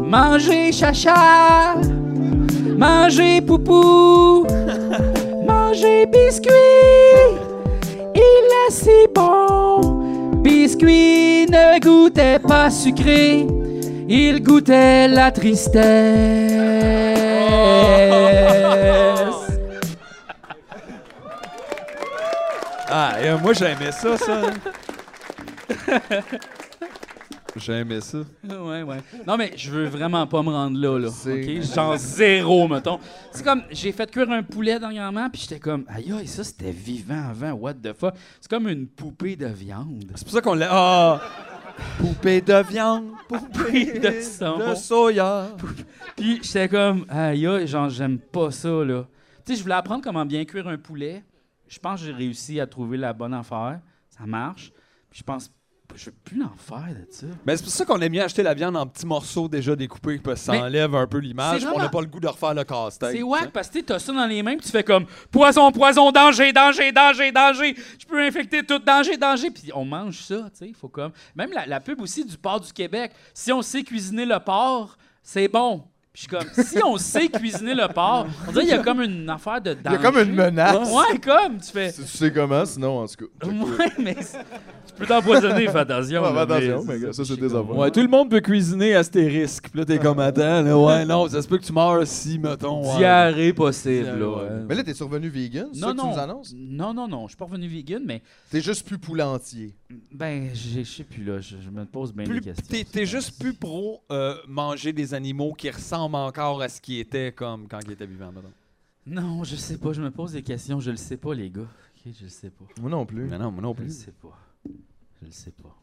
[SPEAKER 1] Mangez chacha, mangez poupou, mangez biscuit. Il est si bon. Biscuit ne goûtait pas sucré. Il goûtait la tristesse.
[SPEAKER 2] Ah, et, euh, moi, j'aimais ça, ça. hein. j'aimais ça.
[SPEAKER 1] ouais, ouais. Non, mais je veux vraiment pas me rendre là, là.
[SPEAKER 3] C'est-
[SPEAKER 1] OK? Genre zéro, mettons. C'est comme, j'ai fait cuire un poulet dernièrement, puis j'étais comme, aïe, aïe, ça, c'était vivant avant, what the fuck. C'est comme une poupée de viande.
[SPEAKER 2] C'est pour ça qu'on l'a. Ah! Poupée de viande, poupée
[SPEAKER 1] de son.
[SPEAKER 2] soya.
[SPEAKER 1] Puis j'étais comme, aïe, aïe, genre, j'aime pas ça, là. Tu sais, je voulais apprendre comment bien cuire un poulet. Je pense que j'ai réussi à trouver la bonne affaire. Ça marche. Puis je pense, je veux plus en faire de ça.
[SPEAKER 2] Mais c'est pour ça qu'on aime bien acheter la viande en petits morceaux déjà découpés, parce que ça
[SPEAKER 1] Mais
[SPEAKER 2] enlève un peu l'image,
[SPEAKER 1] c'est
[SPEAKER 2] puis on n'a
[SPEAKER 1] vraiment-
[SPEAKER 2] pas le goût de refaire le
[SPEAKER 3] Ben,
[SPEAKER 2] casse-tête.
[SPEAKER 1] C'est
[SPEAKER 3] hein.
[SPEAKER 1] wack parce que t'as ça dans les mains puis tu fais comme poison, poison, danger, danger, danger, danger. Je peux infecter tout, danger, danger. Puis on mange ça, tu sais. Faut comme même la, la pub aussi du porc du Québec. Si on sait cuisiner le porc, c'est bon. Puis je suis comme, si on sait cuisiner le porc, on dirait qu'il y a comme une affaire de
[SPEAKER 3] Il y a comme une
[SPEAKER 1] danger.
[SPEAKER 3] menace.
[SPEAKER 1] Ouais, comme, tu fais.
[SPEAKER 3] Si tu sais comment, sinon, en tout cas.
[SPEAKER 1] Ouais, mais c'est- tu peux t'empoisonner, fais attention.
[SPEAKER 3] Ouais,
[SPEAKER 1] là,
[SPEAKER 3] mais attention,
[SPEAKER 1] mais
[SPEAKER 3] mais gars, ça, c'est
[SPEAKER 1] je sais
[SPEAKER 3] des
[SPEAKER 1] comme-
[SPEAKER 3] avants.
[SPEAKER 2] Ouais, tout le monde peut cuisiner à tes risques. Puis là, t'es comme, attends, là, ouais, non, ça se peut que tu meurs si, mettons. ouais.
[SPEAKER 1] Diarrhée possible, là, ouais.
[SPEAKER 3] Mais là, t'es survenu vegan, c'est ça
[SPEAKER 1] Non,
[SPEAKER 3] que tu nous
[SPEAKER 1] non,
[SPEAKER 3] annonces?
[SPEAKER 1] non, non, non, je suis pas revenu vegan, mais
[SPEAKER 3] T'es juste plus poulentier.
[SPEAKER 1] ben, j'ai- je sais plus, là, je, je me pose bien
[SPEAKER 2] Plus-
[SPEAKER 1] des questions.
[SPEAKER 2] T'es t'es juste plus pro euh, manger des animaux qui ressemblent encore à ce qu'ils étaient comme quand ils étaient vivants, mettons.
[SPEAKER 1] Non, je sais pas, je me pose des questions, je le sais pas, les gars. Ok, je le sais pas,
[SPEAKER 3] Moi non plus.
[SPEAKER 2] Mais non, moi non
[SPEAKER 1] je le
[SPEAKER 2] plus.
[SPEAKER 1] sais pas, je le sais pas.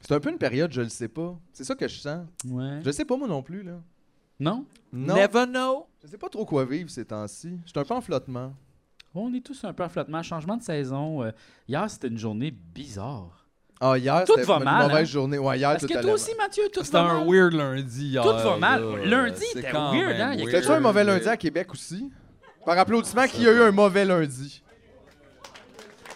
[SPEAKER 3] C'est un peu une période, je le sais pas. C'est ça que je sens.
[SPEAKER 1] Ouais.
[SPEAKER 3] Je le sais pas, moi non plus, là.
[SPEAKER 1] Non?
[SPEAKER 3] Non.
[SPEAKER 2] Never know.
[SPEAKER 3] Je sais pas trop quoi vivre ces temps-ci. Je suis un peu en flottement.
[SPEAKER 1] On est tous un peu en flottement, changement de saison. euh, hier, c'était une journée bizarre.
[SPEAKER 3] Ah, hier,
[SPEAKER 1] Tout
[SPEAKER 3] c'était
[SPEAKER 1] va
[SPEAKER 3] une
[SPEAKER 1] mal,
[SPEAKER 3] mauvaise
[SPEAKER 1] hein?
[SPEAKER 3] journée. Ouais, hier,
[SPEAKER 1] Est-ce
[SPEAKER 3] tout
[SPEAKER 1] que
[SPEAKER 3] allait
[SPEAKER 1] toi
[SPEAKER 3] mal.
[SPEAKER 1] aussi, Mathieu, tout
[SPEAKER 2] C'était
[SPEAKER 1] va
[SPEAKER 2] un
[SPEAKER 1] mal?
[SPEAKER 2] weird lundi hier.
[SPEAKER 1] Tout va mal.
[SPEAKER 2] là.
[SPEAKER 1] Lundi,
[SPEAKER 2] C'est
[SPEAKER 1] c'était
[SPEAKER 2] quand
[SPEAKER 1] weird, hein?
[SPEAKER 2] même
[SPEAKER 1] Il y a
[SPEAKER 2] weird.
[SPEAKER 3] C'était un mauvais lundi
[SPEAKER 2] Ben,
[SPEAKER 3] à Québec aussi. Par applaudissement qu'il y a eu un mauvais lundi.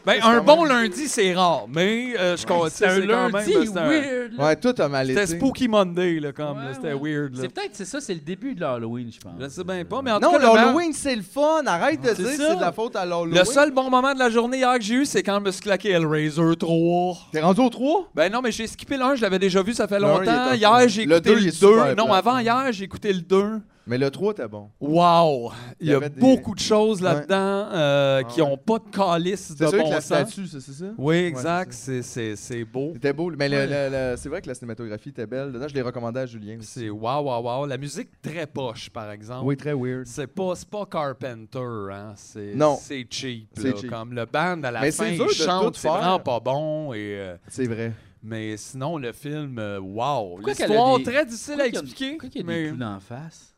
[SPEAKER 2] Ben, un bon lundi, c'est rare. Mais euh, je comprends.
[SPEAKER 1] Ben, C'est un lundi
[SPEAKER 2] ben, C'était un-
[SPEAKER 1] weird. là.
[SPEAKER 3] Ouais, tout a mal
[SPEAKER 2] c'était
[SPEAKER 3] été.
[SPEAKER 2] Spooky Monday, là, comme. là,
[SPEAKER 1] Ouais,
[SPEAKER 2] c'était
[SPEAKER 1] ouais.
[SPEAKER 2] weird, là.
[SPEAKER 1] C'est peut-être c'est ça, c'est le début de l'Halloween, je pense.
[SPEAKER 2] Je sais bien pas, mais en
[SPEAKER 3] Non,
[SPEAKER 2] tout cas, le-
[SPEAKER 3] l'Halloween, c'est le fun. Arrête de
[SPEAKER 2] C'est
[SPEAKER 3] dire que
[SPEAKER 2] ça.
[SPEAKER 3] c'est de la faute à l'Halloween.
[SPEAKER 2] Le seul bon moment de la journée hier que j'ai eu, c'est quand je me suis claqué Hellraiser 3.
[SPEAKER 3] T'es rendu au 3?
[SPEAKER 2] Ben non, mais j'ai skippé le 1, je l'avais déjà vu, ça fait
[SPEAKER 3] Le un,
[SPEAKER 2] longtemps.
[SPEAKER 3] il est
[SPEAKER 2] Hier,
[SPEAKER 3] awesome.
[SPEAKER 2] j'ai
[SPEAKER 3] Le
[SPEAKER 2] écouté
[SPEAKER 3] deux, il
[SPEAKER 2] le
[SPEAKER 3] est super
[SPEAKER 2] 2. Non,
[SPEAKER 3] plat.
[SPEAKER 2] avant hier, j'ai écouté le 2.
[SPEAKER 3] Mais le 3, t'es bon.
[SPEAKER 2] Wow!
[SPEAKER 3] Il
[SPEAKER 2] Il y,
[SPEAKER 3] y
[SPEAKER 2] a
[SPEAKER 3] avait des-
[SPEAKER 2] beaucoup de choses là-dedans euh, qui
[SPEAKER 3] Ah ouais.
[SPEAKER 2] n'ont pas de calice de
[SPEAKER 3] C'est sûr que
[SPEAKER 2] bon
[SPEAKER 3] la
[SPEAKER 2] sens.
[SPEAKER 3] statue, c'est c'est ça?
[SPEAKER 2] Oui, exact,
[SPEAKER 3] Ouais,
[SPEAKER 2] c'est- c'est c'est beau.
[SPEAKER 3] C'était beau. Mais le- le- le- c'est vrai que la cinématographie était belle. Dedans, je l'ai recommandé à Julien. aussi.
[SPEAKER 2] C'est wow, wow, wow. La musique très poche, par exemple.
[SPEAKER 3] Oui, très weird.
[SPEAKER 2] C'est pas, c'est pas Carpenter, hein. C'est
[SPEAKER 3] Non.
[SPEAKER 2] c'est cheap,
[SPEAKER 3] C'est
[SPEAKER 2] là.
[SPEAKER 3] cheap.
[SPEAKER 2] Comme le band à la
[SPEAKER 3] Mais
[SPEAKER 2] fin,
[SPEAKER 3] c'est
[SPEAKER 2] il
[SPEAKER 3] dur de tout
[SPEAKER 2] chante, c'est
[SPEAKER 3] faire.
[SPEAKER 2] vraiment pas bon. Et, euh,
[SPEAKER 3] C'est vrai.
[SPEAKER 2] mais sinon, le film, euh, wow.
[SPEAKER 1] Pourquoi qu'elle a
[SPEAKER 2] L'histoire,
[SPEAKER 1] des-
[SPEAKER 2] très difficile à
[SPEAKER 1] Pourquoi qu'il y a-
[SPEAKER 2] expliquer.
[SPEAKER 1] Pourquoi qu'il y a
[SPEAKER 2] mais-
[SPEAKER 1] des Ben, clous d'en face?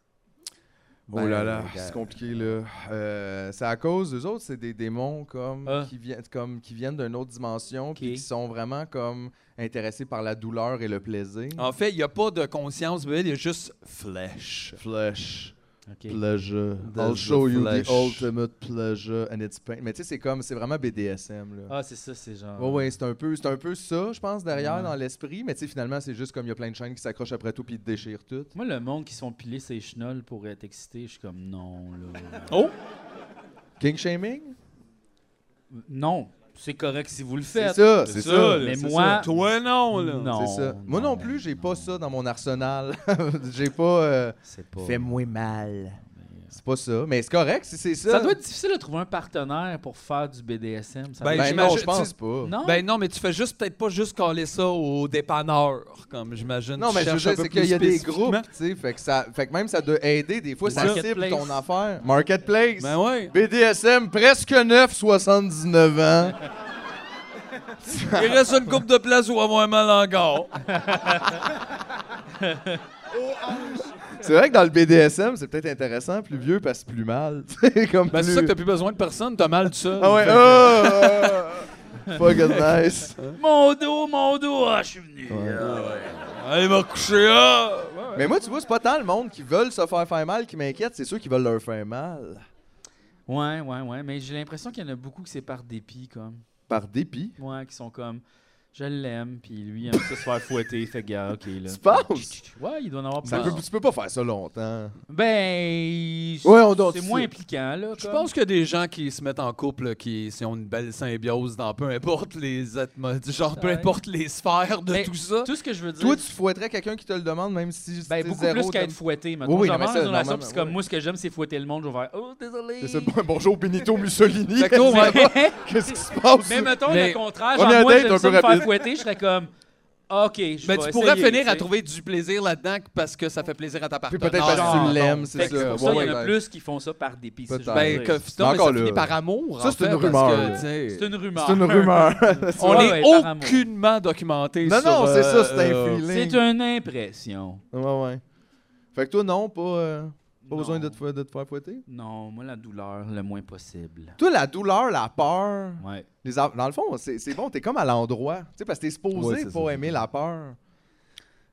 [SPEAKER 3] Oh là là, c'est compliqué là. Euh, c'est à cause d'eux autres, c'est des démons comme
[SPEAKER 1] Ah.
[SPEAKER 3] qui viennent comme qui viennent d'une autre dimension
[SPEAKER 1] Ok.
[SPEAKER 3] puis qui sont vraiment comme intéressés par la douleur et le plaisir.
[SPEAKER 2] En fait, il n'y a pas de conscience, mais il y a juste flèche.
[SPEAKER 3] Flesh,
[SPEAKER 1] Ok.
[SPEAKER 3] pleasure.
[SPEAKER 2] There's
[SPEAKER 3] I'll show
[SPEAKER 2] the
[SPEAKER 3] you
[SPEAKER 2] flesh.
[SPEAKER 3] the ultimate pleasure and it's pain. Mais tu sais, c'est comme c'est vraiment BDSM là.
[SPEAKER 1] Ah, c'est ça, c'est genre.
[SPEAKER 3] Ouais, ouais, c'est un peu, c'est un peu ça, je pense, derrière
[SPEAKER 1] Ouais.
[SPEAKER 3] dans l'esprit. Mais tu sais, finalement, c'est juste comme il y a plein de chaînes qui s'accrochent après tout puis ils te déchirent tout.
[SPEAKER 1] Moi, le monde qui sont pilés ses chenolles pour être excité, je suis comme non, là.
[SPEAKER 2] Oh!
[SPEAKER 3] King shaming?
[SPEAKER 1] non, c'est correct si vous le
[SPEAKER 3] C'est
[SPEAKER 1] faites.
[SPEAKER 3] ça, c'est
[SPEAKER 2] ça,
[SPEAKER 3] ça.
[SPEAKER 2] là,
[SPEAKER 1] Mais
[SPEAKER 2] c'est
[SPEAKER 1] moi-
[SPEAKER 2] ça. Toi, non, là.
[SPEAKER 1] Non.
[SPEAKER 3] C'est ça. Moi non plus, j'ai pas ça dans mon arsenal. j'ai pas. euh,
[SPEAKER 1] C'est pas.
[SPEAKER 3] Fais-moi mal. C'est pas ça, mais c'est correct si c'est ça.
[SPEAKER 1] Ça doit être difficile de trouver un partenaire pour faire du BDSM. Ça doit
[SPEAKER 2] Ben,
[SPEAKER 1] être-
[SPEAKER 3] Ben non,
[SPEAKER 2] j'imagine-
[SPEAKER 3] je pense
[SPEAKER 2] tu-
[SPEAKER 3] pas.
[SPEAKER 1] non?
[SPEAKER 2] Ben non, mais tu fais juste peut-être pas juste coller ça au dépanneur, comme j'imagine.
[SPEAKER 3] Non,
[SPEAKER 2] tu
[SPEAKER 3] mais je veux
[SPEAKER 2] cherches
[SPEAKER 3] dire,
[SPEAKER 2] un peu
[SPEAKER 3] c'est qu'il
[SPEAKER 2] plus
[SPEAKER 3] y a des
[SPEAKER 2] spécifiquement.
[SPEAKER 3] groupes, tu sais, fait que, ça, fait que même ça doit aider. Des fois, ça cible
[SPEAKER 1] Marketplace.
[SPEAKER 3] ton affaire. Marketplace.
[SPEAKER 2] Ben ouais.
[SPEAKER 3] BDSM, presque neuf, 79 ans.
[SPEAKER 2] Il reste une coupe de place où avoir mal encore.
[SPEAKER 3] C'est vrai que dans le BDSM, c'est peut-être intéressant, plus vieux passe plus mal. tu sais, comme
[SPEAKER 2] Ben c'est
[SPEAKER 3] plus-
[SPEAKER 2] ça que t'as plus besoin de personne, t'as mal tout seul. Ben,
[SPEAKER 3] Ah ouais,
[SPEAKER 2] Fait que-
[SPEAKER 3] oh, oh, fucking nice.
[SPEAKER 1] Mon dos, mon dos, ah, je suis venu.
[SPEAKER 2] Allez, ah! va coucher là!
[SPEAKER 3] Mais moi, tu vois, c'est pas tant le monde qui veulent se faire faire mal qui m'inquiète, c'est ceux qui veulent leur faire mal.
[SPEAKER 1] Ouais, ouais, ouais, mais j'ai l'impression qu'il y en a beaucoup que c'est par dépit, comme.
[SPEAKER 3] Par dépit.
[SPEAKER 1] Ouais, qui sont comme. Je l'aime, puis lui, il aime ça se faire fouetter, fait que, gars, ok, là.
[SPEAKER 3] Tu penses?
[SPEAKER 1] Ouais, il doit en avoir
[SPEAKER 3] Ça
[SPEAKER 1] plus.
[SPEAKER 3] peut- tu peux pas faire ça longtemps.
[SPEAKER 1] Ben.
[SPEAKER 3] Ouais, on doit-
[SPEAKER 1] C'est moins impliquant, là.
[SPEAKER 2] Je
[SPEAKER 1] comme.
[SPEAKER 2] pense que des gens qui se mettent en couple, qui si ont une belle symbiose dans peu importe les atmo- du genre, peu
[SPEAKER 1] Ouais.
[SPEAKER 2] importe les sphères de
[SPEAKER 1] Mais
[SPEAKER 2] tout ça.
[SPEAKER 1] Tout ce que je veux dire.
[SPEAKER 3] Toi, tu fouetterais quelqu'un qui te le demande, même si
[SPEAKER 1] Ben,
[SPEAKER 3] c'est
[SPEAKER 1] beaucoup
[SPEAKER 3] zéro.
[SPEAKER 1] plus qu'à
[SPEAKER 3] t'aimes-
[SPEAKER 1] être fouetté.
[SPEAKER 3] Oui,
[SPEAKER 1] Maintenant,
[SPEAKER 3] oui,
[SPEAKER 1] oui,
[SPEAKER 3] non, mais
[SPEAKER 1] dans
[SPEAKER 3] ça,
[SPEAKER 1] une relation, puis c'est comme
[SPEAKER 3] normalement,
[SPEAKER 1] moi, ce que j'aime, c'est fouetter le monde. Je vais faire Oh, désolé.
[SPEAKER 3] C'est ça, bon- bonjour Benito Mussolini.
[SPEAKER 2] Fait que toi, ouais,
[SPEAKER 1] Mais,
[SPEAKER 3] Qu'est-ce qui se passe?
[SPEAKER 1] mais mettons
[SPEAKER 2] Mais-
[SPEAKER 1] le contraire.
[SPEAKER 3] Première
[SPEAKER 1] Genre, moi,
[SPEAKER 3] date,
[SPEAKER 1] j'aime
[SPEAKER 3] un
[SPEAKER 1] ça
[SPEAKER 3] peu
[SPEAKER 1] me faire
[SPEAKER 3] rapide.
[SPEAKER 1] fouetter, je serais comme Ok, je
[SPEAKER 2] Mais
[SPEAKER 1] vais
[SPEAKER 2] ben, tu pourrais
[SPEAKER 1] essayer,
[SPEAKER 2] finir
[SPEAKER 1] tu
[SPEAKER 2] à
[SPEAKER 1] sais.
[SPEAKER 2] trouver du plaisir là-dedans que- parce que ça fait plaisir à ta
[SPEAKER 3] Puis
[SPEAKER 2] partenaire.
[SPEAKER 3] peut-être parce que
[SPEAKER 1] non,
[SPEAKER 3] tu l'aimes, c'est
[SPEAKER 1] Fait que c'est
[SPEAKER 3] ça.
[SPEAKER 1] pour ça
[SPEAKER 3] Ouais,
[SPEAKER 1] qu'il y en a
[SPEAKER 3] ouais.
[SPEAKER 1] plus qui font ça par dépit. c'est ce que je veux
[SPEAKER 2] Ben,
[SPEAKER 1] dire.
[SPEAKER 3] Mais
[SPEAKER 2] que, non, mais ça
[SPEAKER 3] encore
[SPEAKER 2] finit
[SPEAKER 3] là.
[SPEAKER 2] par amour.
[SPEAKER 3] Ça,
[SPEAKER 2] en
[SPEAKER 3] c'est une
[SPEAKER 2] fait,
[SPEAKER 3] rumeur,
[SPEAKER 2] parce que,
[SPEAKER 3] là.
[SPEAKER 2] tu sais,
[SPEAKER 1] c'est une rumeur.
[SPEAKER 3] C'est une rumeur.
[SPEAKER 2] on
[SPEAKER 1] Ouais,
[SPEAKER 2] est
[SPEAKER 1] ouais, par amour.
[SPEAKER 2] aucunement documenté.
[SPEAKER 3] non,
[SPEAKER 2] sur,
[SPEAKER 3] non, c'est
[SPEAKER 2] euh,
[SPEAKER 3] ça, c'est
[SPEAKER 2] euh,
[SPEAKER 3] un feeling.
[SPEAKER 1] C'est une impression.
[SPEAKER 3] Ouais, ouais. Fait que toi, non, pas, euh, pas
[SPEAKER 1] Non.
[SPEAKER 3] besoin de te, fou- de te faire fouetter.
[SPEAKER 1] Non, moi, la douleur, le moins possible.
[SPEAKER 3] Toi, la douleur, la peur,
[SPEAKER 1] Ouais.
[SPEAKER 3] les a- dans le fond, c'est c'est bon, t'es comme à l'endroit. Tu sais, parce que t'es
[SPEAKER 2] Ouais,
[SPEAKER 3] supposé
[SPEAKER 2] c'est
[SPEAKER 3] pas
[SPEAKER 2] ça.
[SPEAKER 3] aimer la peur.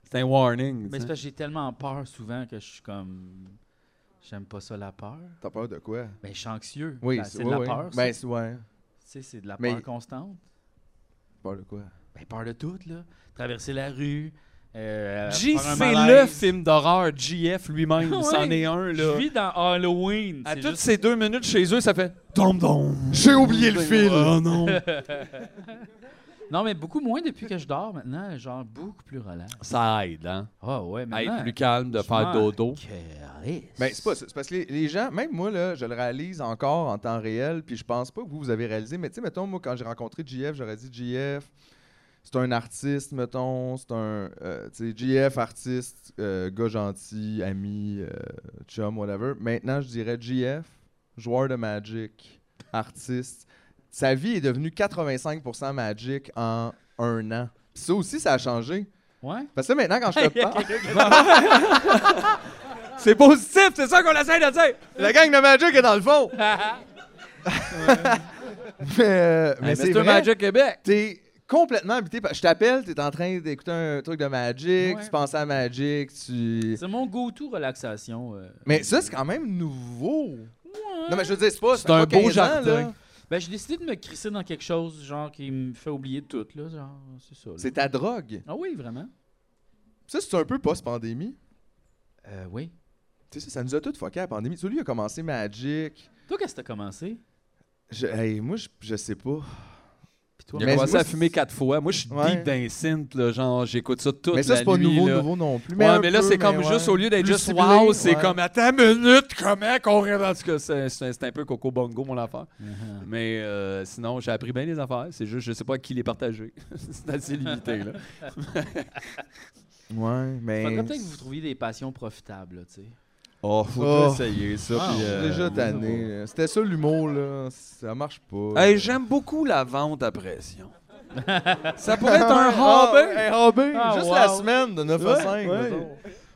[SPEAKER 2] C'est un warning.
[SPEAKER 1] Mais
[SPEAKER 2] tu
[SPEAKER 1] c'est
[SPEAKER 2] sais.
[SPEAKER 1] parce que j'ai tellement peur souvent que je suis comme. J'aime pas ça, la peur.
[SPEAKER 3] T'as peur de quoi?
[SPEAKER 1] Ben, je suis anxieux.
[SPEAKER 3] Oui,
[SPEAKER 1] Ben, c'est de la
[SPEAKER 3] ouais,
[SPEAKER 1] peur.
[SPEAKER 3] ouais.
[SPEAKER 1] ça.
[SPEAKER 3] Ben, c'est ouais.
[SPEAKER 1] Tu sais, c'est de la peur
[SPEAKER 3] Mais-
[SPEAKER 1] constante.
[SPEAKER 3] Peur de quoi?
[SPEAKER 1] Ben, peur de tout, là. Traverser la rue, euh,
[SPEAKER 2] J,
[SPEAKER 1] faire un
[SPEAKER 2] c'est le
[SPEAKER 1] malaise.
[SPEAKER 2] film d'horreur. JF lui-même,
[SPEAKER 1] Ouais.
[SPEAKER 2] c'en est un, là.
[SPEAKER 1] Je vis dans Halloween.
[SPEAKER 2] À
[SPEAKER 1] c'est
[SPEAKER 2] toutes
[SPEAKER 1] juste-
[SPEAKER 2] ces deux minutes chez eux, ça fait Dom Dom.
[SPEAKER 3] J'ai oublié le fil.
[SPEAKER 2] Oh non.
[SPEAKER 1] Non, mais beaucoup moins depuis que je dors maintenant. Genre, beaucoup plus relax.
[SPEAKER 2] ça aide, hein?
[SPEAKER 1] Ah ouais,
[SPEAKER 2] À
[SPEAKER 1] maintenant.
[SPEAKER 2] être plus calme, de
[SPEAKER 1] je
[SPEAKER 2] faire
[SPEAKER 1] m'en
[SPEAKER 2] dodo.
[SPEAKER 1] calisse.
[SPEAKER 3] Ben, c'est pas ça. C'est parce que les, les gens, même moi, là, je le réalise encore en temps réel, puis je pense pas que vous, vous avez réalisé, mais tu sais, mettons, moi, quand j'ai rencontré JF, j'aurais dit JF, c'est un artiste, mettons, c'est un. euh, tu sais, JF, artiste, euh, gars gentil, ami, euh, chum, whatever. Maintenant, je dirais JF, joueur de Magic, artiste. Sa vie est devenue 85% Magic en un an. Puis ça aussi, ça a changé.
[SPEAKER 1] Ouais.
[SPEAKER 3] Parce que maintenant, quand je te parle.
[SPEAKER 2] C'est positif, c'est ça qu'on essaie de dire.
[SPEAKER 3] La gang de Magic est dans le fond! mais euh, mais
[SPEAKER 2] Mais
[SPEAKER 3] c'est
[SPEAKER 2] c'est
[SPEAKER 3] vrai,
[SPEAKER 2] Magic Québec.
[SPEAKER 3] t'es complètement habité par... Je t'appelle, t'es en train d'écouter un truc de Magic,
[SPEAKER 1] Ouais.
[SPEAKER 3] tu penses à Magic, tu...
[SPEAKER 1] C'est mon go-to relaxation. euh.
[SPEAKER 3] Mais ça, c'est quand même nouveau! Non, mais je veux dire, c'est pas...
[SPEAKER 2] C'est
[SPEAKER 3] ça fait
[SPEAKER 2] un
[SPEAKER 3] pas
[SPEAKER 2] beau
[SPEAKER 3] 15 ans,
[SPEAKER 2] jardin.
[SPEAKER 3] là.
[SPEAKER 1] Ben, j'ai décidé de me crisser dans quelque chose, genre, qui me fait oublier de tout, là. Genre, c'est ça. là.
[SPEAKER 3] C'est ta drogue.
[SPEAKER 1] Ah oui, vraiment?
[SPEAKER 3] Ça, c'est un peu post-pandémie.
[SPEAKER 1] Euh, oui.
[SPEAKER 3] Tu sais, ça, ça nous a tout fucké la pandémie. Tu sais, lui, il a commencé Magic...
[SPEAKER 1] Toi, qu'est-ce que t'as commencé?
[SPEAKER 3] Je- hey, moi, je, je sais pas.
[SPEAKER 1] Puis toi,
[SPEAKER 2] Il a
[SPEAKER 3] Mais
[SPEAKER 2] commencé
[SPEAKER 3] moi,
[SPEAKER 2] à fumer quatre fois. Moi, je suis
[SPEAKER 3] Ouais.
[SPEAKER 2] deep dans les synths, là, genre, j'écoute ça toute
[SPEAKER 3] mais ça,
[SPEAKER 2] la
[SPEAKER 3] c'est pas
[SPEAKER 2] nuit,
[SPEAKER 3] nouveau,
[SPEAKER 2] là.
[SPEAKER 3] nouveau non plus.
[SPEAKER 2] Ouais,
[SPEAKER 3] un
[SPEAKER 2] mais là,
[SPEAKER 3] peu,
[SPEAKER 2] c'est comme
[SPEAKER 3] ouais.
[SPEAKER 2] juste, au lieu d'être
[SPEAKER 3] Plus
[SPEAKER 2] juste
[SPEAKER 3] ciblé,
[SPEAKER 2] wow, c'est
[SPEAKER 3] ouais.
[SPEAKER 2] comme, attends une minute, comment qu'on rêve? En tout cas, c'est c'est- c'est un peu Coco Bongo, mon affaire. Mais euh, sinon, j'ai appris bien les affaires. C'est juste, je sais pas à qui les partager. c'est assez limité, là.
[SPEAKER 3] Ouais, mais...
[SPEAKER 1] faudrait peut-être que vous trouviez des passions profitables, là, tu sais.
[SPEAKER 2] Oh, faut
[SPEAKER 3] Oh.
[SPEAKER 2] essayer ça.
[SPEAKER 1] Ah,
[SPEAKER 2] puis,
[SPEAKER 1] on est
[SPEAKER 2] euh,
[SPEAKER 3] déjà tanné. là. C'était ça l'humour, là. Ça marche pas.
[SPEAKER 2] Hey, j'aime beaucoup la vente à pression. ça pourrait être un
[SPEAKER 3] Ah,
[SPEAKER 2] hobby.
[SPEAKER 3] ouais, un hobby.
[SPEAKER 1] Ah,
[SPEAKER 3] Juste
[SPEAKER 1] wow.
[SPEAKER 3] la semaine de 9 à 5.
[SPEAKER 2] ouais.
[SPEAKER 3] mettons.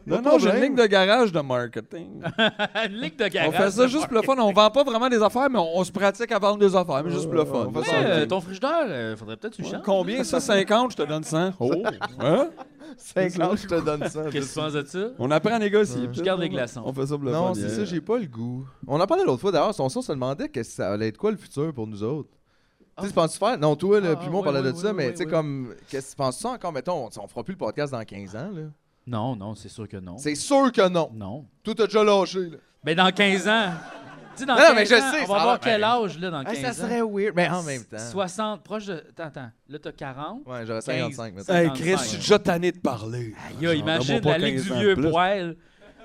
[SPEAKER 2] Non,
[SPEAKER 3] Pas
[SPEAKER 2] non,
[SPEAKER 3] de
[SPEAKER 2] j'ai une
[SPEAKER 3] problème.
[SPEAKER 2] ligne de garage de marketing.
[SPEAKER 1] Une ligue de
[SPEAKER 2] on
[SPEAKER 1] garage.
[SPEAKER 2] fait ça juste pour le fun. On vend pas vraiment des affaires, mais on, on se pratique à vendre des affaires, mais juste pour le fun.
[SPEAKER 3] on fait
[SPEAKER 1] Ouais,
[SPEAKER 3] ça.
[SPEAKER 1] euh, ton frigidaire, euh, faudrait peut-être que tu le changes.
[SPEAKER 2] Combien ça? 50, je te donne 100. Oh! Hein?
[SPEAKER 3] 50, je te donne ça.
[SPEAKER 1] Qu'est-ce que tu penses de ça?
[SPEAKER 2] On apprend à négocier.
[SPEAKER 1] Je garde les glaçons.
[SPEAKER 2] On fait ça euh? pour le fun.
[SPEAKER 3] Non, c'est
[SPEAKER 2] yeah.
[SPEAKER 3] ça, j'ai pas le goût. On en parlait l'autre fois d'ailleurs, son son se demandait que ça allait être quoi le futur pour nous autres. Tu
[SPEAKER 2] Ah.
[SPEAKER 3] sais, tu penses-tu faire? Non, toi, là,
[SPEAKER 1] Ah,
[SPEAKER 3] puis moi, on
[SPEAKER 1] oui,
[SPEAKER 3] parlait
[SPEAKER 1] oui,
[SPEAKER 3] de ça,
[SPEAKER 1] oui,
[SPEAKER 3] mais
[SPEAKER 1] oui,
[SPEAKER 3] tu sais,
[SPEAKER 1] oui.
[SPEAKER 3] comme, qu'est-ce que tu penses ça encore? Mettons, on, on fera plus le podcast dans 15 ans, là.
[SPEAKER 1] Non, non, c'est sûr que non.
[SPEAKER 3] C'est sûr que non.
[SPEAKER 1] Non.
[SPEAKER 3] Tout a déjà lâché, là.
[SPEAKER 1] Mais dans 15 ans. Tu sais, dans
[SPEAKER 3] Non,
[SPEAKER 1] 15
[SPEAKER 3] mais je
[SPEAKER 1] ans,
[SPEAKER 3] sais,
[SPEAKER 1] on va
[SPEAKER 3] ça
[SPEAKER 1] voir
[SPEAKER 3] va-
[SPEAKER 1] quel âge, là, dans 15
[SPEAKER 3] Hey,
[SPEAKER 1] ans.
[SPEAKER 3] ça serait weird, mais en même temps.
[SPEAKER 1] 60, proche de... Attends, attends. Là, t'as 40.
[SPEAKER 3] Ouais, j'aurais 55, mettons.
[SPEAKER 2] Hey, Chris, je suis déjà tanné de parler.
[SPEAKER 1] Yo,
[SPEAKER 2] J'en
[SPEAKER 1] imagine
[SPEAKER 2] demande pas
[SPEAKER 1] la ligue
[SPEAKER 2] 15
[SPEAKER 1] du
[SPEAKER 2] ans de
[SPEAKER 1] vieux
[SPEAKER 2] plus.
[SPEAKER 1] poil.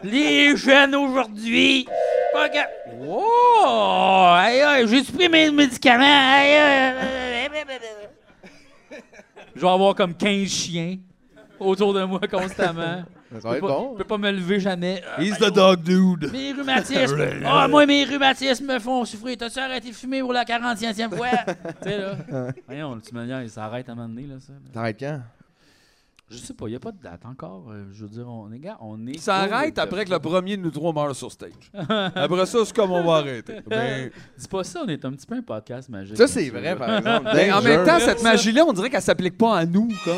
[SPEAKER 1] Les jeunes aujourd'hui! Pas ga- Wow! Aïe, aïe, j'ai supprimé le médicament! Aïe, aïe, aïe, aïe, aïe, aïe. Je vais avoir comme 15 chiens autour de moi constamment.
[SPEAKER 3] Ça va
[SPEAKER 1] Je
[SPEAKER 3] être
[SPEAKER 1] peux pas-
[SPEAKER 3] bon.
[SPEAKER 1] Je peux pas me lever jamais. Ah,
[SPEAKER 2] He's
[SPEAKER 1] ben,
[SPEAKER 2] the dog dude.
[SPEAKER 1] Mes rhumatismes! Ah, moi, mes rhumatismes me font souffrir. T'as-tu arrêté de fumer pour la 45e fois? tu sais, là. Voyons, le manière, il s'arrête à un moment donné, là, ça. là.
[SPEAKER 3] T'arrêtes quand?
[SPEAKER 1] Je sais pas, il n'y a pas de date encore. euh, je veux dire, on est gars, on est.
[SPEAKER 2] Il s'arrête après que le premier de nous trois meurt sur stage. Après ça, c'est comme on va arrêter. Mais,
[SPEAKER 1] Dis pas ça, on est un petit peu un podcast magique.
[SPEAKER 3] Ça, c'est
[SPEAKER 1] monsieur.
[SPEAKER 3] vrai, par exemple.
[SPEAKER 2] mais Ben, en
[SPEAKER 3] Danger.
[SPEAKER 2] même temps, cette magie-là, on dirait qu'elle s'applique pas à nous. comme.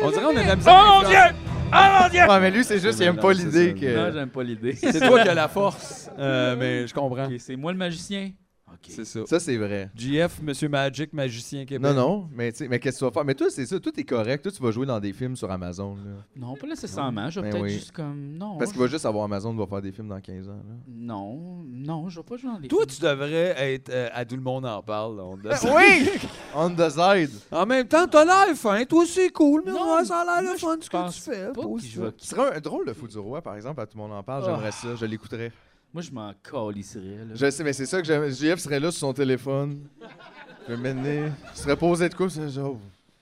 [SPEAKER 2] On dirait qu'on a de la misère à
[SPEAKER 1] Oh mon
[SPEAKER 2] l'influencer.
[SPEAKER 1] dieu! Oh mon dieu!
[SPEAKER 3] Ouais, mais lui, c'est juste, il aime pas
[SPEAKER 2] Non, c'est
[SPEAKER 3] l'idée
[SPEAKER 2] ça.
[SPEAKER 1] Non,
[SPEAKER 3] que.
[SPEAKER 1] j'aime pas l'idée.
[SPEAKER 2] C'est toi qui as la force. Euh, mais je comprends.
[SPEAKER 1] Ok, c'est moi le magicien. Ok.
[SPEAKER 2] C'est ça.
[SPEAKER 3] Ça, c'est vrai.
[SPEAKER 2] GF, Monsieur Magic, magicien Québec.
[SPEAKER 3] Non, non, mais, tu sais, mais qu'est-ce que tu vas faire? Mais toi, c'est ça, tout est correct. Toi, tu vas jouer dans des films sur Amazon. Là.
[SPEAKER 1] Non, pas nécessairement. Je vais
[SPEAKER 3] Ben
[SPEAKER 1] peut-être
[SPEAKER 3] oui.
[SPEAKER 1] juste comme. Non.
[SPEAKER 3] Parce qu'il
[SPEAKER 1] je-
[SPEAKER 3] va juste avoir Amazon, va faire des films dans 15 ans. là.
[SPEAKER 1] Non, non, je vais pas jouer dans les.
[SPEAKER 2] Toi,
[SPEAKER 1] films.
[SPEAKER 2] tu devrais être euh, à tout le monde en parle. là, on
[SPEAKER 1] Ben,
[SPEAKER 2] te laisse-
[SPEAKER 3] Oui! On the side.
[SPEAKER 2] En même temps, t'as l'air fin. Toi, c'est cool, mais
[SPEAKER 1] Non,
[SPEAKER 2] ouais, ça a l'air
[SPEAKER 1] moi,
[SPEAKER 2] le fun ce que
[SPEAKER 1] pense
[SPEAKER 2] tu fais.
[SPEAKER 1] pas
[SPEAKER 2] pose
[SPEAKER 1] que je
[SPEAKER 2] ça.
[SPEAKER 1] vais-
[SPEAKER 3] Ce serait un drôle, le fou du roi, par exemple, à tout le monde en parle. J'aimerais ça, je l'écouterais.
[SPEAKER 1] Moi, je m'en calisserais, là.
[SPEAKER 3] Je sais, mais c'est ça que j'aime. JF serait là sur son téléphone. Je vais mener. Il serait posé de quoi? C'est genre.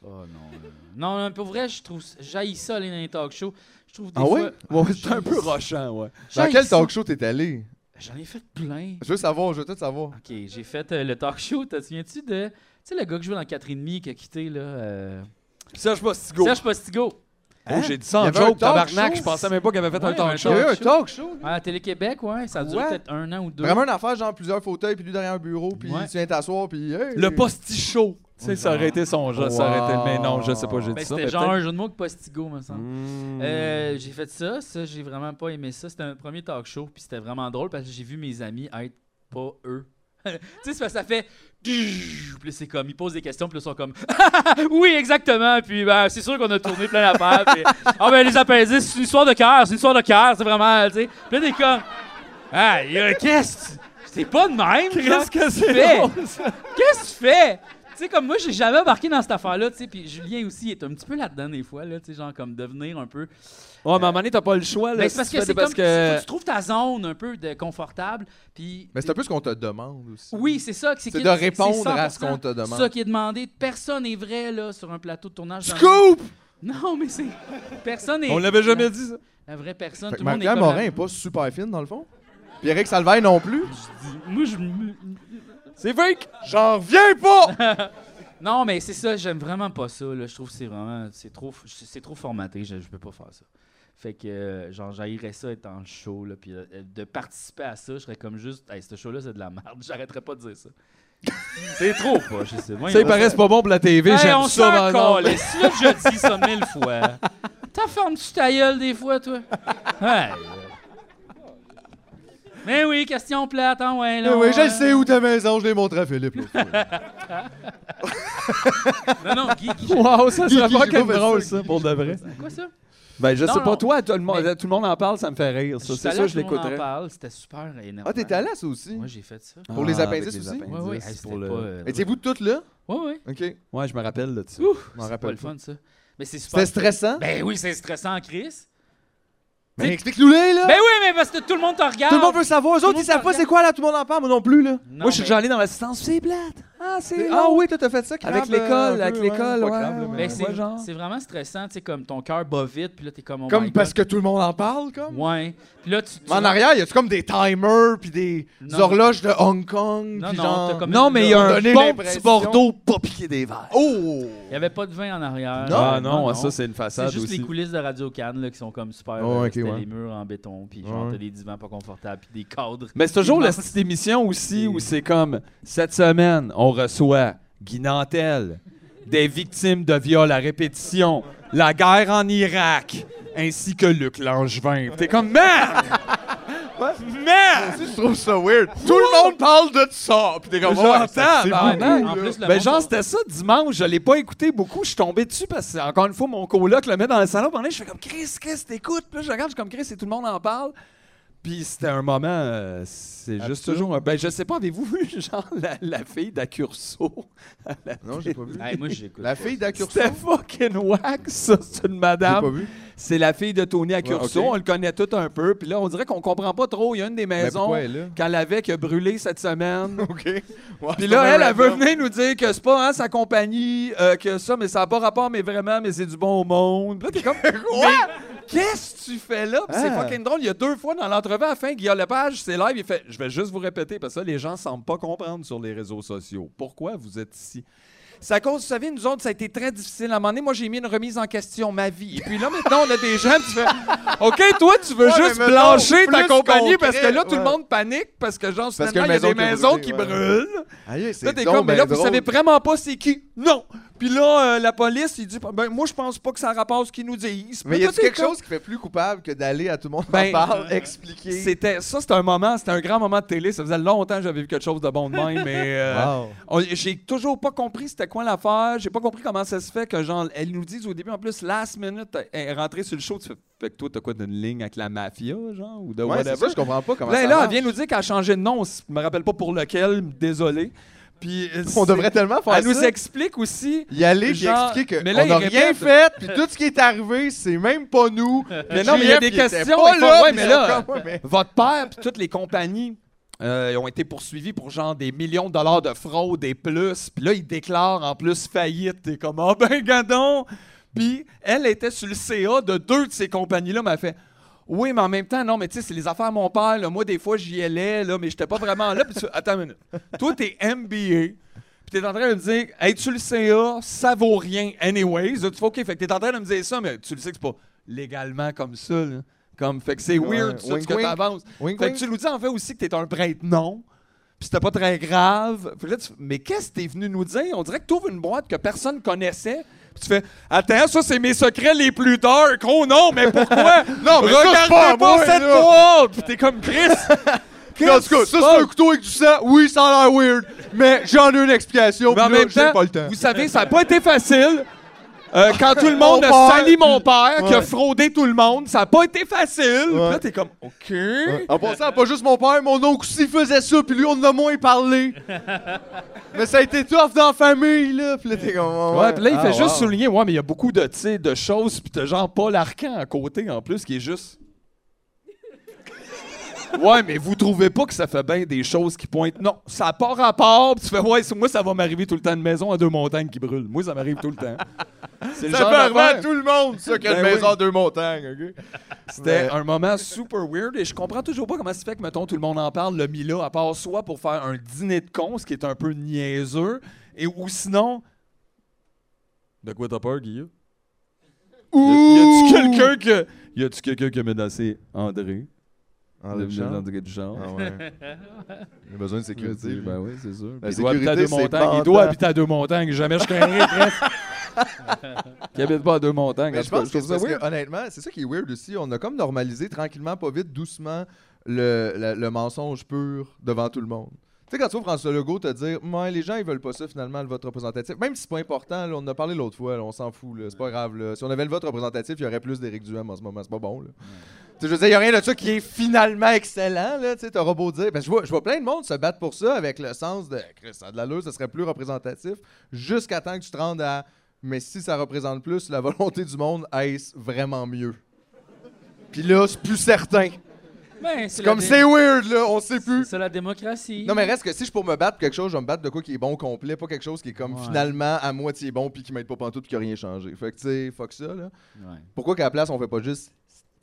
[SPEAKER 1] Oh non. euh, Non, non, pour vrai, je trouve. J'haïs ça, aller dans les talk shows. Je trouve des
[SPEAKER 3] Ah
[SPEAKER 1] fois.
[SPEAKER 3] ouais?
[SPEAKER 2] Ouais, c'est un peu rochant, ouais.
[SPEAKER 3] Dans
[SPEAKER 1] j'haïs
[SPEAKER 3] quel
[SPEAKER 1] ça.
[SPEAKER 3] talk show t'es allé?
[SPEAKER 1] J'en ai fait plein.
[SPEAKER 3] Je veux savoir, je veux tout savoir.
[SPEAKER 1] Ok, j'ai fait euh, le talk show. T'as- Tu viens-tu de. Tu sais, le gars que je jouais dans 4,5 qui a quitté, là. euh,
[SPEAKER 2] Serge Postigo.
[SPEAKER 1] Serge Postigo.
[SPEAKER 2] Oh, j'ai dit ça
[SPEAKER 3] Il y
[SPEAKER 2] en
[SPEAKER 3] avait un
[SPEAKER 2] joke,
[SPEAKER 3] talk
[SPEAKER 2] tabarnak.
[SPEAKER 3] show.
[SPEAKER 2] Je pensais même pas qu'il avait fait un
[SPEAKER 1] Ouais, un
[SPEAKER 2] talk
[SPEAKER 3] Il y
[SPEAKER 2] show.
[SPEAKER 3] a eu un
[SPEAKER 1] show.
[SPEAKER 3] talk show? là?
[SPEAKER 1] À Télé-Québec, ouais. Ça a duré
[SPEAKER 3] Ouais.
[SPEAKER 1] peut-être un an ou deux.
[SPEAKER 3] Vraiment une affaire, genre plusieurs fauteuils, puis lui derrière un bureau, puis
[SPEAKER 1] Ouais.
[SPEAKER 3] tu viens t'asseoir, puis. hey!
[SPEAKER 2] Le posti show. Tu sais, ça aurait été son jeu. Ça aurait été.
[SPEAKER 3] Wow.
[SPEAKER 2] Mais non, je sais pas, j'ai
[SPEAKER 1] Ben,
[SPEAKER 2] dit ça.
[SPEAKER 1] c'était
[SPEAKER 2] mais
[SPEAKER 1] genre
[SPEAKER 2] peut-être- Hmm.
[SPEAKER 1] un jeu de mots que Postigo, me semble. Euh, j'ai fait ça, ça, j'ai vraiment pas aimé ça. C'était un premier talk show, puis c'était vraiment drôle parce que j'ai vu mes amis être pas eux. tu sais, c'est parce que ça fait. Puis là, c'est comme, ils posent des questions, puis là, ils sont comme. oui, exactement. Puis ben, c'est sûr qu'on a tourné plein d'affaires. Puis. Ah, ben, les appendices, c'est une histoire de cœur, c'est une histoire de cœur, c'est vraiment. Tu sais. Puis là, t'es comme. Ah, il y a- qu'est-ce que tu- C'est pas de même, genre,
[SPEAKER 2] Qu'est-ce que
[SPEAKER 1] qu'est-ce tu
[SPEAKER 2] c'est
[SPEAKER 1] fais?
[SPEAKER 2] drôle, ça?
[SPEAKER 1] Qu'est-ce que tu fais? Tu sais, comme moi, j'ai jamais embarqué dans cette affaire-là, tu sais. Puis Julien aussi est un petit peu là-dedans, des fois, là, tu sais, genre, comme devenir un peu.
[SPEAKER 3] Ah,
[SPEAKER 2] Ouais, mais à un moment donné, t'as pas le choix. Là,
[SPEAKER 1] Mais
[SPEAKER 2] si
[SPEAKER 1] c'est parce
[SPEAKER 2] tu
[SPEAKER 1] que
[SPEAKER 2] fais
[SPEAKER 1] c'est
[SPEAKER 2] des-
[SPEAKER 1] comme. faut que tu trouves ta zone un peu de confortable, puis.
[SPEAKER 3] Mais c'est un peu ce qu'on te demande aussi.
[SPEAKER 1] Oui, c'est ça. que
[SPEAKER 3] C'est
[SPEAKER 1] qu'il-
[SPEAKER 3] de répondre à
[SPEAKER 1] 100%
[SPEAKER 3] ce qu'on te demande.
[SPEAKER 1] ça qui est demandé. Personne n'est vrai là, sur un plateau de tournage. dans-
[SPEAKER 3] Scoop!
[SPEAKER 1] Non, mais c'est. Personne n'est.
[SPEAKER 2] On l'avait jamais dit, ça.
[SPEAKER 1] La vraie personne.
[SPEAKER 3] Fait que
[SPEAKER 1] Tout le monde est
[SPEAKER 3] Marc-Pierre
[SPEAKER 1] comme
[SPEAKER 3] Morin est pas super fine dans le fond. Puis Eric Salvaille non plus.
[SPEAKER 1] la- Moi, je. me-
[SPEAKER 2] C'est fake!
[SPEAKER 3] J'en reviens pas!
[SPEAKER 1] Non, mais c'est ça. J'aime vraiment pas ça. Là. Je trouve que c'est vraiment. C'est trop, c'est trop formaté. Je, je peux pas faire ça. Fait que, euh, genre, j'haïrais ça être dans le show. Là, puis euh, de participer à ça, je serais comme juste. Hey, ce show-là, c'est de la merde. J'arrêterais pas de dire ça. c'est trop, pas. Je sais. Moi,
[SPEAKER 2] Ça,
[SPEAKER 1] il-
[SPEAKER 2] ils paraissent pas bon pour la TV,
[SPEAKER 1] Hey,
[SPEAKER 2] j'aime
[SPEAKER 1] Ben, on
[SPEAKER 2] ça,
[SPEAKER 1] s'en
[SPEAKER 2] man, non.
[SPEAKER 1] calisse. Là, je dis ça mille fois. T'as fermes-tu ta gueule des fois, toi? Ouais. Mais oui, question plate, hein, ouais, là.
[SPEAKER 3] Eh oui, je
[SPEAKER 1] ouais.
[SPEAKER 3] le sais où ta maison, je l'ai montré à Philippe. l'autre fois.
[SPEAKER 1] Non, non, Guy, Guy,
[SPEAKER 2] Wow, ça serait
[SPEAKER 3] Guy, j'ai
[SPEAKER 2] pas
[SPEAKER 3] pas
[SPEAKER 2] que
[SPEAKER 3] fait
[SPEAKER 2] drôle,
[SPEAKER 3] ça,
[SPEAKER 2] ça,
[SPEAKER 3] Guy,
[SPEAKER 2] pour de vrai.
[SPEAKER 1] c'est quoi ça?
[SPEAKER 2] Ben, je
[SPEAKER 1] Non,
[SPEAKER 2] sais
[SPEAKER 1] non.
[SPEAKER 2] pas, toi, tout le, monde,
[SPEAKER 1] Mais-
[SPEAKER 2] tout le monde en parle, ça me fait rire, ça.
[SPEAKER 1] J'étais
[SPEAKER 2] C'est
[SPEAKER 1] allé
[SPEAKER 2] ça,
[SPEAKER 1] à
[SPEAKER 2] je
[SPEAKER 1] Tout le monde en
[SPEAKER 2] l'écouterais.
[SPEAKER 1] parle, C'était super énervant.
[SPEAKER 3] Ah, t'étais allé Ben, à ça aussi?
[SPEAKER 1] Moi, j'ai fait ça.
[SPEAKER 3] Pour les
[SPEAKER 2] Ah,
[SPEAKER 3] appendices
[SPEAKER 2] avec les
[SPEAKER 3] aussi?
[SPEAKER 1] Ouais,
[SPEAKER 2] appendices,
[SPEAKER 1] ouais, hey,
[SPEAKER 2] c'est
[SPEAKER 1] c'était
[SPEAKER 2] pour le-
[SPEAKER 1] pas. euh,
[SPEAKER 3] Étiez-vous toutes là?
[SPEAKER 1] Ouais, ouais.
[SPEAKER 3] OK. Ben, Je
[SPEAKER 2] Ouais, je me rappelle de ça.
[SPEAKER 3] m'en
[SPEAKER 1] C'est pas le
[SPEAKER 3] rappelle. pas.
[SPEAKER 1] fun, ça. Mais c'est super.
[SPEAKER 3] C'était stressant?
[SPEAKER 1] Ben oui, c'est stressant, Chris.
[SPEAKER 3] Mais explique-nous les là!
[SPEAKER 1] Ben oui, mais parce que tout le monde te regarde.
[SPEAKER 3] Ah! Tout le monde veut savoir. Eux
[SPEAKER 1] Ah, Tout le
[SPEAKER 3] autres,
[SPEAKER 1] monde
[SPEAKER 3] ils savent pas
[SPEAKER 1] regarde.
[SPEAKER 3] c'est quoi là, tout le monde en parle, moi non plus là.
[SPEAKER 1] Non,
[SPEAKER 2] Moi, je suis
[SPEAKER 1] mais-
[SPEAKER 2] déjà allé dans l'assistance, c'est plate. Ah, c'est.
[SPEAKER 3] Ah
[SPEAKER 2] long.
[SPEAKER 3] oui, toi t'as fait ça crabe,
[SPEAKER 2] Avec
[SPEAKER 3] euh, un
[SPEAKER 2] l'école,
[SPEAKER 3] peu,
[SPEAKER 2] avec
[SPEAKER 3] ouais,
[SPEAKER 2] l'école,
[SPEAKER 3] pas
[SPEAKER 2] ouais.
[SPEAKER 3] crabe, là, mais-
[SPEAKER 1] Ben,
[SPEAKER 2] Ouais,
[SPEAKER 1] c'est
[SPEAKER 2] genre.
[SPEAKER 1] c'est vraiment stressant, tu sais, comme ton cœur bat vite, puis là, t'es comme. oh my
[SPEAKER 3] Comme
[SPEAKER 1] God.
[SPEAKER 3] parce que tout le monde en parle, comme.
[SPEAKER 1] Ouais. Puis là, tu. tu
[SPEAKER 3] Mais en arrière, y a-tu comme des timers puis des
[SPEAKER 1] Non.
[SPEAKER 3] horloges de Hong Kong?
[SPEAKER 1] Non,
[SPEAKER 3] puis
[SPEAKER 1] non,
[SPEAKER 3] genre...
[SPEAKER 1] t'as comme-
[SPEAKER 2] Non, mais il y a un
[SPEAKER 3] Donner
[SPEAKER 2] bon
[SPEAKER 3] l'impression.
[SPEAKER 2] petit Bordeaux pas piqué des verres.
[SPEAKER 3] Oh!
[SPEAKER 1] Il n'y avait pas de vin en arrière.
[SPEAKER 2] Ah non, ça, c'est une
[SPEAKER 1] C'est
[SPEAKER 2] façade
[SPEAKER 1] juste
[SPEAKER 2] aussi.
[SPEAKER 1] les coulisses de Radio Cannes là, qui sont comme super.
[SPEAKER 3] Oh,
[SPEAKER 1] euh,
[SPEAKER 3] ok,
[SPEAKER 1] c'était
[SPEAKER 3] ouais.
[SPEAKER 1] les murs en béton, puis genre
[SPEAKER 3] Ouais.
[SPEAKER 1] t'as des divans pas confortables, puis des cadres.
[SPEAKER 2] Mais c'est toujours la
[SPEAKER 1] Immense.
[SPEAKER 2] petite émission aussi
[SPEAKER 1] Et-
[SPEAKER 2] où c'est comme cette semaine, on reçoit Guy Nantel, des victimes de viols à répétition, la guerre en Irak, ainsi que Luc Langevin. T'es comme merde! Merde!
[SPEAKER 3] Je trouve ça weird. Tout le monde parle de ça. Puis t'es comme,
[SPEAKER 2] J'entends,
[SPEAKER 3] ouais, ça, c'est
[SPEAKER 2] ben,
[SPEAKER 3] beaucoup,
[SPEAKER 1] en
[SPEAKER 3] là.
[SPEAKER 1] plus, le
[SPEAKER 2] Ben
[SPEAKER 1] monde-
[SPEAKER 2] genre c'était ça dimanche, je l'ai pas écouté beaucoup, je suis tombé dessus parce que encore une fois mon coloc le met dans le salon, pendant que je fais comme Chris, Chris t'écoutes, puis là, je regarde, je suis comme Chris et tout le monde en parle. Puis c'était un moment, euh, c'est juste
[SPEAKER 3] Absurde.
[SPEAKER 2] toujours un. Ben je sais pas, avez-vous vu genre la, la fille d'Acurso?
[SPEAKER 3] Non, j'ai pas vu.
[SPEAKER 1] Hey, moi, j'écoute.
[SPEAKER 3] La fille d'Acurso,
[SPEAKER 2] C'était
[SPEAKER 3] j'ai
[SPEAKER 2] fucking wack, ça, c'est une madame.
[SPEAKER 3] pas vu.
[SPEAKER 2] C'est la fille de Tony Accurso,
[SPEAKER 3] Ouais, ok.
[SPEAKER 2] on le connaît tout un peu, puis là on dirait qu'on comprend pas trop, il y a une des
[SPEAKER 3] Mais
[SPEAKER 2] maisons
[SPEAKER 3] pourquoi elle est là?
[SPEAKER 2] qu'elle avait qui a brûlé cette semaine.
[SPEAKER 3] OK. Ouais,
[SPEAKER 2] Puis
[SPEAKER 3] c'est
[SPEAKER 2] là,
[SPEAKER 3] pas
[SPEAKER 2] elle, elle
[SPEAKER 3] random.
[SPEAKER 2] veut venir nous dire que c'est pas hein, sa compagnie, euh, que ça, mais ça n'a pas rapport, mais vraiment, mais c'est du bon au monde. Puis Là, t'es comme, quoi? Qu'est-ce que tu fais là? Puis c'est
[SPEAKER 3] Ah.
[SPEAKER 2] fucking drôle. Il y a deux fois dans l'entrevue, à la fin, Guillaume Lepage, c'est live, il fait, je vais juste vous répéter, parce que ça, les gens semblent pas comprendre sur les réseaux sociaux. Pourquoi vous êtes ici? C'est à cause, vous savez, nous autres, ça a été très difficile. À un moment donné, moi, j'ai mis une remise en question, ma vie. Et puis là, maintenant, on a des gens, tu fais, OK, toi, tu veux
[SPEAKER 3] Ouais,
[SPEAKER 2] juste
[SPEAKER 3] mais mettons,
[SPEAKER 2] blancher ta
[SPEAKER 3] plus
[SPEAKER 2] compagnie,
[SPEAKER 3] concret,
[SPEAKER 2] parce que là, tout le
[SPEAKER 3] ouais.
[SPEAKER 2] monde panique, parce que, genre,
[SPEAKER 3] que
[SPEAKER 2] finalement, il y a des maisons
[SPEAKER 3] maison
[SPEAKER 2] qui
[SPEAKER 3] qui a brûlé, ouais.
[SPEAKER 2] brûlent.
[SPEAKER 3] Aïe, c'est
[SPEAKER 2] Là, t'es
[SPEAKER 3] donc
[SPEAKER 2] comme, mais
[SPEAKER 3] ben
[SPEAKER 2] là, vous
[SPEAKER 3] drôle.
[SPEAKER 2] savez vraiment pas c'est qui? Non! Puis là, euh, la police, il dit, ben, moi, je pense pas que ça a rapport à ce qu'ils nous disent.
[SPEAKER 3] Mais
[SPEAKER 2] Puis
[SPEAKER 3] y
[SPEAKER 2] là,
[SPEAKER 3] a
[SPEAKER 2] toi, t'es
[SPEAKER 3] quelque
[SPEAKER 2] comme-
[SPEAKER 3] chose qui fait plus coupable que d'aller à tout le monde en
[SPEAKER 2] Ben,
[SPEAKER 3] parle, expliquer?
[SPEAKER 2] C'était, ça, c'était un moment, c'était un grand moment de télé. Ça faisait longtemps que j'avais vu quelque chose de bon de même, mais euh,
[SPEAKER 3] Wow.
[SPEAKER 2] on- j'ai toujours pas compris c'était quoi l'affaire. J'ai pas compris comment ça se fait que, genre, elles nous disent au début, en plus, last minute, elle est rentrée sur le show. Tu fais, fait que toi, t'as quoi d'une ligne avec la mafia, genre, ou de
[SPEAKER 3] Ouais, c'est ça,
[SPEAKER 2] whatever?
[SPEAKER 3] je comprends pas comment ça
[SPEAKER 2] Là, là, elle
[SPEAKER 3] marche.
[SPEAKER 2] vient nous dire qu'elle a changé de nom. Je me rappelle pas pour lequel, désolé. Puis, euh,
[SPEAKER 3] On
[SPEAKER 2] c'est-
[SPEAKER 3] devrait tellement faire
[SPEAKER 2] Elle nous
[SPEAKER 3] ça.
[SPEAKER 2] explique aussi
[SPEAKER 3] Y aller puis
[SPEAKER 2] Genre,
[SPEAKER 3] expliquer
[SPEAKER 2] mais là,
[SPEAKER 3] qu'on
[SPEAKER 2] il
[SPEAKER 3] n'a rien
[SPEAKER 2] répète.
[SPEAKER 3] fait, puis tout ce qui est arrivé, c'est même pas nous.
[SPEAKER 2] Mais non, mais il y a des questions. des fois, ouais, mais là, votre père puis toutes les compagnies euh, ils ont été poursuivis pour genre des millions de dollars de fraude et plus. Puis là, ils déclarent en plus faillite. T'es comme, ah ben, gadon. Puis elle était sur le CA de deux de ces compagnies-là, mais elle fait. Oui, mais en même temps, non, mais tu sais, c'est les affaires de mon père. là. Moi, des fois, j'y allais, là, mais j'étais pas vraiment là. Puis tu... Attends une minute. Toi, t'es MBA. Puis t'es en train de me dire, hey, tu le CA, ça vaut rien, anyways. Là, tu fais, OK, fait que t'es en train de me dire ça, mais tu le sais que c'est pas légalement comme ça, là. Comme, fait que c'est
[SPEAKER 3] Ouais,
[SPEAKER 2] weird, tout ce
[SPEAKER 3] wink,
[SPEAKER 2] que
[SPEAKER 3] wink.
[SPEAKER 2] t'avances.
[SPEAKER 3] Wink,
[SPEAKER 2] Fait
[SPEAKER 3] wink.
[SPEAKER 2] que tu nous dis en fait aussi que t'es un prête-nom, puis c'était pas très grave. Puis là, tu- mais qu'est-ce que t'es venu nous dire? On dirait que t'ouvres une boîte que personne connaissait, puis tu fais Attends, ça c'est mes secrets les plus dark. Oh non, mais pourquoi? non,
[SPEAKER 3] mais ça, c'est
[SPEAKER 2] regardez
[SPEAKER 3] pas à
[SPEAKER 2] pas,
[SPEAKER 3] moi,
[SPEAKER 2] cette
[SPEAKER 3] là.
[SPEAKER 2] boîte! Puis t'es comme Chris!
[SPEAKER 3] Mais en tout cas, ça, c'est un couteau avec du sang. Oui, ça a l'air weird. Mais j'en ai une explication.
[SPEAKER 2] Mais en
[SPEAKER 3] puis là,
[SPEAKER 2] même
[SPEAKER 3] j'ai
[SPEAKER 2] temps,
[SPEAKER 3] pas le temps.
[SPEAKER 2] vous savez, ça n'a pas été facile. Euh, quand tout le monde
[SPEAKER 3] Mon
[SPEAKER 2] a
[SPEAKER 3] père.
[SPEAKER 2] sali mon père, qui a
[SPEAKER 3] Ouais.
[SPEAKER 2] fraudé tout le monde, ça n'a pas été facile. Puis Là, t'es comme, OK.
[SPEAKER 3] En passant, pas juste mon père, mon oncle aussi faisait ça, puis lui, on en a moins parlé. mais ça a été tough dans la famille, là. Puis là, t'es comme. oh,
[SPEAKER 2] Ouais, puis là, il
[SPEAKER 3] ah,
[SPEAKER 2] fait juste
[SPEAKER 3] wow.
[SPEAKER 2] souligner, ouais, mais il y a beaucoup de, tu sais, de choses, puis t'as genre Paul Arcan à côté, en plus, qui est juste... ouais, mais vous trouvez pas que ça fait bien des choses qui pointent... Non, ça n'a pas rapport, puis tu fais, ouais, moi, ça va m'arriver tout le temps de maison à deux montagnes qui brûle. Moi, ça m'arrive tout le temps. C'est le
[SPEAKER 3] Ça
[SPEAKER 2] genre
[SPEAKER 3] peut arriver à
[SPEAKER 2] d'affaire.
[SPEAKER 3] tout le monde, ça, qu'il y a une
[SPEAKER 2] Ben oui.
[SPEAKER 3] maison à deux montagnes, OK?
[SPEAKER 2] C'était
[SPEAKER 3] Ouais.
[SPEAKER 2] un moment super weird et je comprends toujours pas comment ça fait que, mettons, tout le monde en parle, le Mila, à part soit pour faire un dîner de cons, ce qui est un peu niaiseux, et ou sinon. De quoi t'as peur, Guillaume? Y a-tu quelqu'un que. Y a-tu quelqu'un qui a menacé André? Le- André Duchamp.
[SPEAKER 3] Ah ouais. J'ai besoin de sécurité. lui.
[SPEAKER 2] Ben oui, c'est sûr.
[SPEAKER 3] La
[SPEAKER 2] il doit habiter
[SPEAKER 3] sécurité,
[SPEAKER 2] à deux
[SPEAKER 3] c'est
[SPEAKER 2] montagnes. Il
[SPEAKER 3] mental.
[SPEAKER 2] doit habiter à deux montagnes. Jamais je connais presque. Qui habite pas à deux montagnes. En
[SPEAKER 3] Mais je
[SPEAKER 2] tout cas,
[SPEAKER 3] pense que,
[SPEAKER 2] trouve ça
[SPEAKER 3] parce que,
[SPEAKER 2] weird.
[SPEAKER 3] honnêtement, c'est ça qui est weird aussi. On a comme normalisé tranquillement, pas vite, doucement, le, la- le mensonge pur devant tout le monde. Tu sais, quand tu vois François Legault te dire, Ouais, les gens, ils veulent pas ça finalement, le vote représentatif. Même si c'est pas important, là, on en a parlé l'autre fois, là, on s'en fout, là, c'est pas grave. là. Si on avait le vote représentatif, il y aurait plus d'Éric Duhem en ce moment, c'est pas bon. Là. Tu sais, Je veux dire, il n'y a rien de ça qui est finalement excellent, là, tu sais, t'auras beau dire. Parce que je vois, je vois plein de monde se battre pour ça avec le sens de Chris, ça a de l'allure, ça serait plus représentatif, jusqu'à temps que tu te rendes à mais si ça représente plus la volonté du monde, est-ce vraiment mieux? Puis là, c'est plus certain.
[SPEAKER 1] Ben, c'est la
[SPEAKER 3] Comme
[SPEAKER 1] dé-
[SPEAKER 3] c'est weird, là, on sait
[SPEAKER 1] C'est
[SPEAKER 3] plus.
[SPEAKER 1] ça la démocratie.
[SPEAKER 3] Non, mais reste que si je pour me battre quelque chose, je vais me battre de quoi qui est bon au complet, pas quelque chose qui est comme
[SPEAKER 1] Ouais.
[SPEAKER 3] finalement à moitié bon puis qui m'aide pas pantoute puis qui a rien changé. Fait que tu sais, fuck ça, là.
[SPEAKER 1] Ouais.
[SPEAKER 3] Pourquoi qu'à la place, on fait pas juste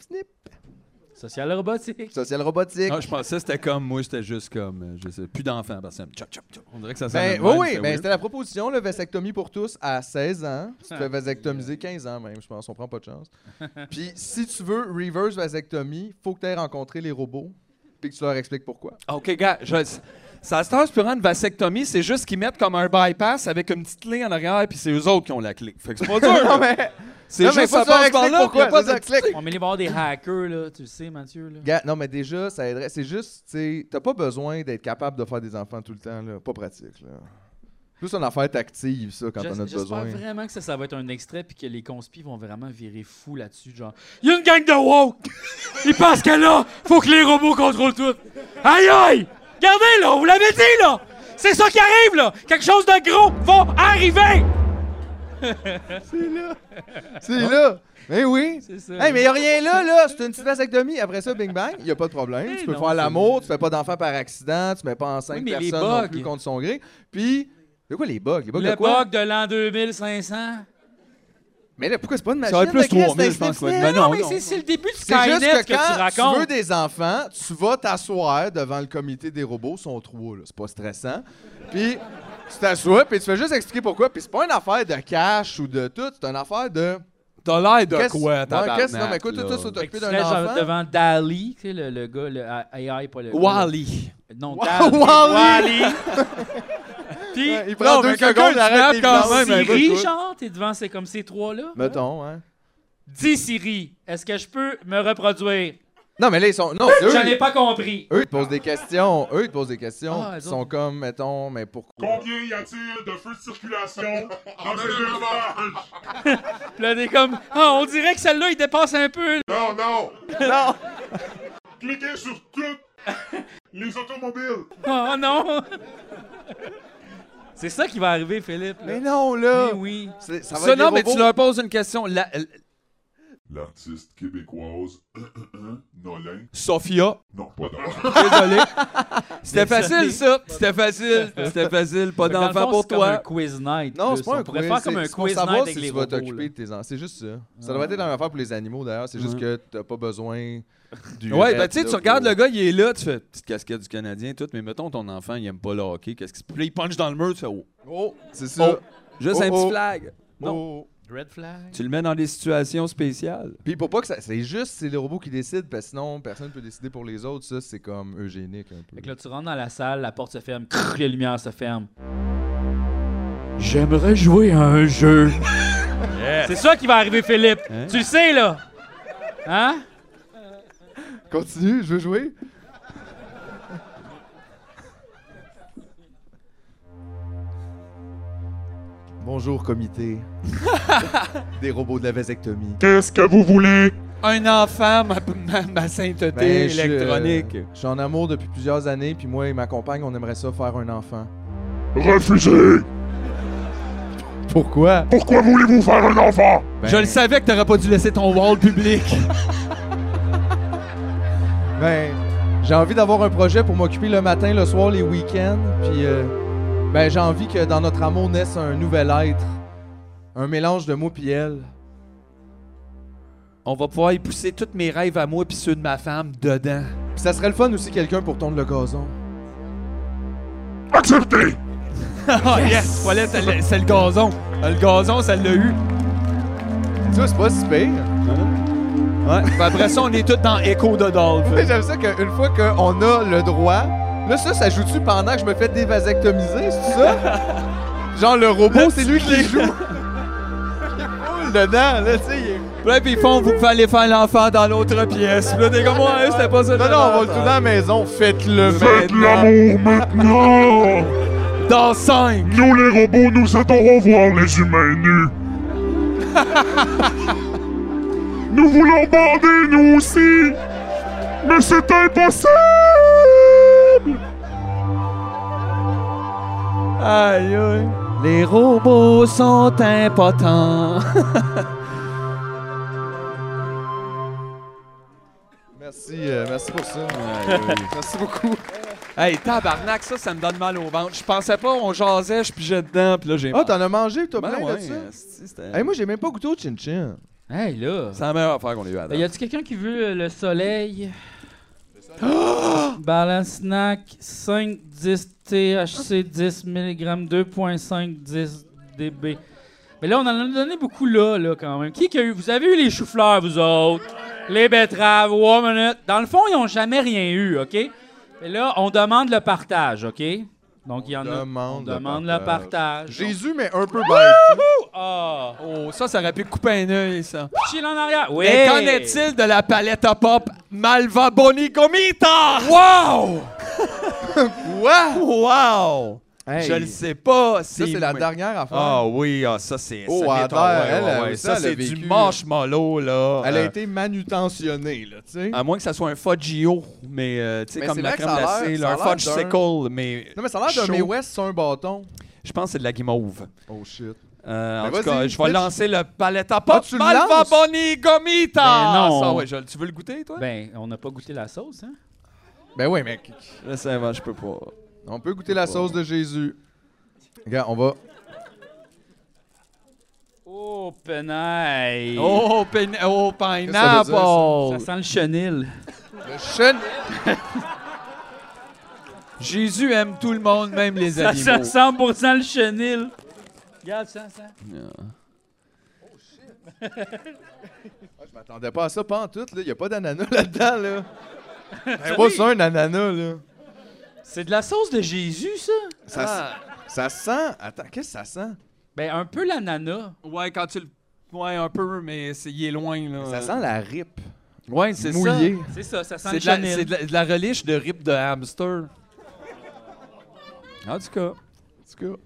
[SPEAKER 3] snip,
[SPEAKER 1] Social robotique.
[SPEAKER 3] social robotique?
[SPEAKER 2] Ah, je pensais que c'était comme moi, c'était juste comme, euh, je sais, plus d'enfants, parce que c'est un tchop, tchop, tchop. On dirait que ça
[SPEAKER 3] Ben,
[SPEAKER 2] s'appelle.
[SPEAKER 3] oui, oui, ben, c'était la proposition, le vasectomie pour tous à 16 ans.
[SPEAKER 2] Ah.
[SPEAKER 3] Tu te fais vasectomiser 15 ans même, je pense, on prend pas de chance. Puis si tu veux reverse vasectomie, faut que tu ailles rencontrer les robots puis que tu leur expliques pourquoi.
[SPEAKER 2] Ah, OK, gars, je... ça se tasse plus rendre vasectomie, c'est juste qu'ils mettent comme un bypass avec une petite clé en arrière, puis c'est eux autres qui ont la clé. Fait que c'est pas dur. là. C'est
[SPEAKER 3] Non,
[SPEAKER 2] juste
[SPEAKER 3] mais faut
[SPEAKER 2] ça
[SPEAKER 3] que tu leur
[SPEAKER 2] passe par
[SPEAKER 3] expliques
[SPEAKER 2] là, puis y a
[SPEAKER 3] pourquoi,
[SPEAKER 2] pas
[SPEAKER 3] c'est ça,
[SPEAKER 2] de
[SPEAKER 3] clique.
[SPEAKER 2] clic.
[SPEAKER 1] On met les bords des hackers, là, tu le sais, Mathieu. Là.
[SPEAKER 3] Gars, non mais déjà ça aiderait, c'est juste tu sais, t'as pas besoin d'être capable de faire des enfants tout le temps là, pas pratique là. Plus une affaire tactive ça quand
[SPEAKER 1] J'es-
[SPEAKER 3] on a
[SPEAKER 1] J'espère
[SPEAKER 3] besoin.
[SPEAKER 1] vraiment que ça, ça va être un extrait puis que les conspis vont vraiment virer fou là-dessus. Genre, il y a une gang de woke! Ils pensent que là, faut que les robots contrôlent tout. Aïe aïe! Regardez là, on vous l'avez dit là! C'est ça qui arrive là! Quelque chose de gros va arriver!
[SPEAKER 3] C'est là. Mais oui.
[SPEAKER 1] Ah. C'est ça.
[SPEAKER 3] Hey, mais y a rien là, là. C'est une petite vasectomie. Après ça, bing bang, y a pas de problème.
[SPEAKER 1] Mais
[SPEAKER 3] tu peux
[SPEAKER 1] non,
[SPEAKER 3] faire
[SPEAKER 1] c'est-
[SPEAKER 3] l'amour, tu fais pas d'enfant par accident, tu mets pas enceinte
[SPEAKER 1] Oui, mais les
[SPEAKER 3] personne non
[SPEAKER 1] bugs.
[SPEAKER 3] plus contre son gré. Puis, de quoi les bugs? Les bugs de
[SPEAKER 1] Le
[SPEAKER 3] quoi?
[SPEAKER 1] bug de l'an 2500.
[SPEAKER 3] Mais là, pourquoi c'est pas une machine?
[SPEAKER 2] Ça va être plus
[SPEAKER 3] de Christ,
[SPEAKER 2] 3000, je
[SPEAKER 3] c'est un
[SPEAKER 2] pense.
[SPEAKER 3] système?
[SPEAKER 2] Mais non,
[SPEAKER 1] mais
[SPEAKER 2] non.
[SPEAKER 1] c'est- c'est le début de
[SPEAKER 3] C'est
[SPEAKER 1] Skynet
[SPEAKER 3] juste
[SPEAKER 1] que,
[SPEAKER 3] que
[SPEAKER 1] tu
[SPEAKER 3] quand tu,
[SPEAKER 1] racontes.
[SPEAKER 3] veux des enfants, tu vas t'asseoir devant le comité des robots, ils sont trois, là. c'est pas stressant. Puis tu t'assois, puis tu fais juste expliquer pourquoi. Puis c'est pas une affaire de cash ou de tout, c'est une affaire de.
[SPEAKER 2] T'as l'air de
[SPEAKER 3] Qu'est-ce-
[SPEAKER 2] quoi,
[SPEAKER 3] Ouais,
[SPEAKER 2] tabarnak,
[SPEAKER 3] qu'est-ce- non, mais écoute,
[SPEAKER 2] là.
[SPEAKER 3] tout ça, ça, t'as-
[SPEAKER 1] Fait que tu
[SPEAKER 3] d'un
[SPEAKER 1] serais genre
[SPEAKER 3] enfant.
[SPEAKER 1] devant Dali, tu sais, le, le gars, le A- AI, pas le.
[SPEAKER 2] Wally.
[SPEAKER 1] Non,
[SPEAKER 3] Wa-
[SPEAKER 1] Dali.
[SPEAKER 3] Wally.
[SPEAKER 1] Wally. Puis,
[SPEAKER 3] Ouais, il
[SPEAKER 2] Non,
[SPEAKER 3] prend
[SPEAKER 2] mais
[SPEAKER 3] deux
[SPEAKER 2] quelqu'un
[SPEAKER 3] secondes,
[SPEAKER 2] se
[SPEAKER 3] il arrête
[SPEAKER 2] frappe
[SPEAKER 3] les
[SPEAKER 2] quand
[SPEAKER 3] plans.
[SPEAKER 2] même, mais
[SPEAKER 1] Siri,
[SPEAKER 2] écoute.
[SPEAKER 1] genre, t'es devant c'est comme ces trois-là.
[SPEAKER 3] Mettons, hein.
[SPEAKER 1] Dis Siri, est-ce que je peux me reproduire?
[SPEAKER 3] Non, mais là, ils sont. Non, c'est
[SPEAKER 1] J'en ai
[SPEAKER 3] eux.
[SPEAKER 1] pas compris.
[SPEAKER 3] Eux, ils te posent des questions. Eux, ils te posent des questions.
[SPEAKER 1] Ah, elles
[SPEAKER 3] ils
[SPEAKER 1] autres.
[SPEAKER 3] sont comme, mettons, mais pourquoi?
[SPEAKER 4] Combien y a-t-il de feux de circulation Ah, dans ces deux villages?
[SPEAKER 1] Puis là, t'es comme, ah, on dirait que celle-là, il dépasse un peu.
[SPEAKER 4] Non, non!
[SPEAKER 3] Non!
[SPEAKER 4] Cliquez sur toutes les automobiles!
[SPEAKER 1] Oh non! C'est ça qui va arriver, Philippe. là.
[SPEAKER 3] Mais non, là!
[SPEAKER 1] Mais oui.
[SPEAKER 3] C'est- Ça, va
[SPEAKER 2] Ça,
[SPEAKER 3] être
[SPEAKER 2] non,
[SPEAKER 3] des
[SPEAKER 2] mais tu
[SPEAKER 3] robots.
[SPEAKER 2] leur poses une question. La- l-
[SPEAKER 4] L'artiste québécoise euh, Nolin.
[SPEAKER 2] Sophia.
[SPEAKER 4] Non, pas Nolin.
[SPEAKER 2] Désolé. C'était facile,
[SPEAKER 1] Désolé.
[SPEAKER 2] ça. C'était facile. C'était facile. Pas
[SPEAKER 1] Dans le
[SPEAKER 2] d'enfant
[SPEAKER 1] fond,
[SPEAKER 2] pour
[SPEAKER 1] c'est comme un
[SPEAKER 2] toi.
[SPEAKER 1] quiz night.
[SPEAKER 3] Non,
[SPEAKER 1] plus.
[SPEAKER 3] c'est pas
[SPEAKER 1] On
[SPEAKER 3] un
[SPEAKER 1] pourrait
[SPEAKER 3] quiz.
[SPEAKER 1] faire comme un
[SPEAKER 3] c'est- c'est pour
[SPEAKER 1] quiz night
[SPEAKER 3] savoir
[SPEAKER 1] avec
[SPEAKER 3] si
[SPEAKER 1] les
[SPEAKER 3] tu vas
[SPEAKER 1] robots.
[SPEAKER 3] t'occuper
[SPEAKER 1] là.
[SPEAKER 3] de tes enfants. C'est juste ça. Ça doit être la même affaire pour les animaux, d'ailleurs. C'est juste que t'as pas besoin du.
[SPEAKER 2] Ouais, ben tu sais, tu regardes le gars, il est là, tu fais petite casquette du Canadien, tout, mais mettons ton enfant, il aime pas le hockey, qu'est-ce qui se. Puis là, il punch dans le mur, tu fais oh.
[SPEAKER 3] Oh, c'est ça.
[SPEAKER 2] Oh. Juste
[SPEAKER 3] Oh,
[SPEAKER 2] un
[SPEAKER 3] oh.
[SPEAKER 2] petit flag. Non.
[SPEAKER 3] Oh.
[SPEAKER 1] Red flag.
[SPEAKER 2] Tu le mets dans des situations spéciales.
[SPEAKER 3] Puis pour pas que ça. C'est juste, c'est les robots qui décident, parce que sinon, personne peut décider pour les autres. Ça, c'est comme eugénique un peu.
[SPEAKER 1] Fait que là, tu rentres dans la salle, la porte se ferme, crrr, les lumières se ferment.
[SPEAKER 8] J'aimerais jouer à un jeu.
[SPEAKER 1] C'est ça qui va arriver, Philippe.
[SPEAKER 2] Hein?
[SPEAKER 1] Tu le sais, là. Hein?
[SPEAKER 3] Continue, je veux jouer. Bonjour, comité. Des robots de la vasectomie.
[SPEAKER 4] Qu'est-ce que vous voulez?
[SPEAKER 2] Un enfant, ma, ma, ma sainteté
[SPEAKER 3] Ben, je suis, euh,
[SPEAKER 2] électronique.
[SPEAKER 3] Je suis en amour depuis plusieurs années, puis moi et ma compagne, on aimerait ça faire un enfant.
[SPEAKER 4] Refusez!
[SPEAKER 3] Pourquoi?
[SPEAKER 4] Pourquoi voulez-vous faire un enfant?
[SPEAKER 2] Je le savais que t'aurais pas dû laisser ton wall public.
[SPEAKER 3] Ben, j'ai envie d'avoir un projet pour m'occuper le matin, le soir, les week-ends. Puis, euh, ben, j'ai envie que dans notre amour naisse un nouvel être. Un mélange de moi puis elle.
[SPEAKER 2] On va pouvoir y pousser tous mes rêves à moi puis ceux de ma femme dedans.
[SPEAKER 3] Puis ça serait le fun aussi quelqu'un pour tondre le gazon.
[SPEAKER 4] Acceptez!
[SPEAKER 2] Oh yes! Voilà, c'est le- c'est le gazon. Le gazon, ça l'a eu.
[SPEAKER 3] Tu vois, c'est pas si pire.
[SPEAKER 2] Ouais. Puis Ben, après ça, on est tous dans Echo de
[SPEAKER 3] Mais
[SPEAKER 2] Dolph.
[SPEAKER 3] j'aime ça qu'une fois qu'on a le droit, là, ça, ça joue-tu pendant que je me fais dévasectomiser, c'est ça? Genre, le robot, c'est lui qui les joue. Il est cool dedans, là, tu sais. il est-
[SPEAKER 2] Ouais, puis ils font, vous pouvez aller faire l'enfant dans l'autre pièce. Puis là, t'es comme, ouais, c'était pas ça.
[SPEAKER 3] Non, non, on va le tourner à la maison. Faites-le
[SPEAKER 4] Faites
[SPEAKER 3] maintenant.
[SPEAKER 4] l'amour maintenant!
[SPEAKER 2] Dans 5.
[SPEAKER 4] Nous, les robots, nous adorons voir les humains nus. nous voulons bander, nous aussi. Mais c'est impossible.
[SPEAKER 2] Aïe, aïe. Les robots sont impotents.
[SPEAKER 3] Merci, euh, merci pour ça. merci beaucoup.
[SPEAKER 2] hey, tabarnak, ça, ça me donne mal au ventre. Je pensais pas, on jasait, je pigeais dedans, puis là, j'ai.
[SPEAKER 3] Ah, t'en as mangé, toi,
[SPEAKER 2] Ben
[SPEAKER 3] plein
[SPEAKER 2] ouais,
[SPEAKER 3] de ça?
[SPEAKER 2] esti, c'était-
[SPEAKER 3] Hey, moi, j'ai même pas goûté au chin-chin.
[SPEAKER 1] Hey, là.
[SPEAKER 2] C'est la meilleure affaire qu'on a eue à date.
[SPEAKER 1] Ben, Y a-tu quelqu'un qui veut euh, le soleil? Balance snack 5 10 THC 10 mg 2.5 10 dB. Mais là on en a donné beaucoup là là quand même. Qui qui a eu vous avez eu les choux-fleurs vous autres, les betteraves, one minute. Dans le fond, ils ont jamais rien eu, OK Mais là on demande le partage, OK Donc il y en a on
[SPEAKER 3] Demande le
[SPEAKER 1] demande le
[SPEAKER 3] partage.
[SPEAKER 1] partage.
[SPEAKER 3] Jésus, mais un peu bête.
[SPEAKER 1] Ah,
[SPEAKER 2] Oh, ça, ça aurait pu couper un œil, ça.
[SPEAKER 1] chill en arrière. Oui.
[SPEAKER 2] Mais qu'en est-il de la palette à pop Malva Bonigomita? Wow! Quoi? Wow!
[SPEAKER 3] Hey,
[SPEAKER 2] Je le sais pas.
[SPEAKER 3] Ça, c'est la dernière affaire.
[SPEAKER 2] Ah oui, ah, ça c'est.
[SPEAKER 3] Oh,
[SPEAKER 2] ça,
[SPEAKER 3] à
[SPEAKER 2] mettons, ouais,
[SPEAKER 3] terre,
[SPEAKER 2] ouais,
[SPEAKER 3] elle,
[SPEAKER 2] ouais,
[SPEAKER 3] elle,
[SPEAKER 2] ça,
[SPEAKER 3] ça, elle a
[SPEAKER 2] c'est du
[SPEAKER 3] vécu.
[SPEAKER 2] marshmallow, là.
[SPEAKER 3] Elle a
[SPEAKER 2] Euh,
[SPEAKER 3] été manutentionnée, là, tu sais.
[SPEAKER 2] À moins que ça soit un fudgio, mais euh, tu sais,
[SPEAKER 3] Mais
[SPEAKER 2] comme
[SPEAKER 3] c'est
[SPEAKER 2] la
[SPEAKER 3] vrai que ça
[SPEAKER 2] crème
[SPEAKER 3] a l'air-
[SPEAKER 2] glacée,
[SPEAKER 3] ça
[SPEAKER 2] là,
[SPEAKER 3] a
[SPEAKER 2] un
[SPEAKER 3] l'air
[SPEAKER 2] fudge
[SPEAKER 3] d'un-
[SPEAKER 2] sickle, mais
[SPEAKER 3] Non, mais ça a l'air
[SPEAKER 2] Chaud.
[SPEAKER 3] d'un Mae West sur un bâton.
[SPEAKER 2] je pense que c'est de la guimauve.
[SPEAKER 3] Oh shit.
[SPEAKER 2] Euh, en
[SPEAKER 3] Ben,
[SPEAKER 2] tout cas,
[SPEAKER 3] vas-y,
[SPEAKER 2] je vais
[SPEAKER 3] pitch.
[SPEAKER 2] lancer le palette à
[SPEAKER 3] Ah,
[SPEAKER 2] pop.
[SPEAKER 3] tu le
[SPEAKER 2] Malva
[SPEAKER 3] lances?
[SPEAKER 2] Bonigomita!
[SPEAKER 1] Ben non.
[SPEAKER 2] Ça, ouais, je- tu veux le goûter, toi?
[SPEAKER 1] Ben, on n'a pas goûté la sauce, hein?
[SPEAKER 3] Ben oui, mec.
[SPEAKER 2] Là, c'est avant, je peux pas.
[SPEAKER 3] On peut goûter la sauce de Jésus. Regarde, on va.
[SPEAKER 1] Oh, penaille!
[SPEAKER 2] Oh, pin- oh
[SPEAKER 3] Qu'est-ce que ça veut dire,
[SPEAKER 2] pineapple!
[SPEAKER 1] Ça sent le chenil.
[SPEAKER 3] Chen-
[SPEAKER 2] Jésus aime tout le monde, même les
[SPEAKER 1] Ça
[SPEAKER 2] animaux.
[SPEAKER 1] sent 100% le chenil. Regarde, ça, ça.
[SPEAKER 3] Je m'attendais pas à ça, pas en tout, là. Y a pas d'ananas là-dedans, là. C'est pas ça, un ananas, là.
[SPEAKER 1] C'est de la sauce de Jésus, ça?
[SPEAKER 3] Ça, ça sent. Attends, qu'est-ce que ça sent?
[SPEAKER 1] Ben, un peu l'ananas.
[SPEAKER 2] Ouais, quand tu le. Ouais, un peu, mais c'est- il est loin, là.
[SPEAKER 3] Ça sent la rip.
[SPEAKER 2] Ouais, c'est ça.
[SPEAKER 3] Mouillée.
[SPEAKER 1] C'est ça, ça sent
[SPEAKER 2] C'est
[SPEAKER 1] le
[SPEAKER 2] de, la, c'est
[SPEAKER 1] chenil.
[SPEAKER 2] de la- de la reliche de rip de hamster. En tout cas. En tout cas.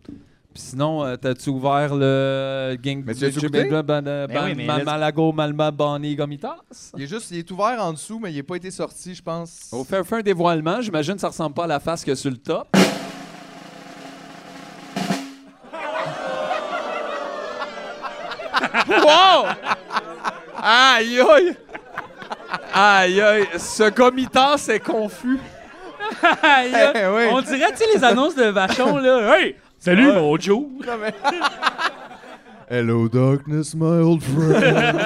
[SPEAKER 2] Puis sinon, euh, t'as-tu ouvert le gang
[SPEAKER 3] Mais tu l'as-tu
[SPEAKER 2] Jib-
[SPEAKER 3] goûté?
[SPEAKER 2] Ban- Ban- Ban-
[SPEAKER 1] Ben oui, mais
[SPEAKER 2] Ban-
[SPEAKER 1] là-
[SPEAKER 2] Malago Malma Bonnie Gomitas?
[SPEAKER 3] Il est juste, il est ouvert en dessous, mais il est pas été sorti, je pense.
[SPEAKER 2] On fait, fait un dévoilement, j'imagine que ça ressemble pas à la face que sur le top. wow! Aïe aïe! Aïe aïe! Ce gomitas est confus.
[SPEAKER 1] Aïe,
[SPEAKER 3] Eh,
[SPEAKER 1] là.
[SPEAKER 3] oui.
[SPEAKER 1] On dirait, tu sais, les annonces de Vachon, là. Ah Hey! Salut, mon Joe!
[SPEAKER 3] Hello darkness, my old friend.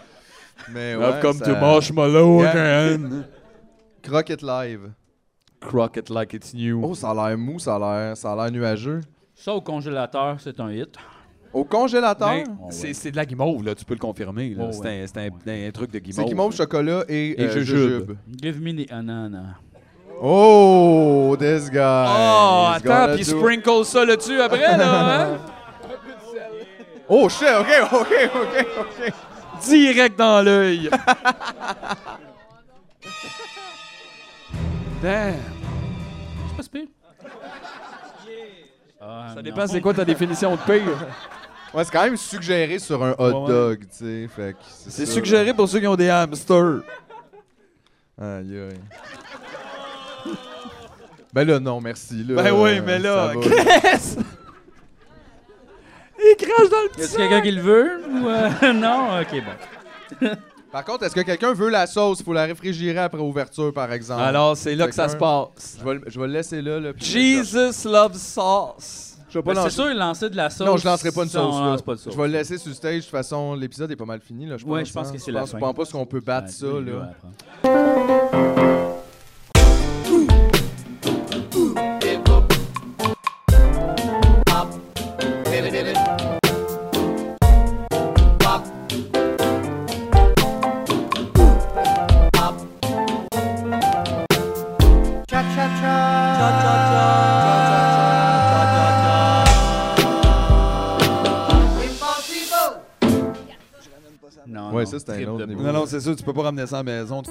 [SPEAKER 3] mais ouais, ça-
[SPEAKER 2] Marshmallow
[SPEAKER 3] Yeah.
[SPEAKER 2] again.
[SPEAKER 3] Crock it live.
[SPEAKER 2] Crock it like it's new.
[SPEAKER 3] Oh, ça a l'air mou, ça a l'air, ça a l'air nuageux.
[SPEAKER 1] Ça, au congélateur, c'est un hit.
[SPEAKER 3] Au congélateur.
[SPEAKER 2] Mais Ben, c'est, c'est de la guimauve, là, tu peux le confirmer. là.
[SPEAKER 1] Oh,
[SPEAKER 2] c'est
[SPEAKER 1] ouais.
[SPEAKER 2] un, c'est un- un truc de guimauve.
[SPEAKER 3] C'est guimauve, chocolat et,
[SPEAKER 2] Oh. Et
[SPEAKER 3] euh,
[SPEAKER 2] jujube.
[SPEAKER 3] jujube.
[SPEAKER 1] Give me the ananas.
[SPEAKER 3] Oh, this guy.
[SPEAKER 2] Oh,
[SPEAKER 3] is
[SPEAKER 2] attends,
[SPEAKER 3] gonna
[SPEAKER 2] puis
[SPEAKER 3] do-
[SPEAKER 2] sprinkle ça là-dessus après, là, hein?
[SPEAKER 3] Oh shit, ok, ok, ok, ok.
[SPEAKER 2] direct dans l'œil. Damn.
[SPEAKER 1] C'est pas si pire. Ah,
[SPEAKER 2] Ça
[SPEAKER 1] non.
[SPEAKER 2] dépend c'est quoi ta définition de pire.
[SPEAKER 3] Ouais, c'est quand même suggéré sur un hot
[SPEAKER 2] Ouais, ouais.
[SPEAKER 3] dog, tu sais. fait que
[SPEAKER 2] C'est
[SPEAKER 3] ça.
[SPEAKER 2] suggéré pour ceux qui ont des hamsters.
[SPEAKER 3] Aïe, aïe. ben là, non, merci. Là,
[SPEAKER 2] Ben oui,
[SPEAKER 3] Euh,
[SPEAKER 2] mais
[SPEAKER 3] ça
[SPEAKER 2] là,
[SPEAKER 3] va.
[SPEAKER 2] Chris! Il crache dans le
[SPEAKER 1] Y
[SPEAKER 2] petit
[SPEAKER 1] a-tu
[SPEAKER 2] sac!
[SPEAKER 1] quelqu'un qui le veut? Ou euh, non? Ok, bon.
[SPEAKER 3] Par contre, est-ce que quelqu'un veut la sauce? Faut la réfrigérer après ouverture, par exemple.
[SPEAKER 2] Alors, c'est là que ça se
[SPEAKER 3] Quelqu'un?
[SPEAKER 2] passe.
[SPEAKER 3] Je vais, le- je vais le laisser là. là puis je vais le chercher.
[SPEAKER 2] Jesus loves sauce.
[SPEAKER 3] Je vais pas
[SPEAKER 1] Ben, C'est
[SPEAKER 3] lancer-
[SPEAKER 1] sûr, lancer de la sauce.
[SPEAKER 3] Non, je lancerai pas une
[SPEAKER 1] ça,
[SPEAKER 3] sauce.
[SPEAKER 1] On
[SPEAKER 3] là.
[SPEAKER 1] lance pas de sauce.
[SPEAKER 3] Je vais le laisser sur le stage. De toute façon, l'épisode est pas mal fini. Là, je
[SPEAKER 1] Ouais,
[SPEAKER 3] pense,
[SPEAKER 1] je pense
[SPEAKER 3] hein.
[SPEAKER 1] que c'est la
[SPEAKER 3] pense-
[SPEAKER 1] fin.
[SPEAKER 3] Je pense pas qu'on peut battre ça.
[SPEAKER 1] Ouais,
[SPEAKER 3] Là.
[SPEAKER 1] après. Non,
[SPEAKER 3] Ouais,
[SPEAKER 1] non,
[SPEAKER 3] ça, c'est un
[SPEAKER 1] trip de
[SPEAKER 3] autre niveau.
[SPEAKER 1] bouffe.
[SPEAKER 2] Non, non, c'est sûr, tu peux pas ramener ça à la maison.